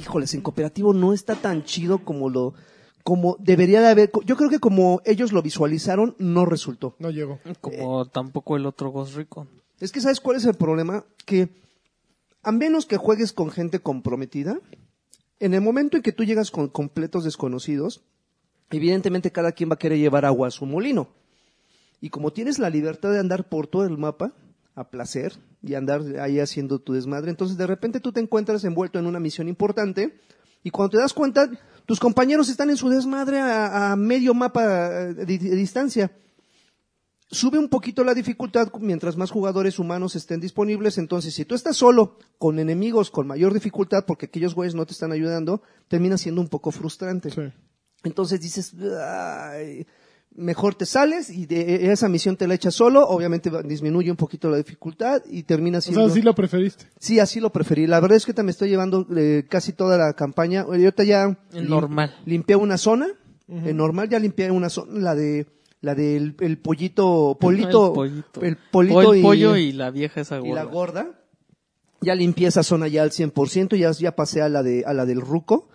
Híjoles, en cooperativo no está tan chido como lo como debería de haber. Yo creo que como ellos lo visualizaron, no resultó. No llego. Como tampoco el otro Ghost Recon. Es que ¿sabes cuál es el problema? Que a menos que juegues con gente comprometida, en el momento en que tú llegas con completos desconocidos, evidentemente cada quien va a querer llevar agua a su molino. Y como tienes la libertad de andar por todo el mapa a placer y andar ahí haciendo tu desmadre, entonces de repente tú te encuentras envuelto en una misión importante y cuando te das cuenta, tus compañeros están en su desmadre a, a medio mapa eh, de- de distancia sube un poquito la dificultad mientras más jugadores humanos estén disponibles. Entonces, si tú estás solo, con enemigos, con mayor dificultad, porque aquellos güeyes no te están ayudando, termina siendo un poco frustrante. Sí. Entonces dices, "Ay", mejor te sales y de esa misión te la echas solo. Obviamente va- disminuye un poquito la dificultad y termina O siendo... sea, sí lo preferiste. Sí, así lo preferí. La verdad es que te me estoy llevando eh, casi toda la campaña. Oye, Yo te ya En normal. limpié una zona. En normal ya limpié una zona, la de la del el pollito, polito, el pollito. el polito O el y- pollo y la vieja esa y gorda. la gorda. Ya limpié esa zona ya al 100%, ya, ya pasé a la, de, a la del ruco.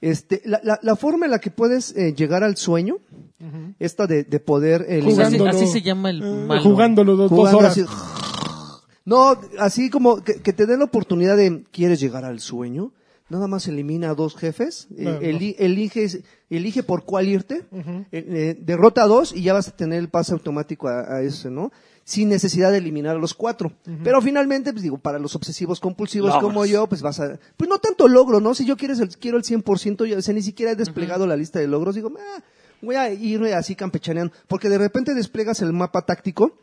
Este, la, la, la forma en la que puedes eh, llegar al sueño, esta de, de poder eh, Pues liberar- así, Jugándolo. así se llama el Eh, malo. Jugándolo dos, dos jugando horas. así. No, así como que, que te den la oportunidad de, ¿quieres llegar al sueño? Nada más elimina a dos jefes, eh, No, no. eli- eliges- elige por cuál irte, eh, eh, derrota a dos y ya vas a tener el pase automático a, a ese, ¿no? Sin necesidad de eliminar a los cuatro. Pero finalmente, pues digo, para los obsesivos compulsivos como yo, pues vas a... Pues no tanto logro, ¿no? Si yo quieres el, quiero el 100%, yo, o sea, ni siquiera he desplegado la lista de logros, digo, "Ah, voy a irme así campechaneando, porque de repente desplegas el mapa táctico.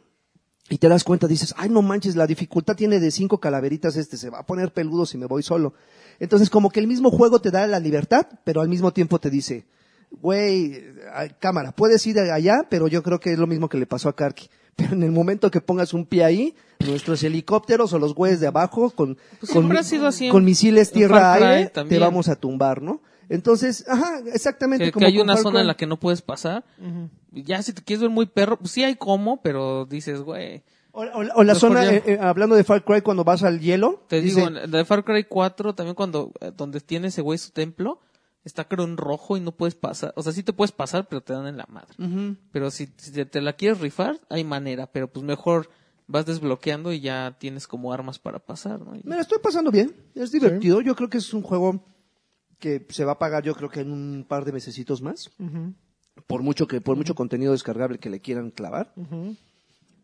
Y te das cuenta, dices, ay, no manches, la dificultad tiene de cinco calaveritas este, se va a poner peludo si me voy solo. Entonces, como que el mismo juego te da la libertad, pero al mismo tiempo te dice, güey, ay, cámara, puedes ir allá, pero yo creo que es lo mismo que le pasó a Karki. Pero en el momento que pongas un pie ahí, nuestros helicópteros o los güeyes de abajo con, Pues con, siempre ha sido así en- con misiles en Far Cry tierra-aire, te también. vamos a tumbar, ¿no? Entonces, ajá, exactamente Que, como que hay con una Far zona Cry. en la que no puedes pasar. Ya si te quieres ver muy perro, pues sí hay como, pero dices, güey. O, o- o la Mejor zona, ya. eh, eh, hablando de Far Cry, cuando vas al hielo, Te dice, digo, en la de Far Cry 4, también cuando, eh, donde tiene ese güey su templo, está creo en rojo y no puedes pasar. O sea, sí te puedes pasar, pero te dan en la madre. "Ujú". Pero si, si te, te la quieres rifar, hay manera. Pero pues mejor vas desbloqueando y ya tienes como armas para pasar, ¿no? Y- Me la estoy pasando bien, es divertido. Yo creo que es un juego que se va a pagar, yo creo que en un par de mesecitos más. Por mucho que, por mucho contenido descargable que le quieran clavar.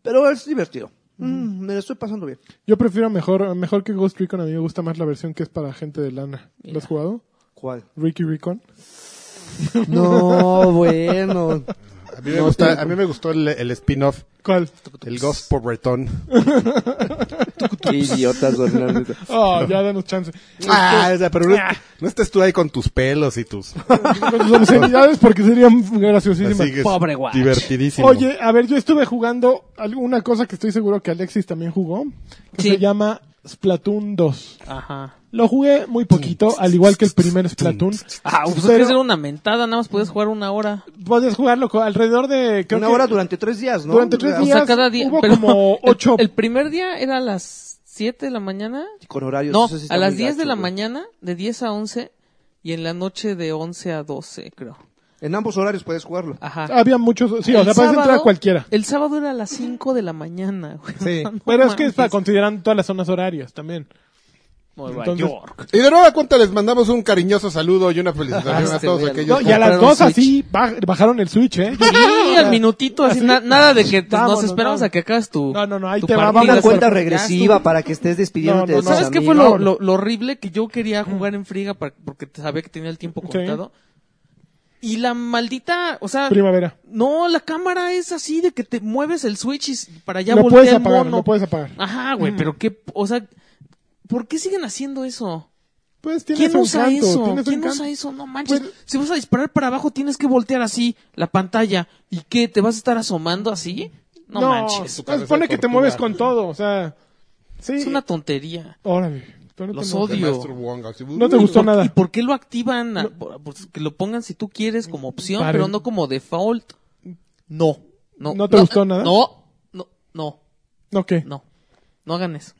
Pero es divertido. Mm, me la estoy pasando bien. Yo prefiero mejor, mejor que Ghost Recon. A mí me gusta más la versión que es para gente de lana. ¿Lo has jugado? ¿Cuál? Ricky Recon. No, bueno. A mí me, gusta- a mí me gustó el, el spin-off, ¿Cuál? el Ghost Pobretón. Qué idiotas son la neta. Oh, ya danos chance. Ah, o sea, pero no, no estés tú ahí con tus pelos y tus... Con sus obscenidades porque serían graciosísimas. así que es Pobre guacho. Divertidísimo. Oye, a ver, yo estuve jugando alguna cosa que estoy seguro que Alexis también jugó. Que Sí. se llama Splatoon 2. Ajá. Lo jugué muy poquito, al igual que el primer Splatoon. Ah, pues es Pero- que era una mentada, nada más podías jugar una hora. Puedes jugarlo co- alrededor de... creo Una que- hora durante tres días, ¿no? Ah, Durante tres O días. sea, cada día. Hubo pero como el- ocho- El, primer día era a las 7 de la mañana. Con horarios. No, eso sí está a las muy 10 de gacho, la güey. mañana, de 10 a 11. Y en la noche de 11 a 12, creo. En ambos horarios puedes jugarlo. Ajá. Había muchos... Ah, Sí, o El sea, puedes entrar sábado- a cualquiera. El sábado era a las 5 de la mañana, güey. Sí. No Pero es que mames. está considerando todas las zonas horarias también. Nueva Entonces- York. Y de nueva cuenta les mandamos un cariñoso saludo y una felicitación Ah, a este todos güey. aquellos. No, y a las compraron dos Switch. así baj- bajaron el Switch, ¿eh? Yo- Sí, al minutito, así, na- nada de que te- nos Vámonos, esperamos vámonos. a que acabas tu. No, no, no, ahí tu te va, partida. vamos Una Digas, cuenta ya regresiva para que estés despidiéndote No, de no, tus no. ¿Sabes qué amigos. fue lo, lo- lo horrible? Que yo quería jugar en friga para- porque sabía que tenía el tiempo Sí. contado. Y la maldita, o sea, Primavera. no, la cámara es así de que te mueves el switch y s- para allá lo voltea puedes el apagar, mono. lo puedes Mm. apagar. Ajá, güey, pero qué, o sea, ¿por qué siguen haciendo eso? Pues tiene ¿Quién su usa encanto, eso? tiene su ¿Quién encanto. usa eso? No manches. Pues- si vas a disparar para abajo, tienes que voltear así la pantalla. ¿Y qué? ¿Te vas a estar asomando así? No, manches. pues pone que te mueves con todo, o sea. Sí. Es una tontería. Órale. pero no Los te enojes. odio. No uh, te ¿Y gustó por- nada. ¿Y por qué lo activan? a- por- por- que lo pongan si tú quieres como opción, Para pero el- no como default. No. No, ¿No te gustó nada? No, no, no, No, ¿qué? no. No hagan eso.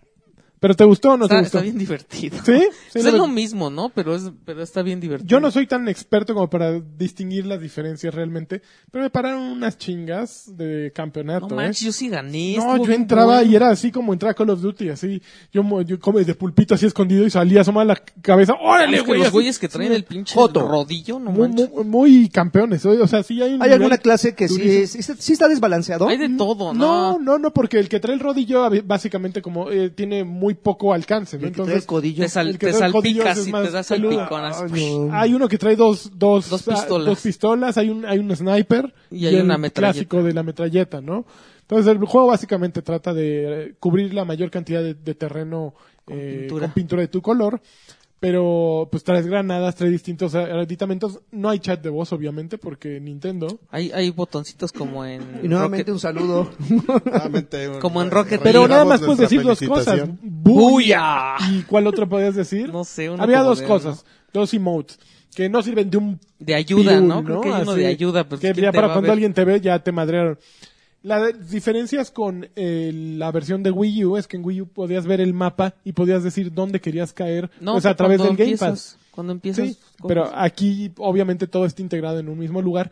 ¿Pero te gustó o no está, te gustó? está bien divertido. Sí, sí, Pues no es me- lo mismo, ¿no? Pero, es, pero está bien divertido. Yo no soy tan experto como para distinguir las diferencias realmente, pero me pararon unas chingas de campeonato. No ¿eh? manches, yo sí gané. No, estuvo yo bien entraba bueno. y era así como entraba Call of Duty, así. Yo, mo- yo como de pulpito así escondido y salía, asomaba la c- cabeza. ¡Órale, Es que güey! los así. güeyes que traen el pinche rodillo, no Muy, manches. muy- muy campeones, o sea, sí hay un ¿Hay nivel alguna clase que sí, durísimo. es- sí, sí está desbalanceado? Hay de todo, Mm. No, ¿no? no, no, porque el que trae el rodillo ab- básicamente como eh, tiene muy poco alcance, ¿no? El que trae el Entonces codillo. te sal- el que te trae el codillo salpicas es y más te das peludo. salpiconas. Ay, no. hay uno que trae dos, dos, Dos ah, pistolas. dos pistolas, hay un, hay un sniper Y hay el una metralleta. clásico de la metralleta, ¿no? Entonces el juego básicamente trata de eh, cubrir la mayor cantidad de, de terreno eh, pintura. con pintura de tu color. Pero pues traes granadas, traes distintos eh, aditamentos. No hay chat de voz, obviamente, porque Nintendo. Hay, hay botoncitos como en. Y nuevamente Rocket- un saludo. Como en Rocket League. Pero nada Reiteramos más puedes nuestra decir dos cosas. felicitación. ¡Buya! ¿Y cuál otra podías decir? No sé, uno Había como dos de- cosas. Dos emotes. Que no sirven de un. De ayuda, pirul, ¿no? Creo que hay uno Así, de ayuda, pero que ¿quién ya te para va a cuando ver? alguien te ve, ya te madrearon. Las diferencias con eh, la versión de Wii U es que en Wii U podías ver el mapa y podías decir dónde querías caer. No, pues a través del cuando Game empiezas- Pass. Cuando empiezas. Sí, con- pero aquí obviamente todo está integrado en un mismo lugar.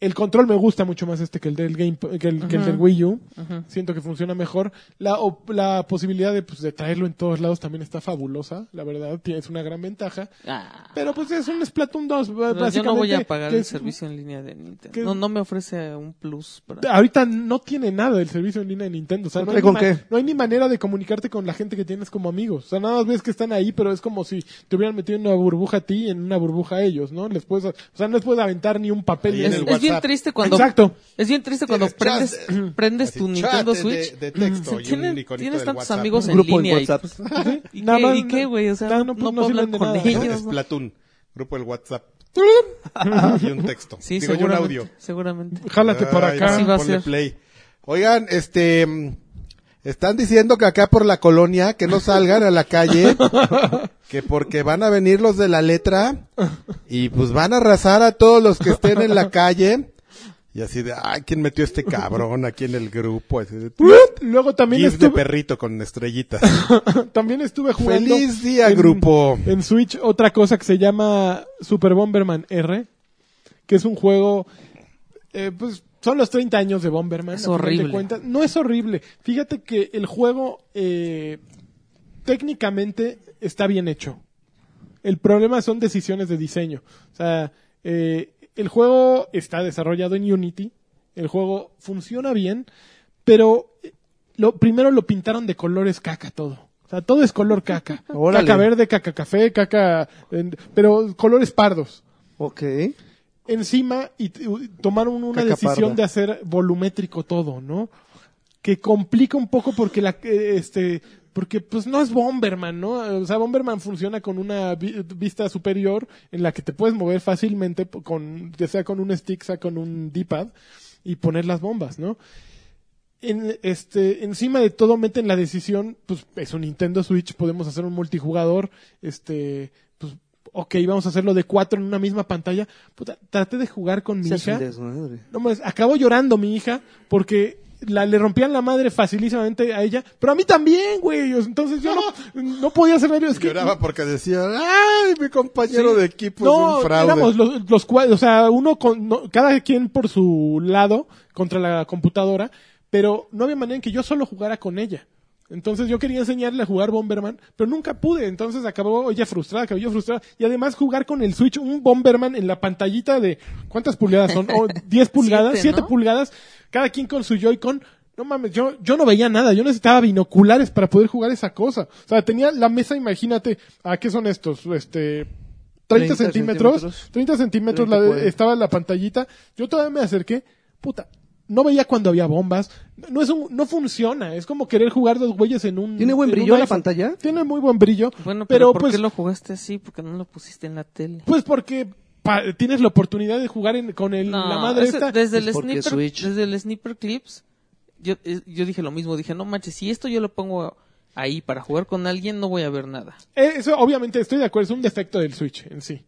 El control me gusta mucho más este que el del game que el, que el del Wii U. Siento que funciona mejor. La, op- la posibilidad de, pues, de traerlo en todos lados también está fabulosa, la verdad, ti- es una gran ventaja. Ah, Pero pues es un Splatoon 2, b- no, básicamente. yo no voy a pagar que el es- servicio en línea de Nintendo. que- No, no me ofrece un plus. Para... Ahorita no tiene nada el servicio en línea de Nintendo. O sea, no, hay ¿Con ni qué? ma- no hay ni manera de comunicarte con la gente que tienes como amigos. O sea, nada más ves que están ahí, pero es como si te hubieran metido en una burbuja a ti y en una burbuja a ellos, ¿no? Les puedes, o sea, no les puedes aventar ni un papel. Ahí ni en Es, el es nada. bien WhatsApp. triste cuando. Exacto. Es bien triste cuando Tienes chat prendes, de- prendes así, tu chat Nintendo de- Switch. de texto y un Tienen- iconito tienes del tantos WhatsApp. amigos Un en grupo en línea. y, WhatsApp. pues, ¿Y Nada más- qué- y qué, güey? O sea, Nada, no, no- puedo no hablar sirven de con nada. ellos. ¿no? Splatoon, Este grupo del WhatsApp. y un texto. Sí, Digo, y un seguramente, audio. Seguramente. Jálate para Ay, acá. Así va a ponle ser. play. Oigan, este mm, están diciendo que acá por la colonia que no salgan a la calle, que porque van a venir los de la letra y pues van a arrasar a todos los que estén en la calle. Y así de, ay, ¿quién metió este cabrón aquí en el grupo? Así de, Luego también gif de estuve, perrito con estrellitas. también estuve jugando. Feliz día, grupo. En Switch, otra cosa que se llama Super Bomberman R, que es un juego. eh, pues son los 30 años de Bomberman. Es a final de horrible. cuentas. No es horrible. Fíjate que el juego eh, técnicamente está bien hecho. El problema son decisiones de diseño. O sea, eh, el juego está desarrollado en Unity, el juego funciona bien, pero eh, lo, primero lo pintaron de colores caca todo. O sea, todo es color caca. Órale. Caca verde, caca café, caca... eh, pero colores pardos. Ok. Encima, y t- u- tomaron una Caca decisión parda. de hacer volumétrico todo, ¿no? que complica un poco porque la eh, este porque pues no es Bomberman, ¿no? O sea, Bomberman funciona con una vi- vista superior en la que te puedes mover fácilmente po- con ya sea con un stick, sea con un D-pad y poner las bombas, ¿no? En, este encima de todo meten la decisión, pues es un Nintendo Switch, podemos hacer un multijugador, este pues ok, vamos a hacerlo de cuatro en una misma pantalla. Puta, traté de jugar con mi Se hace hija. un desmadre. No mames, acabó llorando mi hija porque la, le rompían la madre facilísimamente a ella, pero a mí también, güey. O sea, Entonces yo no, no podía hacer nada. Es que, Lloraba porque decía, ay, mi compañero Sí. de equipo es no, un fraude. éramos los, los cua- o sea, uno con, no, cada quien por su lado contra la computadora, pero no había manera en que yo solo jugara con ella. Entonces yo quería enseñarle a jugar Bomberman, pero nunca pude. Entonces acabó ella frustrada, acabó yo frustrada. Y además jugar con el Switch un Bomberman en la pantallita de... ¿Cuántas pulgadas son? O 10 pulgadas, Siete, 7 ¿no? pulgadas. Cada quien con su Joy-Con. No mames, yo, yo no veía nada. Yo necesitaba binoculares para poder jugar esa cosa. O sea, tenía la mesa, imagínate. ¿A qué son estos? Este... 30, 30 centímetros, centímetros. 30 centímetros la de- 30, 40. estaba la pantallita. Yo todavía me acerqué. Puta, no veía cuando había bombas. No es un, no funciona. Es como querer jugar dos güeyes en un. ¿Tiene buen en un brillo la iPhone. pantalla? Tiene muy buen brillo. Bueno, pero, pero, ¿por pues, qué lo jugaste así? Porque no lo pusiste en la tele. pues porque pa- tienes la oportunidad de jugar en- con el, No, la madre ese- esta. desde, el Pues porque sniper, Switch. desde el Sniper Clips, yo, eh, yo dije lo mismo. Dije, no manches, si esto yo lo pongo ahí para jugar con alguien, no voy a ver nada. Eh, Eso, obviamente, estoy de acuerdo. Es un defecto del Switch en sí.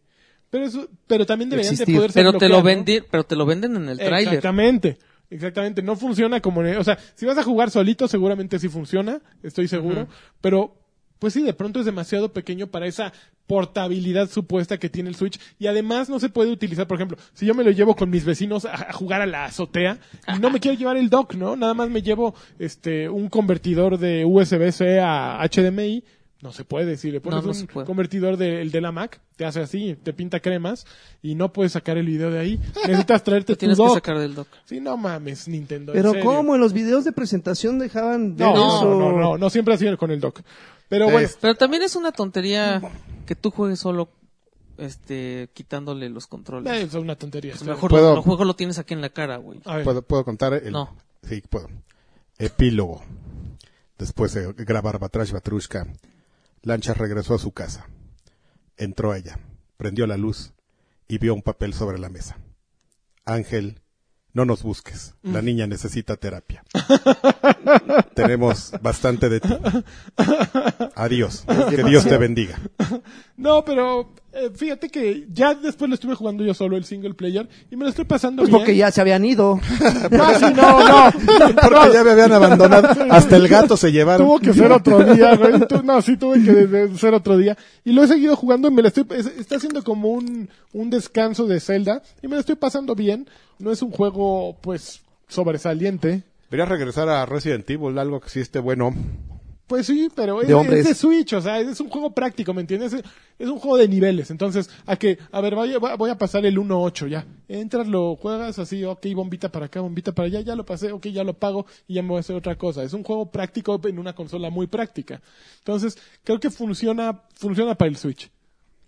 Pero, eso, pero también deberían Existir. de poderse Pero te, lo bloquear, ¿no? vendi- pero te lo venden en el tráiler. Exactamente. Exactamente, no funciona como... en- O sea, si vas a jugar solito, seguramente sí funciona, estoy seguro. Pero, pues sí, de pronto es demasiado pequeño para esa portabilidad supuesta que tiene el Switch. Y además no se puede utilizar, por ejemplo, si yo me lo llevo con mis vecinos a, a jugar a la azotea, y no me quiero llevar el dock, ¿no? Nada más me llevo este un convertidor de USB-C a HDMI. No se puede, si le pones No, no se un puede. convertidor del de la Mac, te hace así, te pinta cremas y no puedes sacar el video de ahí. Necesitas traerte Lo tienes tu que dock. sacar del dock. Sí, no mames, Nintendo. en Pero serio. ¿cómo? En los videos de presentación dejaban ver No, no, eso. Este, no, no, no, siempre ha sido con el dock. Pero bueno, Es- Pero también es una tontería que tú juegues solo este quitándole los controles. eh, es una tontería. Pues está mejor puedo- lo, lo juego lo tienes aquí en la cara, güey. bien. A ver, ¿Puedo, puedo contar el... No. Sí, puedo. Epílogo. Después de grabar Batrash Batrushka, Lancha regresó a su casa. Entró a ella, prendió la luz y vio un papel sobre la mesa. Ángel, no nos busques. La niña necesita terapia. Tenemos bastante de ti. Adiós. Que Dios te bendiga. No, pero eh, fíjate que ya después lo estuve jugando yo solo el single player y me lo estoy pasando Pues bien. porque ya se habían ido. No, sí, no, no. Porque ya me habían abandonado. Hasta el gato se llevaron. Tuvo que ser otro día, güey. Tu- No, sí tuve que de- ser otro día. Y lo he seguido jugando y me lo estoy, es- está haciendo como un, un descanso de Zelda y me lo estoy pasando bien. No es un juego, pues, sobresaliente. Deberías regresar a Resident Evil, algo que sí esté bueno. Pues sí, pero es De es de, hombres. Switch, o sea, es un juego práctico, ¿me entiendes? Es- Es un juego de niveles, entonces, a que, a ver, vaya- va- voy a pasar el 1-8 ya. Entras, lo juegas así, ok, bombita para acá, bombita para allá, ya lo pasé, ok, ya lo pago y ya me voy a hacer otra cosa. Es un juego práctico en una consola muy práctica. Entonces, creo que funciona, funciona para el Switch.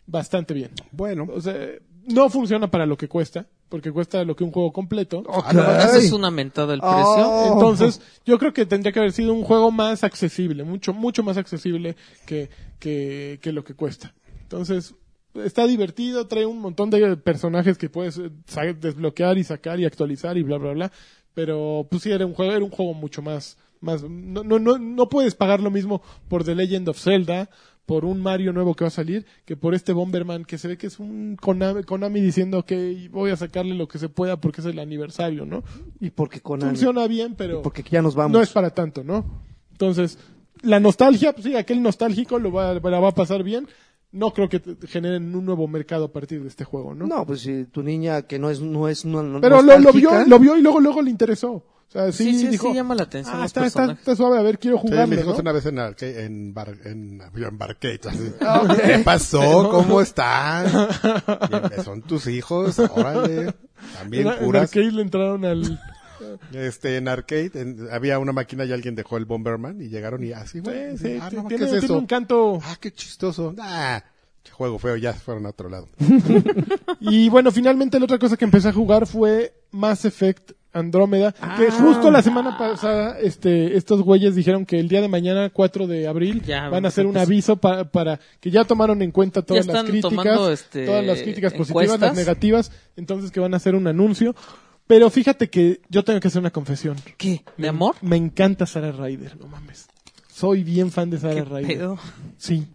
Bastante bien. Bueno. O sea, no funciona para lo que cuesta, porque cuesta lo que un juego completo. Ah, Eso Ay. es una mentada el precio. Oh. Entonces, yo creo que tendría que haber sido un juego más accesible, mucho, mucho más accesible que, que, que lo que cuesta. Entonces, está divertido, trae un montón de personajes que puedes eh, sa- desbloquear y sacar y actualizar y bla, bla, bla. Pero, pues sí, era un juego, era un juego mucho más, más, no, no, no, no puedes pagar lo mismo por The Legend of Zelda, por un Mario nuevo que va a salir, que por este Bomberman, que se ve que es un Konami, Konami diciendo que voy a sacarle lo que se pueda porque es el aniversario, ¿no? Y porque con funciona bien, pero Porque ya nos vamos. no es para tanto, ¿no? Entonces, la nostalgia, pues sí, aquel nostálgico lo va, la va a pasar bien. No creo que te- generen un nuevo mercado a partir de este juego, ¿no? No, pues si tu niña que no es no es no, no- pero lo, lo nostálgica, vio, lo vio y luego luego le interesó. O sea, sí, Sí, sí, sí, dijo, llama la atención "Ah, los está, está- personajes". está suave, a ver, quiero Sí, jugarlo, me dijo ¿no? una vez en, arca- en, bar- en, en Barcade, así, Ah, ¿Qué pasó? ¿Cómo están? Y, Son tus hijos, órale. También En- en curas. arcade le entraron al... Este, en arcade en- había una máquina y alguien dejó el Bomberman y llegaron y así, güey. Sí, sí, ah, t- no, ¿qué tiene, es tiene eso? un canto. Ah, qué chistoso. Ah, qué juego feo, ya se fueron a otro lado. Y bueno, finalmente la otra cosa que empecé a jugar fue Mass Effect Andrómeda, Ah. que justo la semana pasada este estos güeyes dijeron que el día de mañana 4 de abril Ya, van a hacer un pues, aviso pa- para que ya tomaron en cuenta todas Ya las están críticas, tomando, este, todas las críticas positivas, las encuestas. negativas, entonces que van a hacer un anuncio. Pero fíjate que yo tengo que hacer una confesión. ¿Qué? ¿De amor? Me encanta Sarah Ryder, no mames. Soy bien fan de Sarah ¿Qué Ryder. pedo? Sí.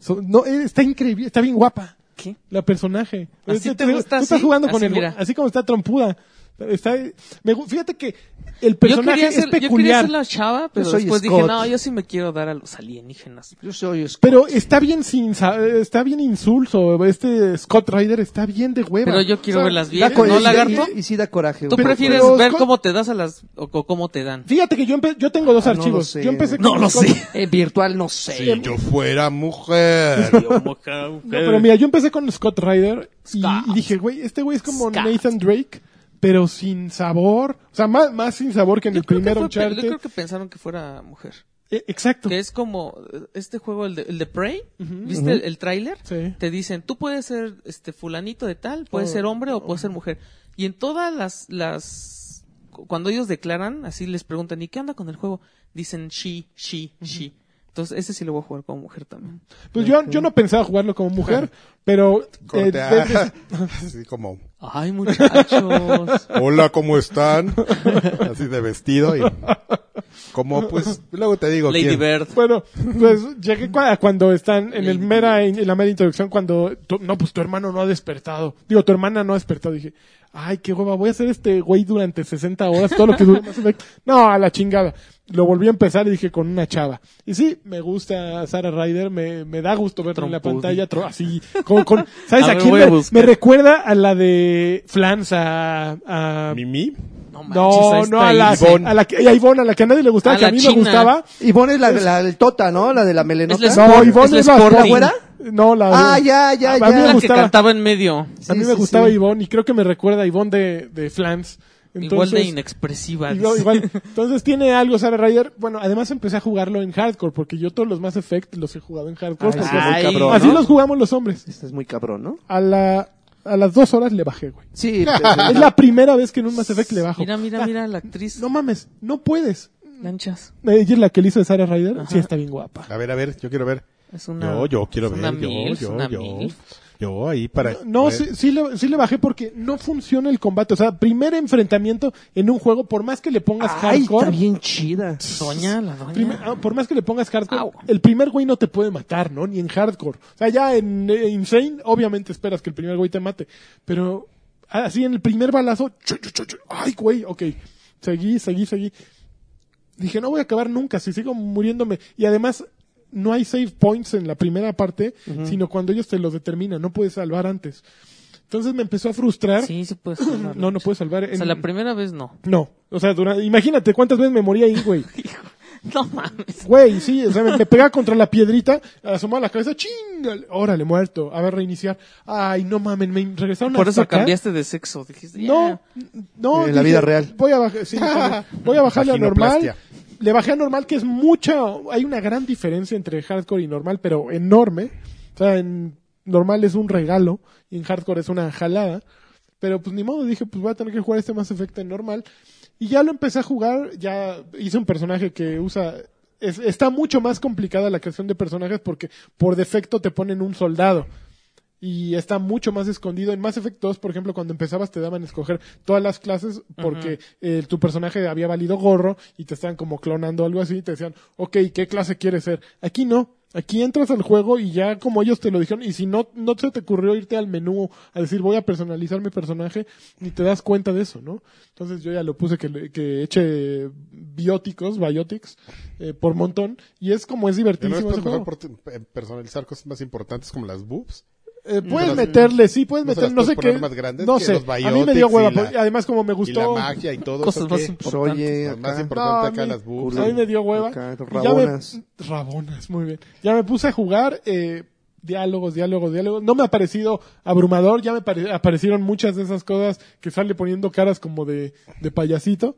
So- no, eh, está increíble, está bien guapa. ¿Qué? La personaje. ¿Así Es- te tú gusta estás así? jugando con Así, el mira. así como está trompuda. Está me gu- fíjate que el Yo personaje quería, ser, es yo quería peculiar. ser la chava, pero Yo soy después dije, Scott. no, yo sí me quiero dar a los alienígenas. Yo soy Scott. Pero está bien sin sa- está bien insulso. Este Scott Ryder está bien de hueva. Pero yo quiero verlas bien, Da co- ¿no, y- lagarto? Y, y sí da coraje. ¿Tú güey. prefieres pero- ver Scott- cómo te das a las, o, o cómo te dan? Fíjate que yo, empe- yo tengo dos Ah, no lo archivos. sé, yo empecé No con lo Scott- sé. Eh, virtual, no sé. Si yo fuera mujer. No, pero mira, yo empecé con Scott Ryder y, y dije, güey, este güey es como Scott. Nathan Drake, pero sin sabor. O sea, más, más sin sabor que en Yo el creo que primer fue- Uncharted. yo creo que pensaron que fuera mujer. Eh, exacto. Que es como eh, este juego, el de, el de Prey. ¿Viste el, el tráiler? Sí. Te dicen, tú puedes ser este fulanito de tal, puedes Oh. ser hombre o puedes ser mujer. Y en todas las, las... cu- Cuando ellos declaran, así les preguntan, ¿y qué onda con el juego? Dicen she, she, she. Entonces, ese sí lo voy a jugar como mujer también. Pues yo, yo no pensaba jugarlo como mujer, pero... eh, Corte, de- de- ah, Así como, Ay, muchachos. hola, ¿cómo están? Así de vestido y... Como, pues, luego te digo Lady quién. Bird. bueno, pues llegué cu- a cuando están en, el mera, en la mera introducción, cuando... tu- no, pues tu hermano no ha despertado. Digo, tu hermana no ha despertado. Dije, ay, qué hueva, voy a hacer este güey durante 60 horas, todo lo que dure Mass Effect. No, a la chingada. Lo volví a empezar y dije, con una chava. Y sí, me gusta Sarah Ryder, me, me da gusto verla en la Trompudita. pantalla, tro- así, con, con- ¿sabes A a, ver, quién voy a me- me, buscar. recuerda? A la de Flans, a- a ¿Mimi? No, No, manches, no ahí a la, está Ivonne. Ivonne. a la que, y a Ivonne, a la que a nadie le gustaba, A que a la mí me china. gustaba. Ivonne es la, la- el tota, ¿no? La de la Es melenota. la No, Sport- Ivonne es es la la Sporting. ¿La güera? No, la Ah, ya, ya, a- ya. A mí Es me la que gustaba, cantaba en medio. Sí, a mí sí, me gustaba sí. Ivonne y creo que me recuerda a Ivonne de, de Flans. Igual de Entonces, inexpresiva. igual- dice. igual. Entonces tiene algo Sarah Ryder. Bueno, además empecé a jugarlo en hardcore porque yo todos los Mass Effect los he jugado en hardcore. Ay, porque sí, Ay, cabrón, así ¿no? los jugamos los hombres. Este es muy cabrón, ¿no? A la a las dos horas le bajé, güey. Sí. Es la primera vez que en un Mass Effect le bajo. Mira, mira, mira la actriz. No mames, no puedes. Lanchas. Ella es la que le hizo de Sarah Ryder. Sí, está bien guapa. A ver, a ver, yo quiero ver. Es una, Yo, yo quiero es ver. una yo, milf, yo, una yo. milf. Yo ahí para... No, Bueno, sí, sí le, sí le bajé porque no funciona el combate. O sea, primer enfrentamiento en un juego, por más que le pongas Ay, está hardcore. bien chida. Doña, la doña. primer- ah, por más que le pongas hardcore, Au. el primer güey no te puede matar, ¿no? Ni en hardcore. O sea, ya en eh, Insane, obviamente esperas que el primer güey te mate. Pero así en el primer balazo, chu, chu, chu, chu, ay, güey, ok. Seguí, seguí, seguí. Dije, no voy a acabar nunca si sigo muriéndome. Y además, no hay save points en la primera parte, sino cuando ellos te los determinan. No puedes salvar antes. Entonces me empezó a frustrar. Sí, sí puedes salvarla. No, no puedes salvar. O sea, en- la primera vez no. No. O sea, dura- imagínate cuántas veces me morí ahí, güey. No mames. Güey, sí, o sea, me, me pegaba contra la piedrita, asomaba la cabeza, chingale, órale, muerto, a ver, reiniciar. Ay, no mamen, me regresaron Por hasta eso acá. cambiaste de sexo. Dijiste, ya. No, no. En la vida real. Voy a, baj- sí, también. voy a bajarle a normal. Vaginoplastia. Le bajé a normal, que es mucha. Hay una gran diferencia entre hardcore y normal, pero enorme. O sea, en normal es un regalo y en hardcore es una jalada. Pero pues ni modo, dije, pues voy a tener que jugar este más efecto en normal. Y ya lo empecé a jugar, ya hice un personaje que usa. es- está mucho más complicada la creación de personajes porque por defecto te ponen un soldado y está mucho más escondido. En Mass Effect 2, por ejemplo, cuando empezabas te daban a escoger todas las clases porque eh, tu personaje había valido gorro y te estaban como clonando o algo así y te decían, ok, ¿qué clase quieres ser? Aquí no. Aquí entras al juego y ya como ellos te lo dijeron, y si no, no se te ocurrió irte al menú a decir voy a personalizar mi personaje, ni te das cuenta de eso, ¿no? Entonces yo ya lo puse que, le- que eche bióticos, biotics, eh, por montón, y es como ¿No es es divertidísimo. ese mejor juego. por- eh, personalizar cosas más importantes como las boobs? Eh, puedes las- meterle, sí, puedes Mm. no se meterle, las no sé puedes poner qué. más grandes no que sé, los a mí me dio biotics y hueva. la- por- además, como me Y la gustó, pues, a magia y todo Cosas eso. más ¿qué? importantes. Pues, oye, Lo más acá. importante No, acá mi- las boobs. mí me dio hueva. Acá, Y ya me- rabonas. rabonas, muy bien. Ya me puse a jugar, eh, diálogos, diálogos, diálogos. No me ha parecido abrumador, ya me pare- aparecieron muchas de esas cosas que sale poniendo caras como de, de payasito.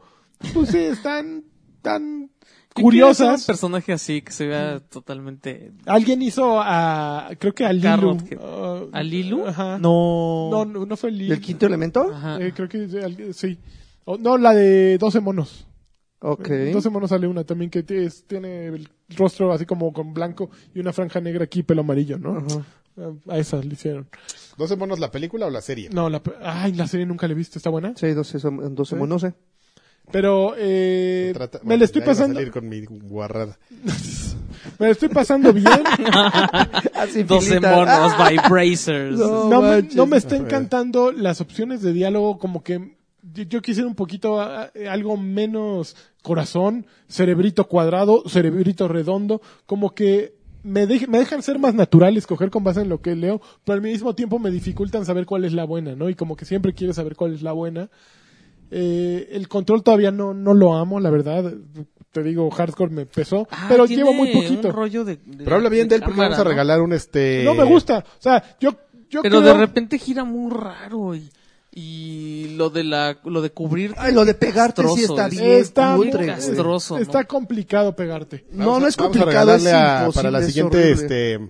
Pues sí, están tan Yo quiero hacer curiosas. Un personaje así que se vea totalmente. Alguien hizo a, creo que a Lilu. Carrot Head. ah, ¿A Lilu? Ajá. No. No, no, no fue Lilu. ¿Del quinto elemento? Ajá. Eh, creo que es de alguien- sí. O- no, la de 12 monos. Ok. En 12 monos sale una también que t- es- tiene el rostro así como con blanco y una franja negra aquí, pelo amarillo, ¿no? Ah, Ajá. A a esas le hicieron. ¿12 monos la película o la serie? No, la, pe- ay, la serie nunca la he visto, está buena. Sí, 12, son 12 no sé. Pero eh, Trata- me la estoy ya iba a pasando, salir con mi guarrada. me la estoy pasando bien. Así 12 Ah, filita. monos, Ah, by bracers. No. no, me, manches. no me está encantando las opciones de diálogo, como que yo, yo quisiera un poquito ah, ah, algo menos corazón, cerebrito cuadrado, cerebrito redondo, como que me, de- me dejan ser más natural, escoger con base en lo que leo, pero al mismo tiempo me dificultan saber cuál es la buena, ¿no? Y como que siempre quiero saber cuál es la buena. Eh, el control todavía no, no lo amo, la verdad. Te digo, hardcore me pesó, Ah, pero tiene llevo muy poquito. un rollo de- de- Pero habla bien de él porque cámara, vamos a ¿no? regalar un este. No me gusta. O sea, yo, yo Pero creo- de repente gira muy raro y, y lo de la lo de cubrir Ay, lo de pegarte sí Castroso, está es- bien Está muy cutre, güey. castroso, ¿no? Está complicado pegarte. Vamos No, a- no es vamos a complicado, es regalarle a- imposible. Para la es siguiente, horrible. este.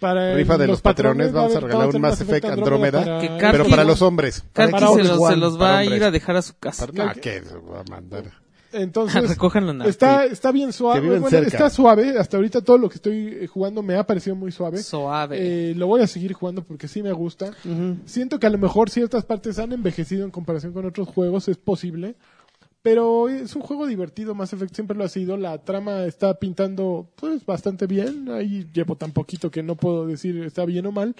Para Rifa de los patrones, va a vamos a haber- regalar va un Mass Effect Andrómeda, Que para- Karki- Pero para los hombres. Karki para se, hombres, los, Juan, se los va para a ir hombres. a dejar a su casa. Ah, que va a mandar. Entonces, Recójanlo en la- está, está bien suave. Que viven bueno, cerca. está suave. Hasta ahorita todo lo que estoy eh, jugando me ha parecido muy suave. Suave. Eh, lo voy a seguir jugando porque sí me gusta. Siento que a lo mejor ciertas partes han envejecido en comparación con otros juegos, es posible. Pero es un juego divertido, Mass Effect siempre lo ha sido. La trama está pintando pues bastante bien. Ahí llevo tan poquito que no puedo decir está bien o mal.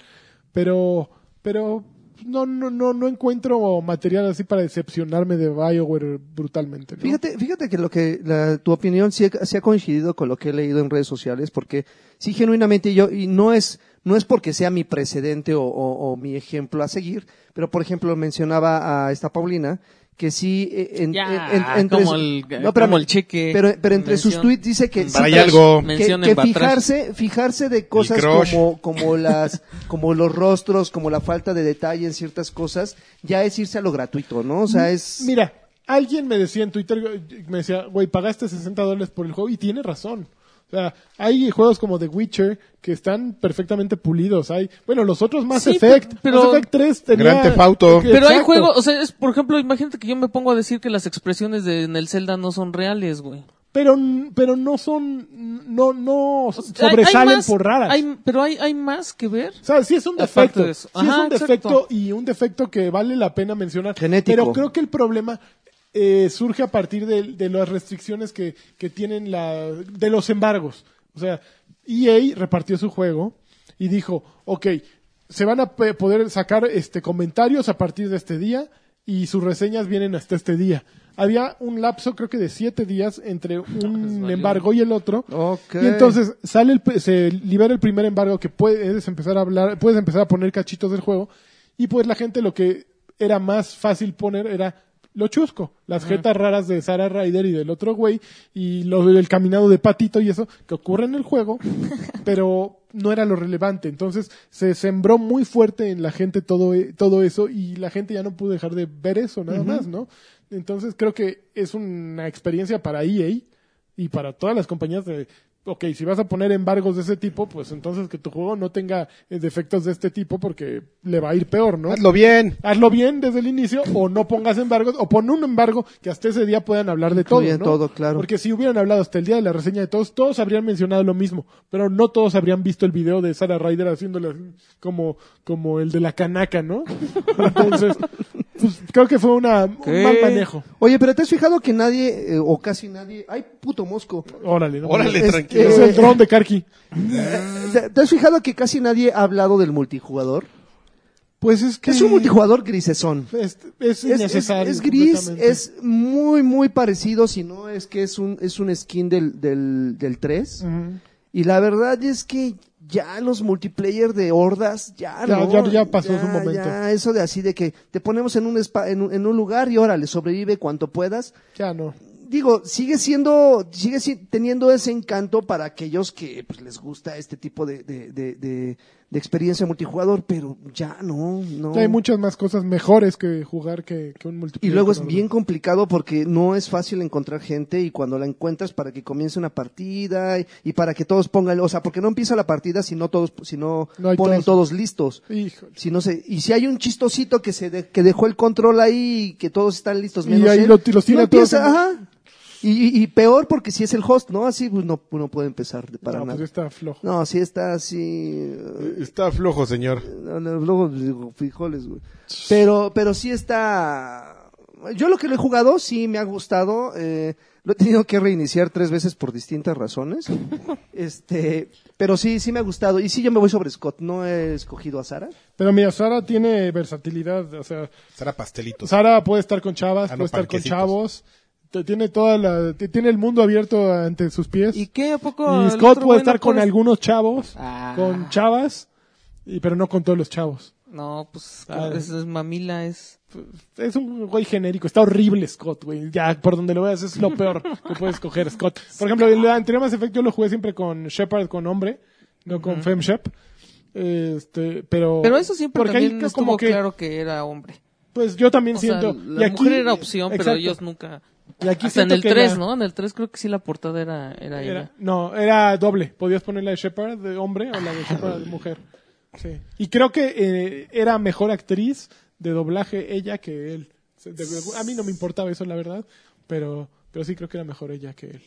Pero, pero no, no, no, no encuentro material así para decepcionarme de Bioware brutalmente. ¿no? Fíjate, fíjate que lo que la- tu opinión sí, ha- sí ha coincidido con lo que he leído en redes sociales, porque sí genuinamente yo y no es no es porque sea mi precedente o, o- o mi ejemplo a seguir, pero por ejemplo mencionaba a esta Paulina que sí eh, en, Ya, en- en- entre como su- el- no, como espérame, el cheque. pero, pero entre sus Mención. tweets dice que sí Para ahí tra- algo. que- Mención que en Batrash. fijarse fijarse de cosas crush. como como las como los rostros como la falta de detalle en ciertas cosas ya es irse a lo gratuito no o sea Mm, es Mira, alguien me decía en Twitter, me decía, güey, pagaste 60 dólares por el juego y tiene razón. O sea, hay juegos como The Witcher que están perfectamente pulidos. Hay, bueno, los otros Mass Sí, Effect, pero- Mass Effect 3 tenía... Grand Theft Auto. que- Pero hay exacto. juegos, o sea, es, por ejemplo, imagínate que yo me pongo a decir que las expresiones de, en el Zelda no son reales, güey. Pero, pero no son, no, no O sea, hay- hay sobresalen más- por raras. hay- pero hay, hay más que ver. O sea, sí es un Aparte defecto. de eso. sí es Ajá, un defecto exacto. y un defecto que vale la pena mencionar. Genético. Pero creo que el problema eh, surge a partir de, de las restricciones que, que tienen la, de los embargos. O sea, EA repartió su juego y dijo, ok, se van a pe- poder sacar este comentarios a partir de este día y sus reseñas vienen hasta este día. Había un lapso, creo que de siete días entre un pues valió. embargo y el otro. Ok. Y entonces sale el pe- se libera el primer embargo que puedes empezar a hablar, puedes empezar a poner cachitos del juego y pues la gente lo que era más fácil poner era lo chusco, las jetas raras de Sarah Ryder y del otro güey y lo del caminado de patito y eso que ocurre en el juego, pero no era lo relevante. Entonces se sembró muy fuerte en la gente todo, e- todo eso y la gente ya no pudo dejar de ver eso nada más, ¿no? Entonces creo que es una experiencia para E EA y para todas las compañías de, ok, si vas a poner embargos de ese tipo, pues entonces que tu juego no tenga eh, defectos de este tipo porque le va a ir peor, ¿no? Hazlo bien. Hazlo bien desde el inicio o no pongas embargos o pon un embargo que hasta ese día puedan hablar de todo, Incluye ¿no? todo, claro. Porque si hubieran hablado hasta el día de la reseña de todos, todos habrían mencionado lo mismo, pero no todos habrían visto el video de Sarah Ryder haciéndole así como como el de la canaca, ¿no? Entonces, pues, creo que fue una, un mal manejo. Oye, pero ¿te has fijado que nadie, eh, o casi nadie, ay, puto mosco? Órale, no Órale, Este- tranquilo. Es el dron de Karki. ¿Te te has fijado que casi nadie ha hablado del multijugador? Pues es que Es un multijugador grisesón. Es, es Es, es- innecesario. es gris, completamente. es muy, muy parecido, si no es que es un, es un skin del, del, del 3. Ujú. Y la verdad es que ya los multiplayer de hordas, ya, Ya, no, ya- ya pasó su momento. ya, eso de así de que te ponemos en un, spa- en un, en un lugar y órale, sobrevive cuanto puedas. Ya no. digo, sigue siendo, sigue si- teniendo ese encanto para aquellos que pues, les gusta este tipo de, de, de, de- de experiencia multijugador, pero ya no, no. Ya hay muchas más cosas mejores que jugar que, que un y multiplayer. luego es con bien otro. complicado porque no es fácil encontrar gente y cuando la encuentras para que comience una partida y, y para que todos pongan, o sea, porque no empieza la partida si no todos, si no, No hay ponen todos. todos listos. Híjole. Si no se, y si hay un chistosito que se de- que dejó el control ahí y que todos están listos Y menos ahí él, lo- los tira no empieza, todos en- ajá. Y, y- y peor porque si es el host, ¿no? Así pues, no, no puede empezar de para No, nada. pues está flojo. No, si está así. eh, Está flojo, señor. no, no, Luego digo, frijoles, güey. Pero, pero sí está Yo lo que lo he jugado sí me ha gustado. eh, lo he tenido que reiniciar tres veces por distintas razones. este, pero sí, sí me ha gustado. Y sí, yo me voy sobre Scott. No he escogido a Sara. Pero mira, Sara tiene versatilidad, o sea, Será pastelito. Sara puede estar con chavas, Ah, no, puede estar con panquecitos. chavos, te- tiene toda la, te- tiene el mundo abierto ante sus pies. ¿Y Y, qué? ¿A poco? el Scott otro puede güey no estar con algunos chavos, Ah. con chavas, y, pero no con todos los chavos. No, pues Ah. es, es mamila, es... Es un güey genérico, está horrible Scott, güey. Ya, por donde lo veas, es lo peor que puedes coger Scott. Por ejemplo, el anterior Mass Effect yo lo jugué siempre con Shepard, con hombre, no con Fem Shep. Este, pero. Pero eso siempre porque ahí también co- estuvo claro que era hombre. Pues yo también O sea, siento. la y aquí- mujer era opción, pero exacto. ellos nunca... Y aquí Hasta en siento el que 3, la- ¿no? En el 3 creo que sí la portada era, era, Era- ella. no, era doble. Podías poner la de Shepard de hombre o la Ah. de Shepard de mujer. Sí. Y creo que eh, era mejor actriz de doblaje ella que él. Se- de- A mí no me importaba eso, la verdad. Pero, pero sí creo que era mejor ella que él.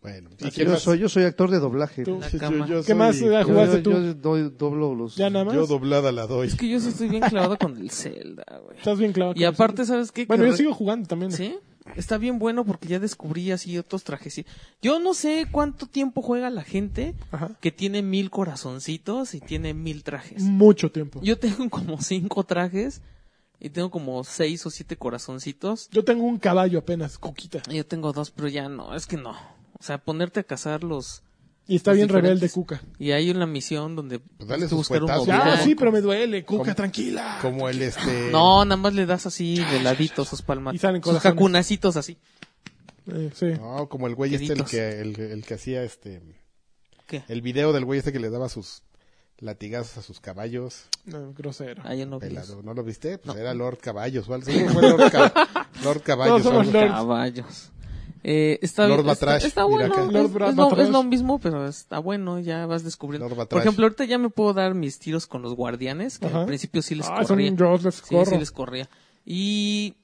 Bueno, ¿y quién Yo más? soy, yo soy actor de doblaje. Tú. La Yo- cama. yo ¿Qué más soy- eh, Yo- jugaste yo, tú? yo doy- doblo los. ya nada más. Yo doblada la doy. Es que yo sí estoy bien clavado con el Zelda, güey. Estás bien claro. Y aparte, ¿sabes qué? pues, Bueno, Que yo re- sigo jugando también. ¿Sí? Está bien bueno porque ya descubrí así otros trajes. Yo no sé cuánto tiempo juega la gente Ajá. que tiene mil corazoncitos y tiene mil trajes. Mucho tiempo. Yo, Yo tengo como cinco trajes y tengo como seis o siete corazoncitos. tengo un caballo apenas, Cuquita. Yo tengo dos, pero ya no, es que no. O sea, ponerte a cazarlos. Y está Los bien rebelde, diferentes. Cuca. Y hay una misión donde Pues dale tienes que sus cuetazos. un Ya, objeto. sí, pero me duele, Cuca, Como- tranquila. Como el este. No, nada más le das así de ladito sus palmas. Y salen sus corazones. jacunacitos así. Eh, sí. No, como el güey este, el Queditos. que, el, el que hacía este. ¿Qué? El video del güey este que le daba sus latigazos a sus caballos. No, grosero. Ah, yo no vi Pelado, los ¿no lo viste? Pues era Lord Caballos. o algo así. Fue Lord, Cab- Lord Caballos. Todos somos o algo. Lord. Caballos. Eh, está, Lord bien, está, Batrash, está dirá bueno, acá. es- Lord es, Bra- lo, Batrash. es lo mismo, pero está bueno, ya vas descubriendo. Lord Batrash. Por ejemplo, ahorita ya me puedo dar mis tiros con los guardianes, que Ajá. al principio sí les Ah, son corría. yo les Sí, corro. sí les corría. Y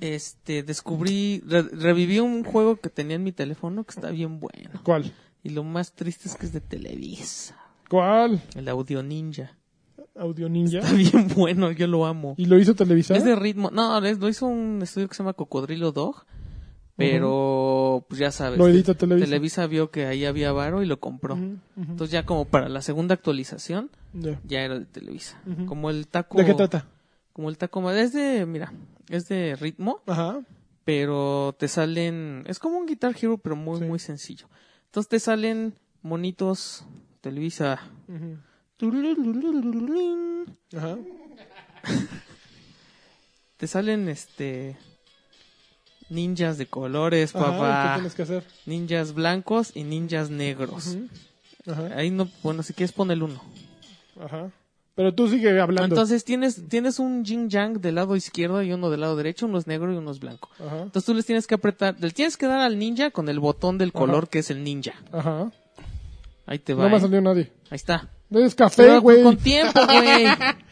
este descubrí, re- reviví un juego que tenía en mi teléfono que está bien bueno. ¿Cuál? Y lo más triste es que es de Televisa, ¿Cuál? el Audio Ninja. Audio Ninja. Está bien bueno, yo lo amo. ¿Y lo hizo televisar? Es de ritmo. No, es- lo hizo un estudio que se llama Cocodrilo Dog. Pero, pues ya sabes. Lo edita Televisa. vio que ahí había varo y lo compró. Ujú, ujú. Entonces, ya como para la segunda actualización, Ya. ya era de Televisa. Ujú. Como el taco. ¿De qué trata? Como el taco. Es de, mira, es de ritmo, Ajá. pero te salen. Es como un Guitar Hero, pero muy, Sí. muy sencillo. Entonces, te salen monitos Televisa. Ujú. Turulululululín. Ajá. Te salen este ninjas de colores, Ajá. ¿y ¿Qué papá. tienes que hacer? Ninjas blancos y ninjas negros. Ujú. Ajá. Ahí no, bueno, si quieres pon el uno. Ajá. Pero tú sigue hablando. Entonces tienes tienes un yin yang del lado izquierdo y uno del lado derecho, uno es negro y uno es blanco. Ajá. Entonces tú les tienes que apretar, le tienes que dar al ninja con el botón del color que es el ninja. Ajá. Ahí te va. No me ¿eh? salió nadie. Ahí está. Es Pero café, con- güey. con tiempo, güey.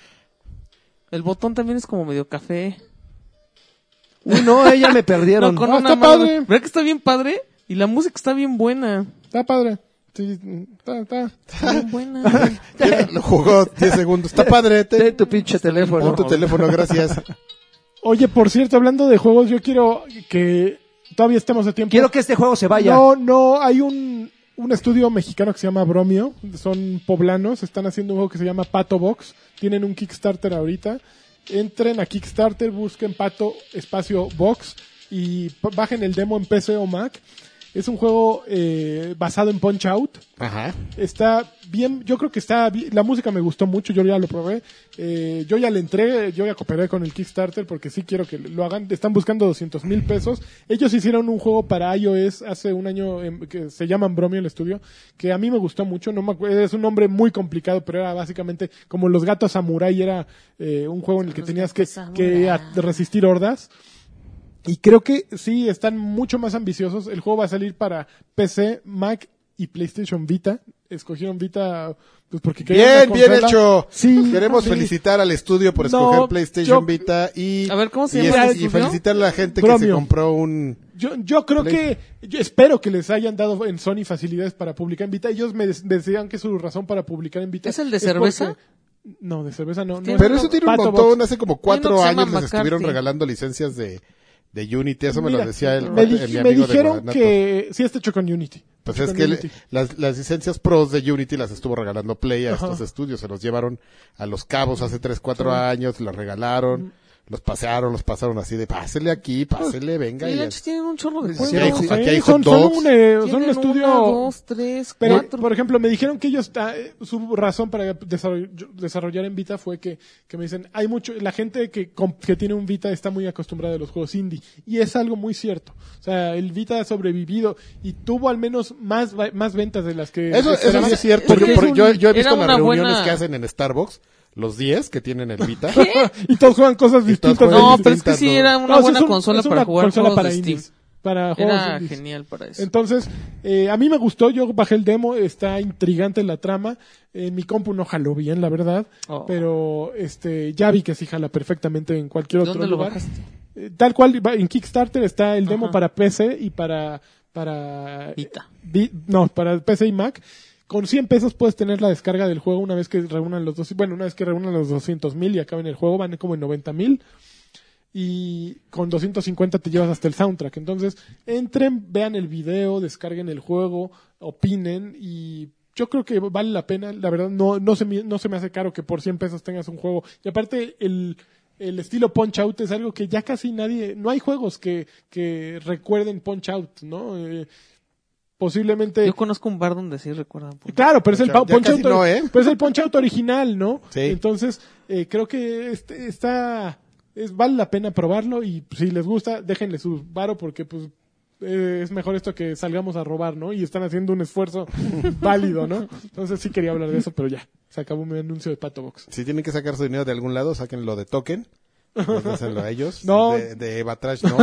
El botón también es como medio café. Uy, no, ella me perdieron. No, con Ah, una está mano. padre. ¿Verdad que está bien padre? Y la música está bien buena. Está padre. Sí, está, está. Está bien buena. Ya Lo jugó 10 segundos. Está padre. Ten Te... tu pinche teléfono. Pon tu teléfono, gracias. Oye, por cierto, hablando de juegos, yo quiero que todavía estemos a tiempo. Quiero que este juego se vaya. No, no, hay un, un estudio mexicano que se llama Bromio, son poblanos, están haciendo un juego que se llama Pato Box, tienen un Kickstarter ahorita. Entren a Kickstarter, busquen Pato Espacio Box y p- bajen el demo en PC o Mac. Es un juego eh, basado en Punch Out. Ajá. Está bien, yo creo que está bi- La música me gustó mucho, yo ya lo probé. Eh, yo ya le entré, yo ya cooperé con el Kickstarter porque sí quiero que lo hagan. Están buscando 200 mil pesos. Ellos hicieron un juego para iOS hace un año em, que se llama Bromio el estudio, que a mí me gustó mucho. No me acuerdo, es un nombre muy complicado, pero era básicamente como los gatos samurai. Era eh, un juego en el que Los tenías que, gatos que a- samurái. resistir hordas. Y creo que sí, están mucho más ambiciosos. El juego va a salir para PC, Mac y PlayStation Vita. Escogieron Vita pues porque Bien, querían una bien consola. hecho. Sí, Queremos sí. felicitar al estudio por No, escoger PlayStation yo- Vita y. A ver, ¿cómo se y llama es- el Y estudio? felicitar a la gente que se Bromio. compró un. Yo, yo creo Play. que, yo espero que les hayan dado en Sony facilidades para publicar en Vita. Ellos me des- decían que su razón para publicar en Vita ¿Es el de porque- cerveza? No, de cerveza no. no Tiene es- Pero eso tiene un Pato montón. Box. Hace como cuatro se llama años les estuvieron McCarthy. regalando licencias de de Unity, eso me lo Mira, decía el, me, cuate- di- mi me amigo de dijeron Guanatos. que sí está hecho con Unity. Pues es Con que le- Unity. las, las licencias pros de Unity las estuvo regalando Play a Ajá. estos estudios. Se los llevaron a los cabos hace 3, 4 años, las regalaron, los pasearon, los pasaron así de pásele aquí, pásele, venga. Y Y de es- hecho tienen un chorro de Sí, juegos. hay- aquí hay Sí, hot son, son dogs. un, eh, son un Tienen estudio... Una, dos, tres, Pero, cuatro. por ejemplo, me dijeron que ellos, ah, eh, su razón para desarroll- desarrollar en Vita fue que, que me dicen, hay mucho, la gente que, comp- que tiene un Vita está muy acostumbrada a los juegos indie. Y es algo muy cierto. O sea, el Vita ha sobrevivido y tuvo al menos más, va- más ventas de las que... Eso, eso esperaban. sí es cierto. Porque es por- un- yo, yo he era visto las una reuniones buena- que hacen en Starbucks, los 10 que tienen el Vita. y todos juegan Y cosas todos distintas. juegan No, Nintendo. pero es que sí era una No, sí, buena es un- consola es para una jugar consola juegos para de Steam. indies, Para juegos Era indies. genial para eso. Entonces, eh, a mí me gustó, yo bajé el demo, está intrigante la trama. En mi compu no jaló bien, la verdad, Oh. pero este ya vi que sí jala perfectamente en cualquier otro ¿Dónde lo lugar. bajaste? Eh, tal cual va- en Kickstarter está el demo Ajá. para PC y para para Vita. Vi- no, para PC y Mac. Con 100 pesos puedes tener la descarga del juego una vez que reúnan los dos, bueno, una vez que reúnan los 200 mil y acaben el juego, van como en 90 mil. Y con 250 te llevas hasta el soundtrack. Entonces, entren, vean el video, descarguen el juego, opinen y yo creo que vale la pena. La verdad, no, no, se, me, no se me hace caro que por 100 pesos tengas un juego. Y aparte, el, el estilo Punch Out es algo que ya casi nadie, no hay juegos que, que recuerden Punch Out, ¿no? Eh, posiblemente. Yo conozco un bar donde sí recuerdan. por- Claro, pero es el Punch-Out. Ya Punch casi Out, no, ¿eh? pero es el Punch Out original, ¿no? Sí. Entonces, eh, creo que este, está, es, vale la pena probarlo y pues, si les gusta, déjenle su varo porque pues eh, es mejor esto que salgamos a robar, ¿no? Y están haciendo un esfuerzo válido, ¿no? Entonces sí quería hablar de eso, pero ya, se acabó mi anuncio de Pato Box. Si tienen que sacar su dinero de algún lado, sáquenlo de token. Désenlo a ellos. No. De, de Batrash, no.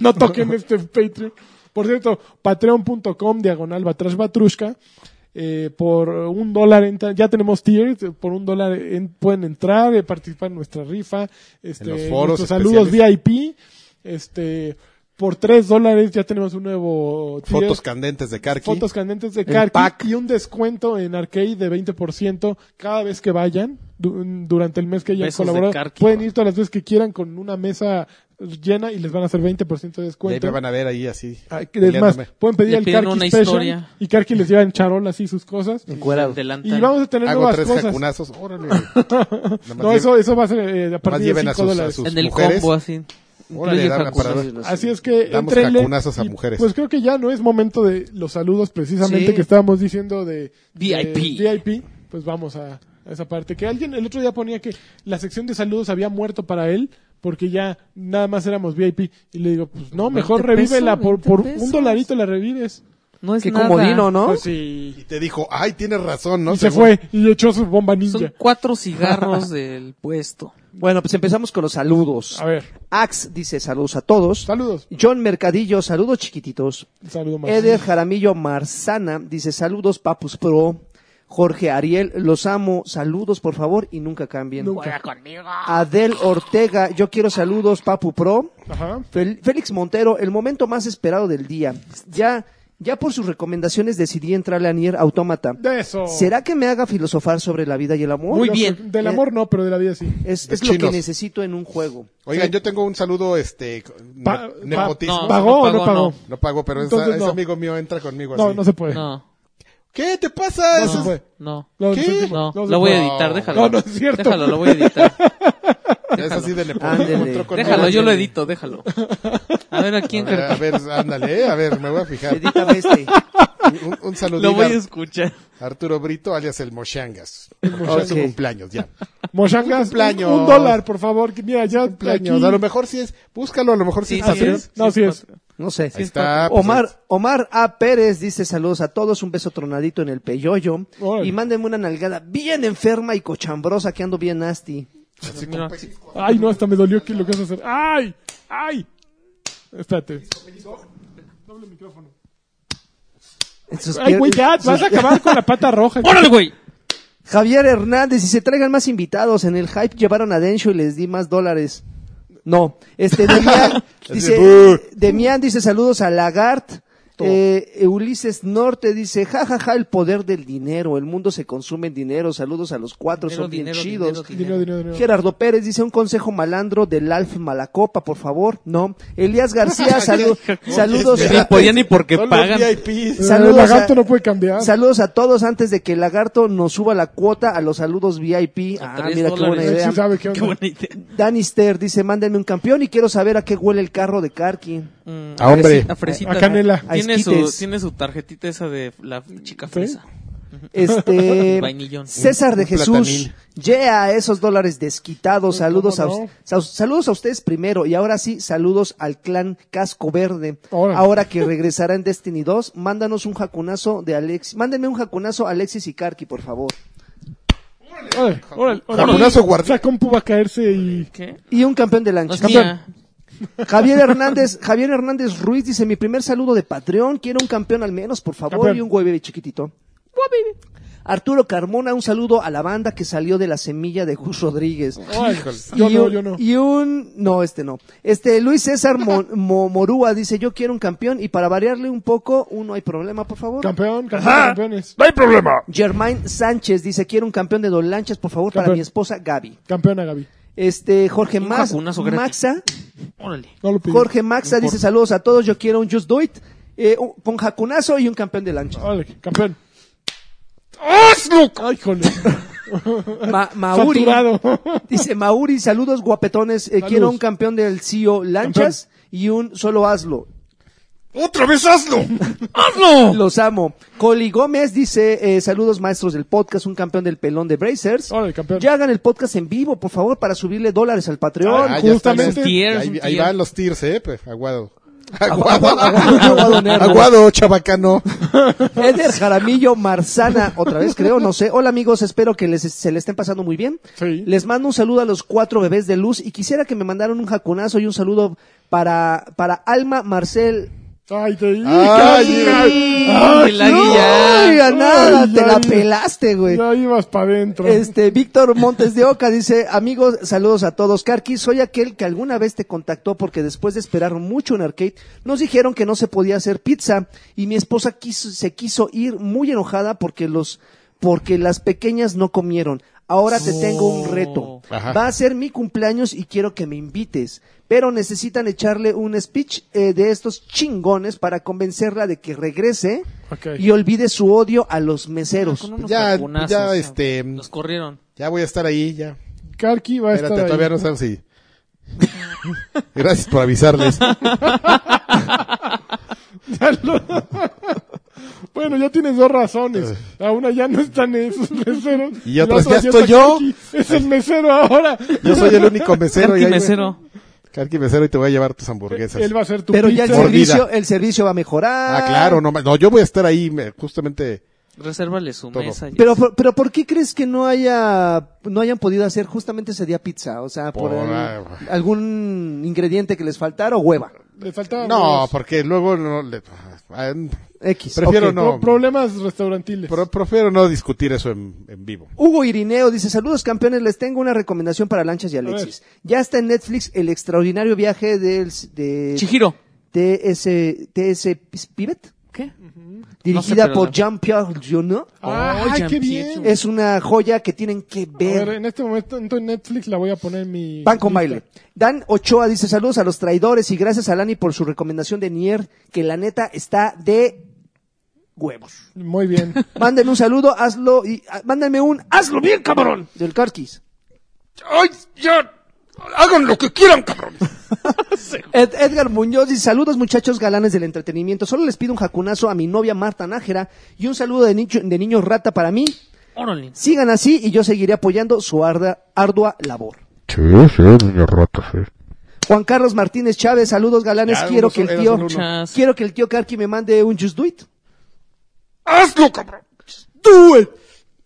no toquen este Patreon. Por cierto, patreon.com diagonal batrash batrushka. Eh, por un dólar entra- ya tenemos tiers, eh, por un dólar en- pueden entrar, eh, participar en nuestra rifa, este, En los foros nuestros saludos especiales. VIP, este, por tres dólares ya tenemos un nuevo tier, Fotos candentes de Karki. fotos candentes de El Karki pack. y un descuento en Arcade de 20% cada vez que vayan du- durante el mes que hayan Besos de colaborado. Karki, Pueden pa. ir todas las veces que quieran con una mesa llena y les van a hacer 20% Y de ahí descuento. me van a ver ahí así. Ah, Es más, peleándome. pueden pedir Le el piden Karki una Special historia. y Karki les lleva en charol así sus cosas. Adelanta. Y vamos a tener Hago nuevas tres cosas. jacunazos. Órale. Nada más No, lleve- eso, eso va a ser eh, a Nomás partir de lleven 5 a sus, a dólares. sus en el mujeres. combo así. Órale, Incluye dame jacuzzi. para ver. Así es que Damos entrenle, jacunazos a y, mujeres. Pues creo que ya no es momento de los saludos precisamente Sí. que estábamos diciendo de de VIP. VIP, pues vamos a, a esa parte. Que alguien el otro día ponía que la sección de saludos había muerto para él porque ya nada más éramos VIP y le digo, pues no, mejor 20 pesos, revívela por, por 20 un pesos. dolarito la revives. No es Qué nada. comodino, ¿no? Pues sí. Y te dijo, ay, tienes razón, ¿no? y se Según- fue y echó su bomba ninja. Son cuatro cigarros del puesto. Bueno, pues empezamos con los saludos. A ver, Ax dice saludos a todos. saludos. John Mercadillo, saludos chiquititos. Un saludo más. Eder Jaramillo Marzana dice saludos Papus Pro. Jorge Ariel, los amo, saludos por favor y nunca cambien. Nunca. Adel Ortega, yo quiero saludos Papu Pro. Ajá. Fel- Félix Montero, el momento más esperado del día. Ya, ya por sus recomendaciones decidí entrarle a Nier Automata. De eso. ¿Será que me haga filosofar sobre la vida y el amor? Muy Lo- bien. Del amor no, pero de la vida sí. Es, De es lo que chinos. necesito en un juego. Oigan, yo tengo un saludo, este, ne- Pa- nepotismo. no. ¿Pagó o no pagó, pagó? No pago, pero es- Entonces, ese no. amigo mío entra conmigo No, así. no se puede. No, ¿Qué te pasa? No Eso se es- puede. no. No, ¿Qué? no se puede. No, No se lo voy a puede. editar, No, déjalo. no, no es cierto. Déjalo, lo voy a editar. es así de Ándele. nepotismo. entró conmigo. Déjalo, yo lo edito, déjalo. A ver a quién A carga- ver, ándale, eh, a ver, me voy a fijar. Edítame este. Un, un Lo saludín voy a a escuchar. Arturo Brito, alias el Moshangas. Ahora es su Ok. cumpleaños, ya. Moshangas, un, Cumpleaños. un dólar, por favor. que Mira, ya Cumpleaños. aquí- A lo mejor sí es, búscalo, a lo mejor sí, Sí, es sí así. es. No, sí es. patria. No sé. Ahí está. pues, Omar, Omar A. Pérez dice saludos a todos, un beso tronadito en el peyoyo. Órale. Y mándenme una nalgada bien enferma y cochambrosa que ando bien nasty. así Mira. con pellizco. Ay, no, hasta me dolió que lo que vas a hacer. ¡Ay! ¡Ay! Espérate. Sus Ay, pier- güey, ya, sus- vas a acabar con la pata roja. ¡Órale, güey! Javier Hernández y se traigan más invitados. En el hype llevaron a Densho y les di más dólares. No, este Demian dice, "Buh". Demian dice saludos a Lagart. Correcto. Eh, Ulises Norte dice, jajaja, ja, ja, el poder del dinero, el mundo se consume en dinero, saludos a los cuatro, Dinero, son bien dinero, chidos. dinero, Dinero, dinero, dinero. Gerardo Pérez dice un consejo malandro del Alf Malacopa, por favor. No. Elías García, salu- saludos. Oye, Ni espera. podían a- Ah, pues ni porque Son pagan. los VIPs. Saludos el lagarto a- no puede cambiar. Saludos a todos antes de que el lagarto nos suba la cuota a los saludos VIP. A Ah, tres mira qué buena dólares. Él sí idea. sabe qué Qué onda. buena idea. Danister dice, mándenme un campeón y quiero saber a qué huele el carro de Karki. Mm, A hombre. fresi- A fresita. A canela. ¿no? Tiene A su, esquites. tiene su tarjetita esa de la chica ¿Sí? fresa. Este, Vainillón. César de Un Jesús. Yeah, esos dólares desquitados. Saludos a, ¿cómo no? us- sa- saludos a ustedes primero. Y ahora sí, saludos al clan Casco Verde. Órale. Ahora que regresará en Destiny 2, mándanos un jacunazo de Alex. Mándenme un jacunazo a Alexis y Karki, por favor. Órale, órale, órale. Jacunazo guardi- Esa compu va a caerse y... ¿Qué? Y un campeón de No lancha. es mía. Javier Hernández, Javier Hernández Ruiz dice, mi primer saludo de Patreon, quiero un campeón al menos, por favor, Campeón. y un hueve chiquitito. Arturo Carmona, un saludo a la banda que salió de la semilla de Gus Rodríguez. Órale. Yo y no, un, yo no. y un- no, este no. Este, Luis César Mo- Mo- Morúa dice, yo quiero un campeón, y para variarle un poco, uno hay problema, por favor. Campeón, campeón, Ah, campeones. No hay problema. Germain Sánchez dice, quiero un campeón de Don Lanchas, por favor, para Campeón. mi esposa Gaby. Campeona, Gaby. Este, Jorge Un Mas- jacunazo gratis. Maxa, Órale. No lo pidió. Jorge Maxa dice saludos a todos, yo quiero un Just Do It, eh, un- con jacunazo y un campeón de lancha. Órale, campeón. ¡Ay, jole! Ma- Mauri Saturado. dice Mauri, saludos guapetones, eh, Saludos. quiero un campeón del CEO Lanchas y un solo hazlo. ¡Otra vez hazlo! Los amo. Coli Gómez dice eh, saludos maestros del podcast, un campeón del pelón de Brazers. Órale, campeón. Ya hagan el podcast en vivo, por favor, para subirle dólares al Patreon. Ah, ya están justamente. los- Tiers, ahí, un ahí tier. van los tiers, eh, pues, aguado. Aguado, aguado, aguado, nervo. chabacano. Eder Jaramillo Marzana, otra vez creo, no sé. Hola amigos, espero que les, se le estén pasando muy bien. Sí. Les mando un saludo a los cuatro bebés de luz y quisiera que me mandaran un jacunazo y un saludo para, para Alma Marcel. ¡Ay, te dije! Ay, ¡Ay, el águila. oiga, nada, Ay, te ya la iba- pelaste, güey. Ya ibas para adentro. Este, Víctor Montes de Oca dice, amigos, saludos a todos. Karki, soy aquel que alguna vez te contactó porque después de esperar mucho en arcade, nos dijeron que no se podía hacer pizza y mi esposa quiso- se quiso ir muy enojada porque los, porque las pequeñas no comieron. Ahora te tengo un reto. Ajá. Va a ser mi cumpleaños y quiero que me invites. Pero necesitan echarle un speech eh, de estos chingones para convencerla de que regrese Ok. y olvide su odio a los meseros. Con unos Ya- vacunazos, ya, cabrón. este, Los corrieron. Ya voy a estar ahí, ya. Karki va a estar Espérate, ahí. todavía no sabemos si. Gracias por avisarles. Ya lo- bueno, ya tienes dos razones. A una ya no están esos meseros. Eh. Y otra, la ya estoy está yo. Karki. Es el mesero ahora. Yo soy el único mesero. y ahí- mesero. Karki mesero y te voy a llevar tus hamburguesas. Él va a ser tu Pero ya pizza. el Mordida. servicio, el servicio va a mejorar. Ah, claro, no, ma- no, yo voy a estar ahí me- justamente. Resérvale su Todo. mesa. ya. Pero, por- pero ¿por qué crees que no haya, no hayan podido hacer justamente ese día pizza? O sea, por, Por el- algo. algún ingrediente que les faltara o hueva. Le faltaba No, huevos. porque luego no le- ah, X. Prefiero pues, Ok. no. Pro- problemas restaurantiles. pro- prefiero no discutir eso en, en vivo. Hugo Irineo dice, saludos campeones, les tengo una recomendación para Lanchas y Alexis. Ya está en Netflix el extraordinario viaje del, de Chihiro. TS, TS Pivet, ¿Qué? dirigida pero por no. Jean-Pierre Jeunet. Ah, Ay, ay, qué Jean-Pierre. bien. Es una joya que tienen que A ver, ver. en este momento en Netflix la voy a poner en mi... Pan con lista. baile. Dan Ochoa dice saludos a los traidores y gracias a Lani por su recomendación de Nier, que la neta está de huevos. Muy bien. Mándenme un saludo, hazlo y ah, mándenme un hazlo bien, cabrón, del Carquis. ¡Ay, ya! ¡Hagan lo que quieran, cabrón! Ed- Edgar Muñoz dice saludos muchachos galanes del entretenimiento. Solo les pido un jacunazo a mi novia Marta Nájera y un saludo de nicho- de niño rata para mí. Órale. Sigan así y yo seguiré apoyando su arda- ardua labor. Sí, sí, niño rata, sí. Juan Carlos Martínez Chávez, saludos galanes. Ya, quiero uno que el solo- tío, eras uno, uno. quiero que el tío Carqui me mande un Just Do It. ¡Hazlo, cabrón! ¡Tú, eh!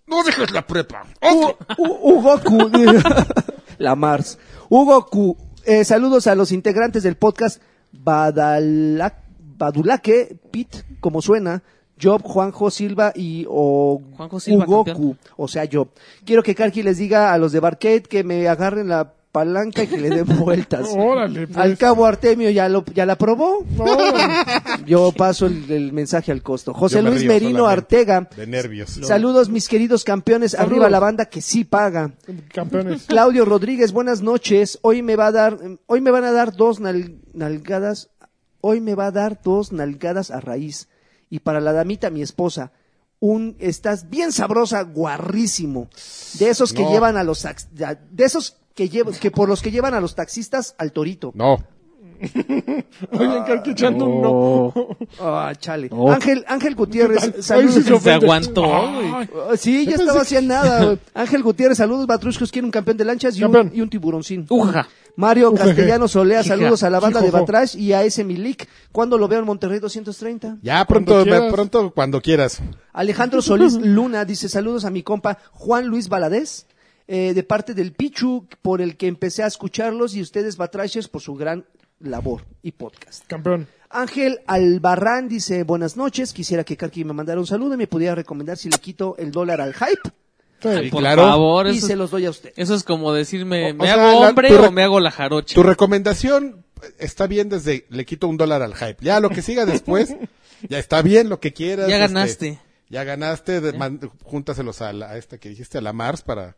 ¡No dejes la prepa! ¡Hazlo! U- Hugo Q. La Mars. Hugo Q. eh, saludos a los integrantes del podcast Badala- Badulaque, Pit, como suena, Job, Juanjo Silva y o, Juanjo Silva, Hugo campeón. Q. O sea, yo. Quiero que Karki les diga a los de Barcade que me agarren la palanca y que le den vueltas. Órale, pues. Al cabo Artemio ya lo ya la probó. Órale. Yo paso el, el mensaje al costo. José Yo me Luis río Merino solamente. Artega. De nervios. Saludos mis queridos campeones, arriba la banda que sí paga. Campeones. Claudio Rodríguez, buenas noches. Hoy me va a dar, hoy me van a dar dos nal- nalgadas, hoy me va a dar dos nalgadas a raíz. Y para la damita, mi esposa, un estás bien sabrosa, guarrísimo. De esos que No. llevan a los tax- de esos que llevo, que por los que llevan a los taxistas al torito. No. Oigan, creo que echando un no. Ah, chale. No. Ángel, Ángel Gutiérrez, Ay, sí saludos. Se ofende. aguantó, Ay, Ah, Sí, ya estaba haciendo nada. güey. Ángel Gutiérrez, saludos, Batruscos, quiero un campeón de lanchas y un, Campeón. y un tiburoncín. Uja. Mario Castellanos Olea, Hija. saludos a la banda de Hijojo. Batrash y a ese Milik. Cuando lo veo en Monterrey 230? Ya Cuando pronto, quieras. pronto cuando quieras. Alejandro Solís Luna dice saludos a mi compa Juan Luis Valadez, eh, de parte del Pichu, por el que empecé a escucharlos y ustedes Batrashers por su gran labor y podcast. Campeón. Ángel Albarrán dice buenas noches, quisiera que Karki me mandara un saludo y me pudiera recomendar si le quito el dólar al hype Sí, Por claro. favor, y eso, se es- los doy a usted. eso es como decirme, O- ¿me o sea, hago la- hombre tu re- o me hago la jarocha? Tu recomendación eh, está bien desde le quito un dólar al hype. Ya lo que siga después, ya está bien lo que quieras. Ya este, ganaste. ya ganaste, de- man- júntaselos a, la- a esta que dijiste, a la Mars, para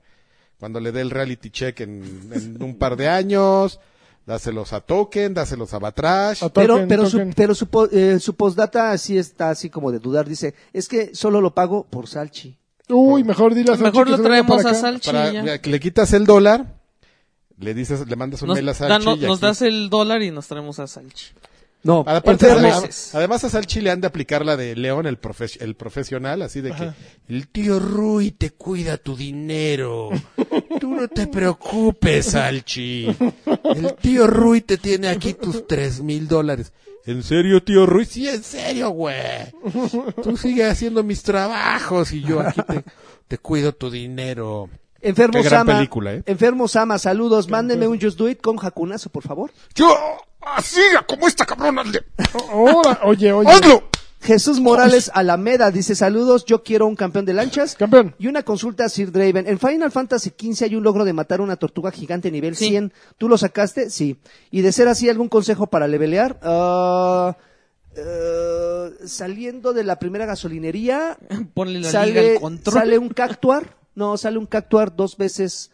cuando le dé el reality check en, en un par de años. Dáselos a Token, dáselos a Batrash. A to- Pero, Token, pero, token. su, pero su, po- eh, su postdata sí está así como de dudar. Dice, es que solo lo pago por Salchi. Uy, mejor dile a Salchi Mejor que lo se venga traemos para a acá. Salchi. Para- ya. mira, que le quitas el dólar, le dices, le mandas un Nos, mail a da- Salchi. no- y nos aquí- das el dólar y nos traemos a Salchi. No, Aparte, enfermo. además, además a Salchi le han de aplicar la de León, el, profe- el profesional, así de que el tío Rui te cuida tu dinero. Tú no te preocupes, Salchi. El tío Rui te tiene aquí tus tres mil dólares. ¿En serio, tío Rui? Sí, en serio, güey. Tú sigue haciendo mis trabajos y yo aquí te, te cuido tu dinero. Enfermo Qué gran Sama. película, ¿eh? Enfermo Sama, saludos. Mándenme un Just Do It con jacunazo, por favor. Yo, así, como esta cabrona. le- Ahora, Oh, oye, oye. ¡Hazlo! Jesús Morales Alameda dice saludos. Yo quiero un campeón de lanchas. Campeón. Y una consulta a Sir Draven. En Final Fantasy XV hay un logro de matar una tortuga gigante nivel Sí. 100. ¿Tú lo sacaste? Sí. Y de ser así, ¿algún consejo para levelear? Ah, eh, saliendo de la primera gasolinería, Ponle la liga sale, al control. sale un cactuar, no, sale un cactuar dos veces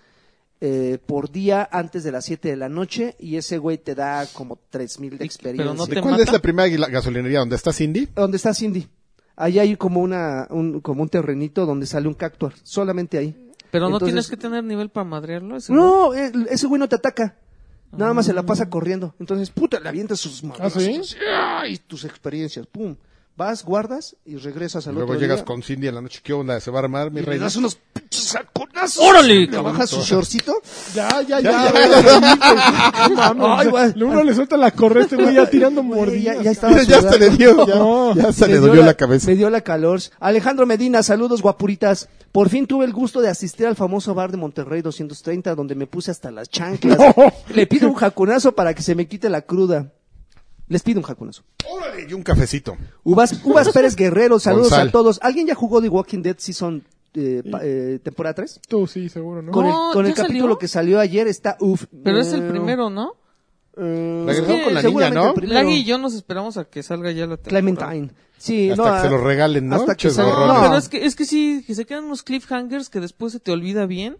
eh, por día antes de las 7 de la noche y ese güey te da como 3000 de Y- pero experiencia. no ¿De ¿Te cuál mata? es la primera gui- gasolinería donde está Cindy? Donde está Cindy. Ahí hay como una un, como un terrenito donde sale un cactuar, solamente ahí. Pero no Entonces- tienes que tener nivel para madrearlo. ese güey. No, eh, ese güey no te ataca. Nada más se la pasa corriendo. Entonces, puta, le avientas sus ¿Ah, manos. sí? Y tus experiencias, pum. Vas, guardas y regresas Y al luego otro llegas día. con Cindy en la noche, ¿qué onda? ¿Se va a armar, mi Y rey? le das unos pinches saconazos. ¡Órale, Le bajas su shortcito. Ya, ya, ya. Ya, güey, ya, ya, güey. No mames, Ay, o sea, güey. Uno le suelta la corriente, güey, ya tirando Güey, ya, mordidas. ya estaba Ya, ya sudando. se le dio, ya, No. ya se Me le dio dolió la, cabeza. Me dio la calor. Alejandro Medina, saludos guapuritas. Por fin tuve el gusto de asistir al famoso bar de Monterrey 230, donde me puse hasta las chanclas. No. Le pido un jacunazo para que se me quite la cruda. Les pido un jacunazo. Órale, y un cafecito. Uvas, Uvas Pérez Guerrero, saludos Gonzal. a todos. ¿Alguien ya jugó The Walking Dead Season eh, pa- eh, temporada 3? Tú sí, seguro, ¿no? Con No, el, con el ¿ya salió? capítulo que salió ayer está uf. Pero es el eh, primero, ¿no? eh, Regresó sí, con la niña, seguramente ¿no? el primero. Lagui y yo nos esperamos a que salga ya la temporada. Clementine. Sí, Hasta no, que se ah, lo regalen, ¿no? hasta que Ches salga- gorrones. No, No. pero es que, es que sí, que se quedan unos cliffhangers que después se te olvida bien.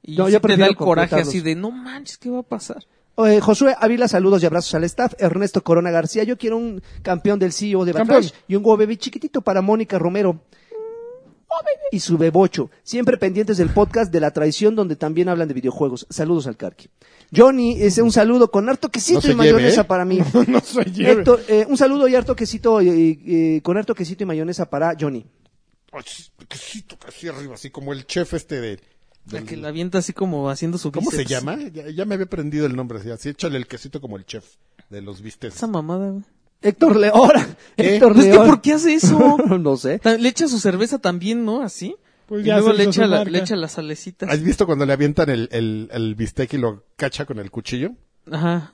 Y No, sí yo te da prefiero el coraje completarlos. así de, no manches, ¿qué va a pasar? Eh, Josué Ávila, saludos y abrazos al staff. Ernesto Corona García, yo quiero un campeón del CEO de Campeón. Batrash y un huevo chiquitito para Mónica Romero. Y su bebocho, siempre pendientes del podcast de la traición donde también hablan de videojuegos. Saludos al Carqui. Johnny, es un saludo con harto quesito No se y mayonesa lleve, ¿eh? para mí. No se lleve. Héctor, eh, un saludo y harto quesito, eh, eh, con harto quesito y mayonesa para Johnny. Ay, sí, quesito así arriba, así como el chef este de... La del- que la avienta así como haciendo su ¿Cómo se bíceps. llama? Ya, ya me había aprendido el nombre, así, así échale el quesito como el chef de los bistecs. Esa mamada, güey. Héctor Leora. ¿Qué? Héctor Es que, León. ¿por qué hace eso? no sé. Ta- Le echa su cerveza también, ¿no? Así. Pues y ya luego se le hizo echa, su la, marca. le echa las salecitas. ¿Has visto cuando le avientan el, el, el bistec y lo cacha con el cuchillo? Ajá.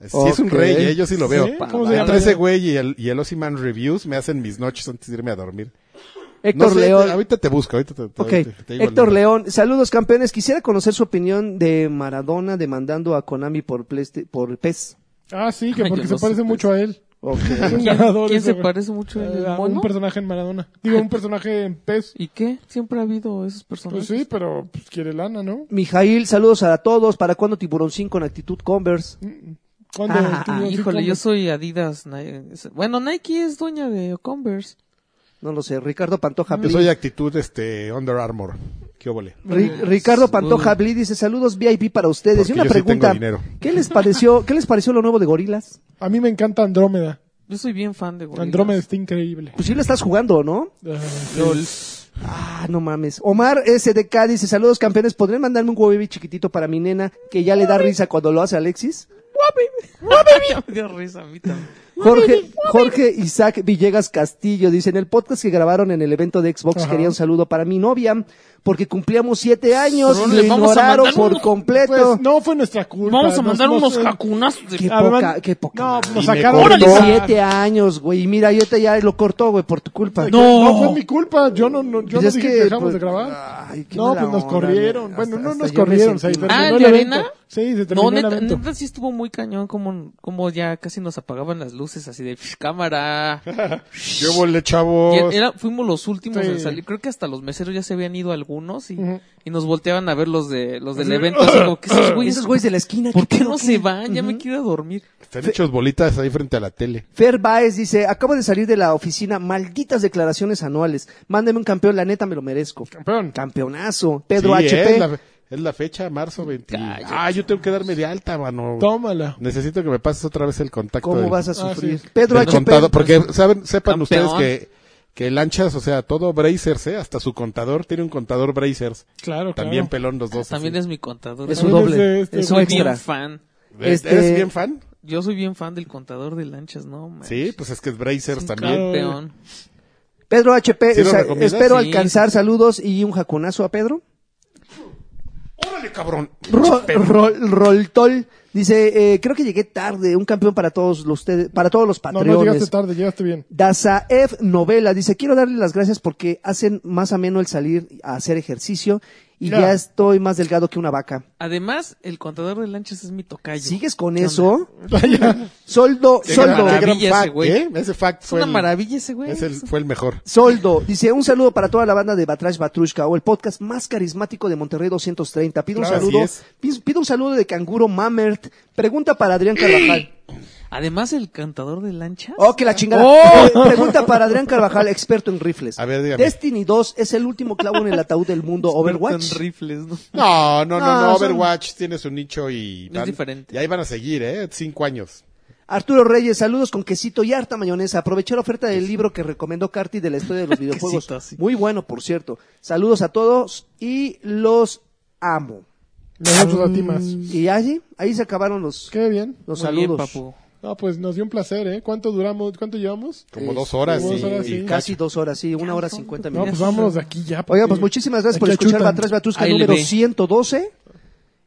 Sí, es un Ok. rey, ¿eh? yo sí lo veo. ¿Sí? ¿Cómo se Entre llama? ese güey y el, y el Ozyman Reviews me hacen mis noches antes de irme a dormir. No Héctor sé, León. Ahorita te busco, ahorita te, te- Ok, te- te digo el Héctor nombre. León, saludos campeones. Quisiera conocer su opinión de Maradona demandando a Konami por, Playste- por PES. Ah, sí, que Ay, yo porque se no parece supe mucho a él. Ok. Un ¿Quién, ganador quién ese, se güey. parece mucho Eh, al a mono? un personaje en Maradona. Digo, un personaje en pez. ¿Y qué? Siempre ha habido esos personajes. Pues sí, pero pues, quiere lana, ¿no? Mijail, saludos a todos. ¿Para cuándo Tiburón 5 con actitud Converse? ¿Cuándo? Ah, tuvo así Híjole, como- yo soy Adidas. Ni- Bueno, Nike es dueña de Converse. No lo sé. Ricardo Pantoja Yo Bli. soy actitud este Under Armour. ¿Qué óvole? Ri- Ricardo Pantoja Bli dice saludos VIP para ustedes. Porque y una yo sí pregunta. tengo dinero. ¿Qué les pareció? ¿Qué les pareció lo nuevo de Gorilas? A mí me encanta Andrómeda. Yo soy bien fan de Gorilas. Andrómeda está increíble. Pues sí lo estás jugando, ¿no? Ah, Ah, no mames. Omar SDK dice saludos campeones. ¿Podrían mandarme un huevo chiquitito para mi nena que ya le da risa cuando lo hace Alexis? Ya me dio risa a mí también. Jorge, Jorge Isaac Villegas Castillo dice, en el podcast que grabaron en el evento de Xbox Ajá. quería un saludo para mi novia, porque cumplíamos siete años Pero y le lo vamos a ignoraron mandar por unos- completo. Pues no fue nuestra culpa. Vamos a Nos- mandar nos- unos eh, jacunazos de Qué además- poca, qué poca. No, madre. nos Y me sacaron. cortó. de la- Siete años, güey. Y mira, yo te ya lo cortó, güey, por tu culpa. No. fue mi culpa. Yo no, no, yo Pues no es dije que, que dejamos pues, de grabar. ay, qué no, mala pues nos onda, corrieron. mira, bueno, hasta- no hasta nos yo me corrieron. Se sentí mal. terminó Ah, ¿el el de evento. arena? Sí, se terminó No, el neta, evento. neta sí estuvo muy cañón como, como ya casi nos apagaban las luces así de "Psh, cámara. ¿Qué óvole, Y chavos? era- fuimos los últimos Sí. en salir. Creo que hasta los meseros ya se habían ido algunos y, Ujú. y nos volteaban a ver los de los del evento. Así como que esos Y güeyes, Esos güeyes de la esquina. Ah, ¿por qué pedo, no se van? Ya me quiero ir a dormir. Están hechos bolitas ahí frente a la tele. Fer Baez dice, acabo de salir de la oficina, malditas declaraciones anuales. Mándeme un campeón, la neta me lo merezco. Campeón. Campeonazo. Pedro Sí, HP. Es la, fe- es la fecha, marzo 20. Cállate. Ah, yo tengo que darme de alta, mano. Tómala. Necesito que me pases otra vez el contacto. ¿Cómo del- vas a Ah, sufrir? sí. Pedro del HP. contador, porque saben, sepan Campeón. ustedes que, que lanchas, o sea, todo Brazers, ¿eh? hasta su contador tiene un contador Brazers. Claro, claro. También pelón los dos. También así. es mi contador. Es Soy un También es de doble. este es un soy extra. bien fan. ¿Eres- este- ¿Eres bien fan? Yo soy bien fan del contador de lanchas, ¿no? man? Sí, pues es que es Brazers Un también. campeón. Pedro HP, ¿Sí lo o sea, recomiendas? espero Sí, alcanzar sí, sí. saludos y un jaconazo a Pedro. ¡Órale, cabrón! Ro- Rol- Roltol dice, eh, creo que llegué tarde, un campeón para todos los, ustedes- para todos los No, no llegaste patreones. tarde, llegaste bien. Dazaev Novela dice, quiero darle las gracias porque hacen más ameno el salir a hacer ejercicio y Ya. ya estoy más delgado que una vaca. Además, el contador de lanchas es mi tocayo. ¿Sigues con ¿Qué eso? Ya. Soldo, Qué gran, Soldo. qué gran Maravilla ese fact, güey. ¿eh? Ese fact Es fue una el- maravilla ese güey. es el- fue el mejor. Soldo dice un saludo para toda la banda de Batrash Batrushka o el podcast más carismático de Monterrey 230. Pido Claro, un saludo, así pis- pido un saludo de Canguro Mamert. Pregunta para Adrián Carvajal. Además, el cantador de lanchas. Oh, que la chingada. Eh, Pregunta para Adrián Carvajal, experto en rifles. A ver, dígame. Destiny 2 es el último clavo en el ataúd del mundo Overwatch. Con rifles, ¿no? No, no, no, no, No, son- Overwatch tiene su nicho y Es diferente. Y ahí van a seguir, ¿eh? Cinco años. Arturo Reyes, saludos con quesito y harta mayonesa. Aproveché la oferta del libro que recomendó Carti de la historia de los videojuegos. Quesito, sí. Muy bueno, por cierto. Saludos a todos y los amo. Nosotros a ti más. Y allí, ahí se acabaron los, Qué bien. los Muy bien, saludos. papu. No, pues nos dio un placer, ¿eh? ¿Cuánto duramos? ¿Cuánto llevamos? Como Eh, dos horas. dos y- horas, y sí. Casi dos horas, sí, una hora cincuenta No, minutos. pues vámonos de aquí ya. Oiga, porque- pues muchísimas gracias por Aquí escuchar achutan. Batrás Batrusca Ahí le número ve. 112.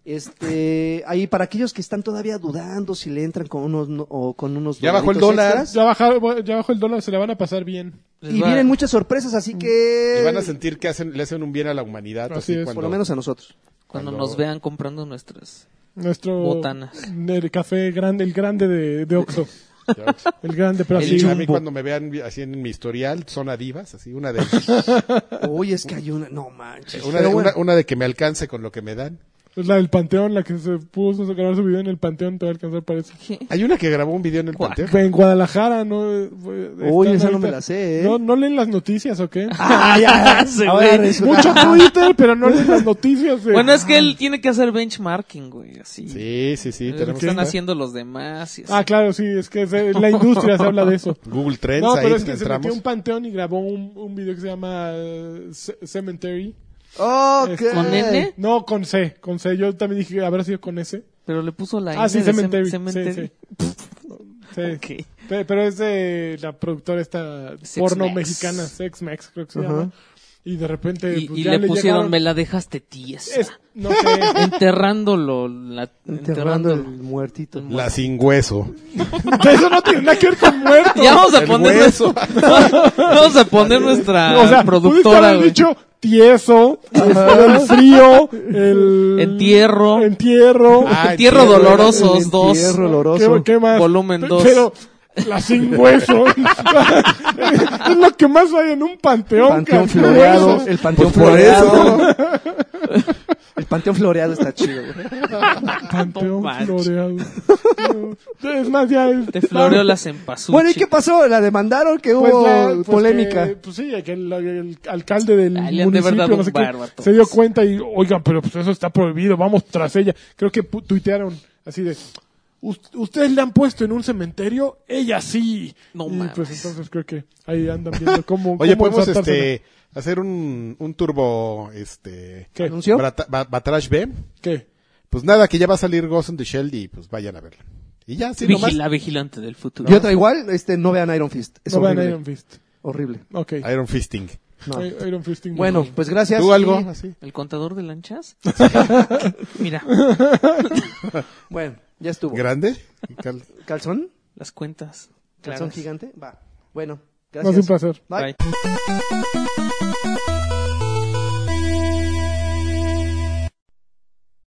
Este, ahí para aquellos que están todavía dudando si le entran con unos no- o con unos Ya bajó el dolaritos dólar. extras. Ya bajó, ya bajó el dólar, se la van a pasar bien. Les Y va- vienen muchas sorpresas, así que Mm. Y van a sentir que hacen, le hacen un bien a la humanidad. Así Así, es. cuando- por lo menos a nosotros. Cuando cuando- nos vean comprando nuestras. Nuestro. Botanas. El café grande, el grande de, de Oxxo. El grande, pero El así. Sí, a mí jumbo. cuando me vean vi- así en mi historial, zona divas, así, una de, Uy, es que hay una, no manches. una Pero de, bueno, una, una de que me alcance con lo que me dan. Es la del Panteón, la que se puso a grabar su video en el Panteón, te va a alcanzar para eso. ¿Qué? Hay una que grabó un video en el Guac. panteón. En Guadalajara, ¿no? Fue- Uy, están esa no ahorita- me la sé, ¿eh? ¿No, ¿No leen las noticias o qué? Ah, ya, ese ahora güey. resulta- Mucho Twitter, pero no leen las noticias. eh. Bueno, es que él tiene que hacer benchmarking, güey. Así. Sí, sí, sí. Es lo Tenemos que están esta. haciendo los demás. y así. Ah, claro, sí, es que se- la industria se habla de eso. Google Trends, No, ahí pero es que se entramos. metió a un panteón y grabó un, un video que se llama eh, Ce- Cemetery. ok. ¿Con N? No, con C, con C. Yo también dije, ¿habrá sido con S? Pero le puso la Ah, N sí, de cem- Cemetery. cementerio. Sí, sí. Sí. Ok. Pe- Pero es de la productora esta Sex porno Mex. mexicana, Sex Mex, creo que se Ajá. llama. Y de repente. Y, pues, y ya le pusieron, llegaron- me la dejaste tiesa. Es- no sé. Enterrándolo. la- Enterrando enterrándolo. el muertito. La sin hueso. Eso no tiene nada que ver con muerto. Ya vamos a El poner hueso. Vamos a poner nuestra o sea, productora, productora, haber güey. dicho tieso, el frío, el Entierro. entierro. Ah, Entierro entierro, dolorosos dos. Entierro ¿Qué, oloroso. qué más? Volumen Pe- dos. Pero la sin hueso es lo que más hay en un panteón. Panteón cabrón. floreado. El Pues panteón por eso. floreado. El panteón floreado está chido, güey. Panteón manches. floreado. No. Es más, ya es- Te floreó la cempasúchil. Bueno, ¿y qué pasó? ¿La demandaron? Que Pues hubo la- pues polémica. que- pues sí, que el, el alcalde del Ah, le han de haber municipio dado no un sé qué, bárbaro, se dio cuenta y, oiga, pero pues eso está prohibido, vamos tras ella. Creo que pu- tuitearon así de, "Us- ustedes le han puesto en un cementerio, ella sí. No y mames. pues entonces creo que ahí andan viendo cómo... Oye, cómo podemos ensartársela. este hacer un, un turbo este ¿Qué? ¿Anunció? Brata- ba- Batrash B. ¿Qué? Pues nada, que ya va a salir Ghost in the Shell y pues vayan a verla. Y ya, sí, nomás. Vigil- la vigilante del futuro. Y otra igual, este, no vean Iron Fist. Es No vean horrible. Iron Fist. Horrible. Ok. Iron Fisting. No. I- Iron Fist. in- Bueno, pues gracias. ¿Tú algo? Y- Así. ¿El contador de lanchas? Mira, Bueno, ya estuvo. ¿Grande? Cal- ¿Calzón? las cuentas. ¿Calzón claras. pues, gigante? Va. Bueno, No, gracias. es un placer. Bye. Bye.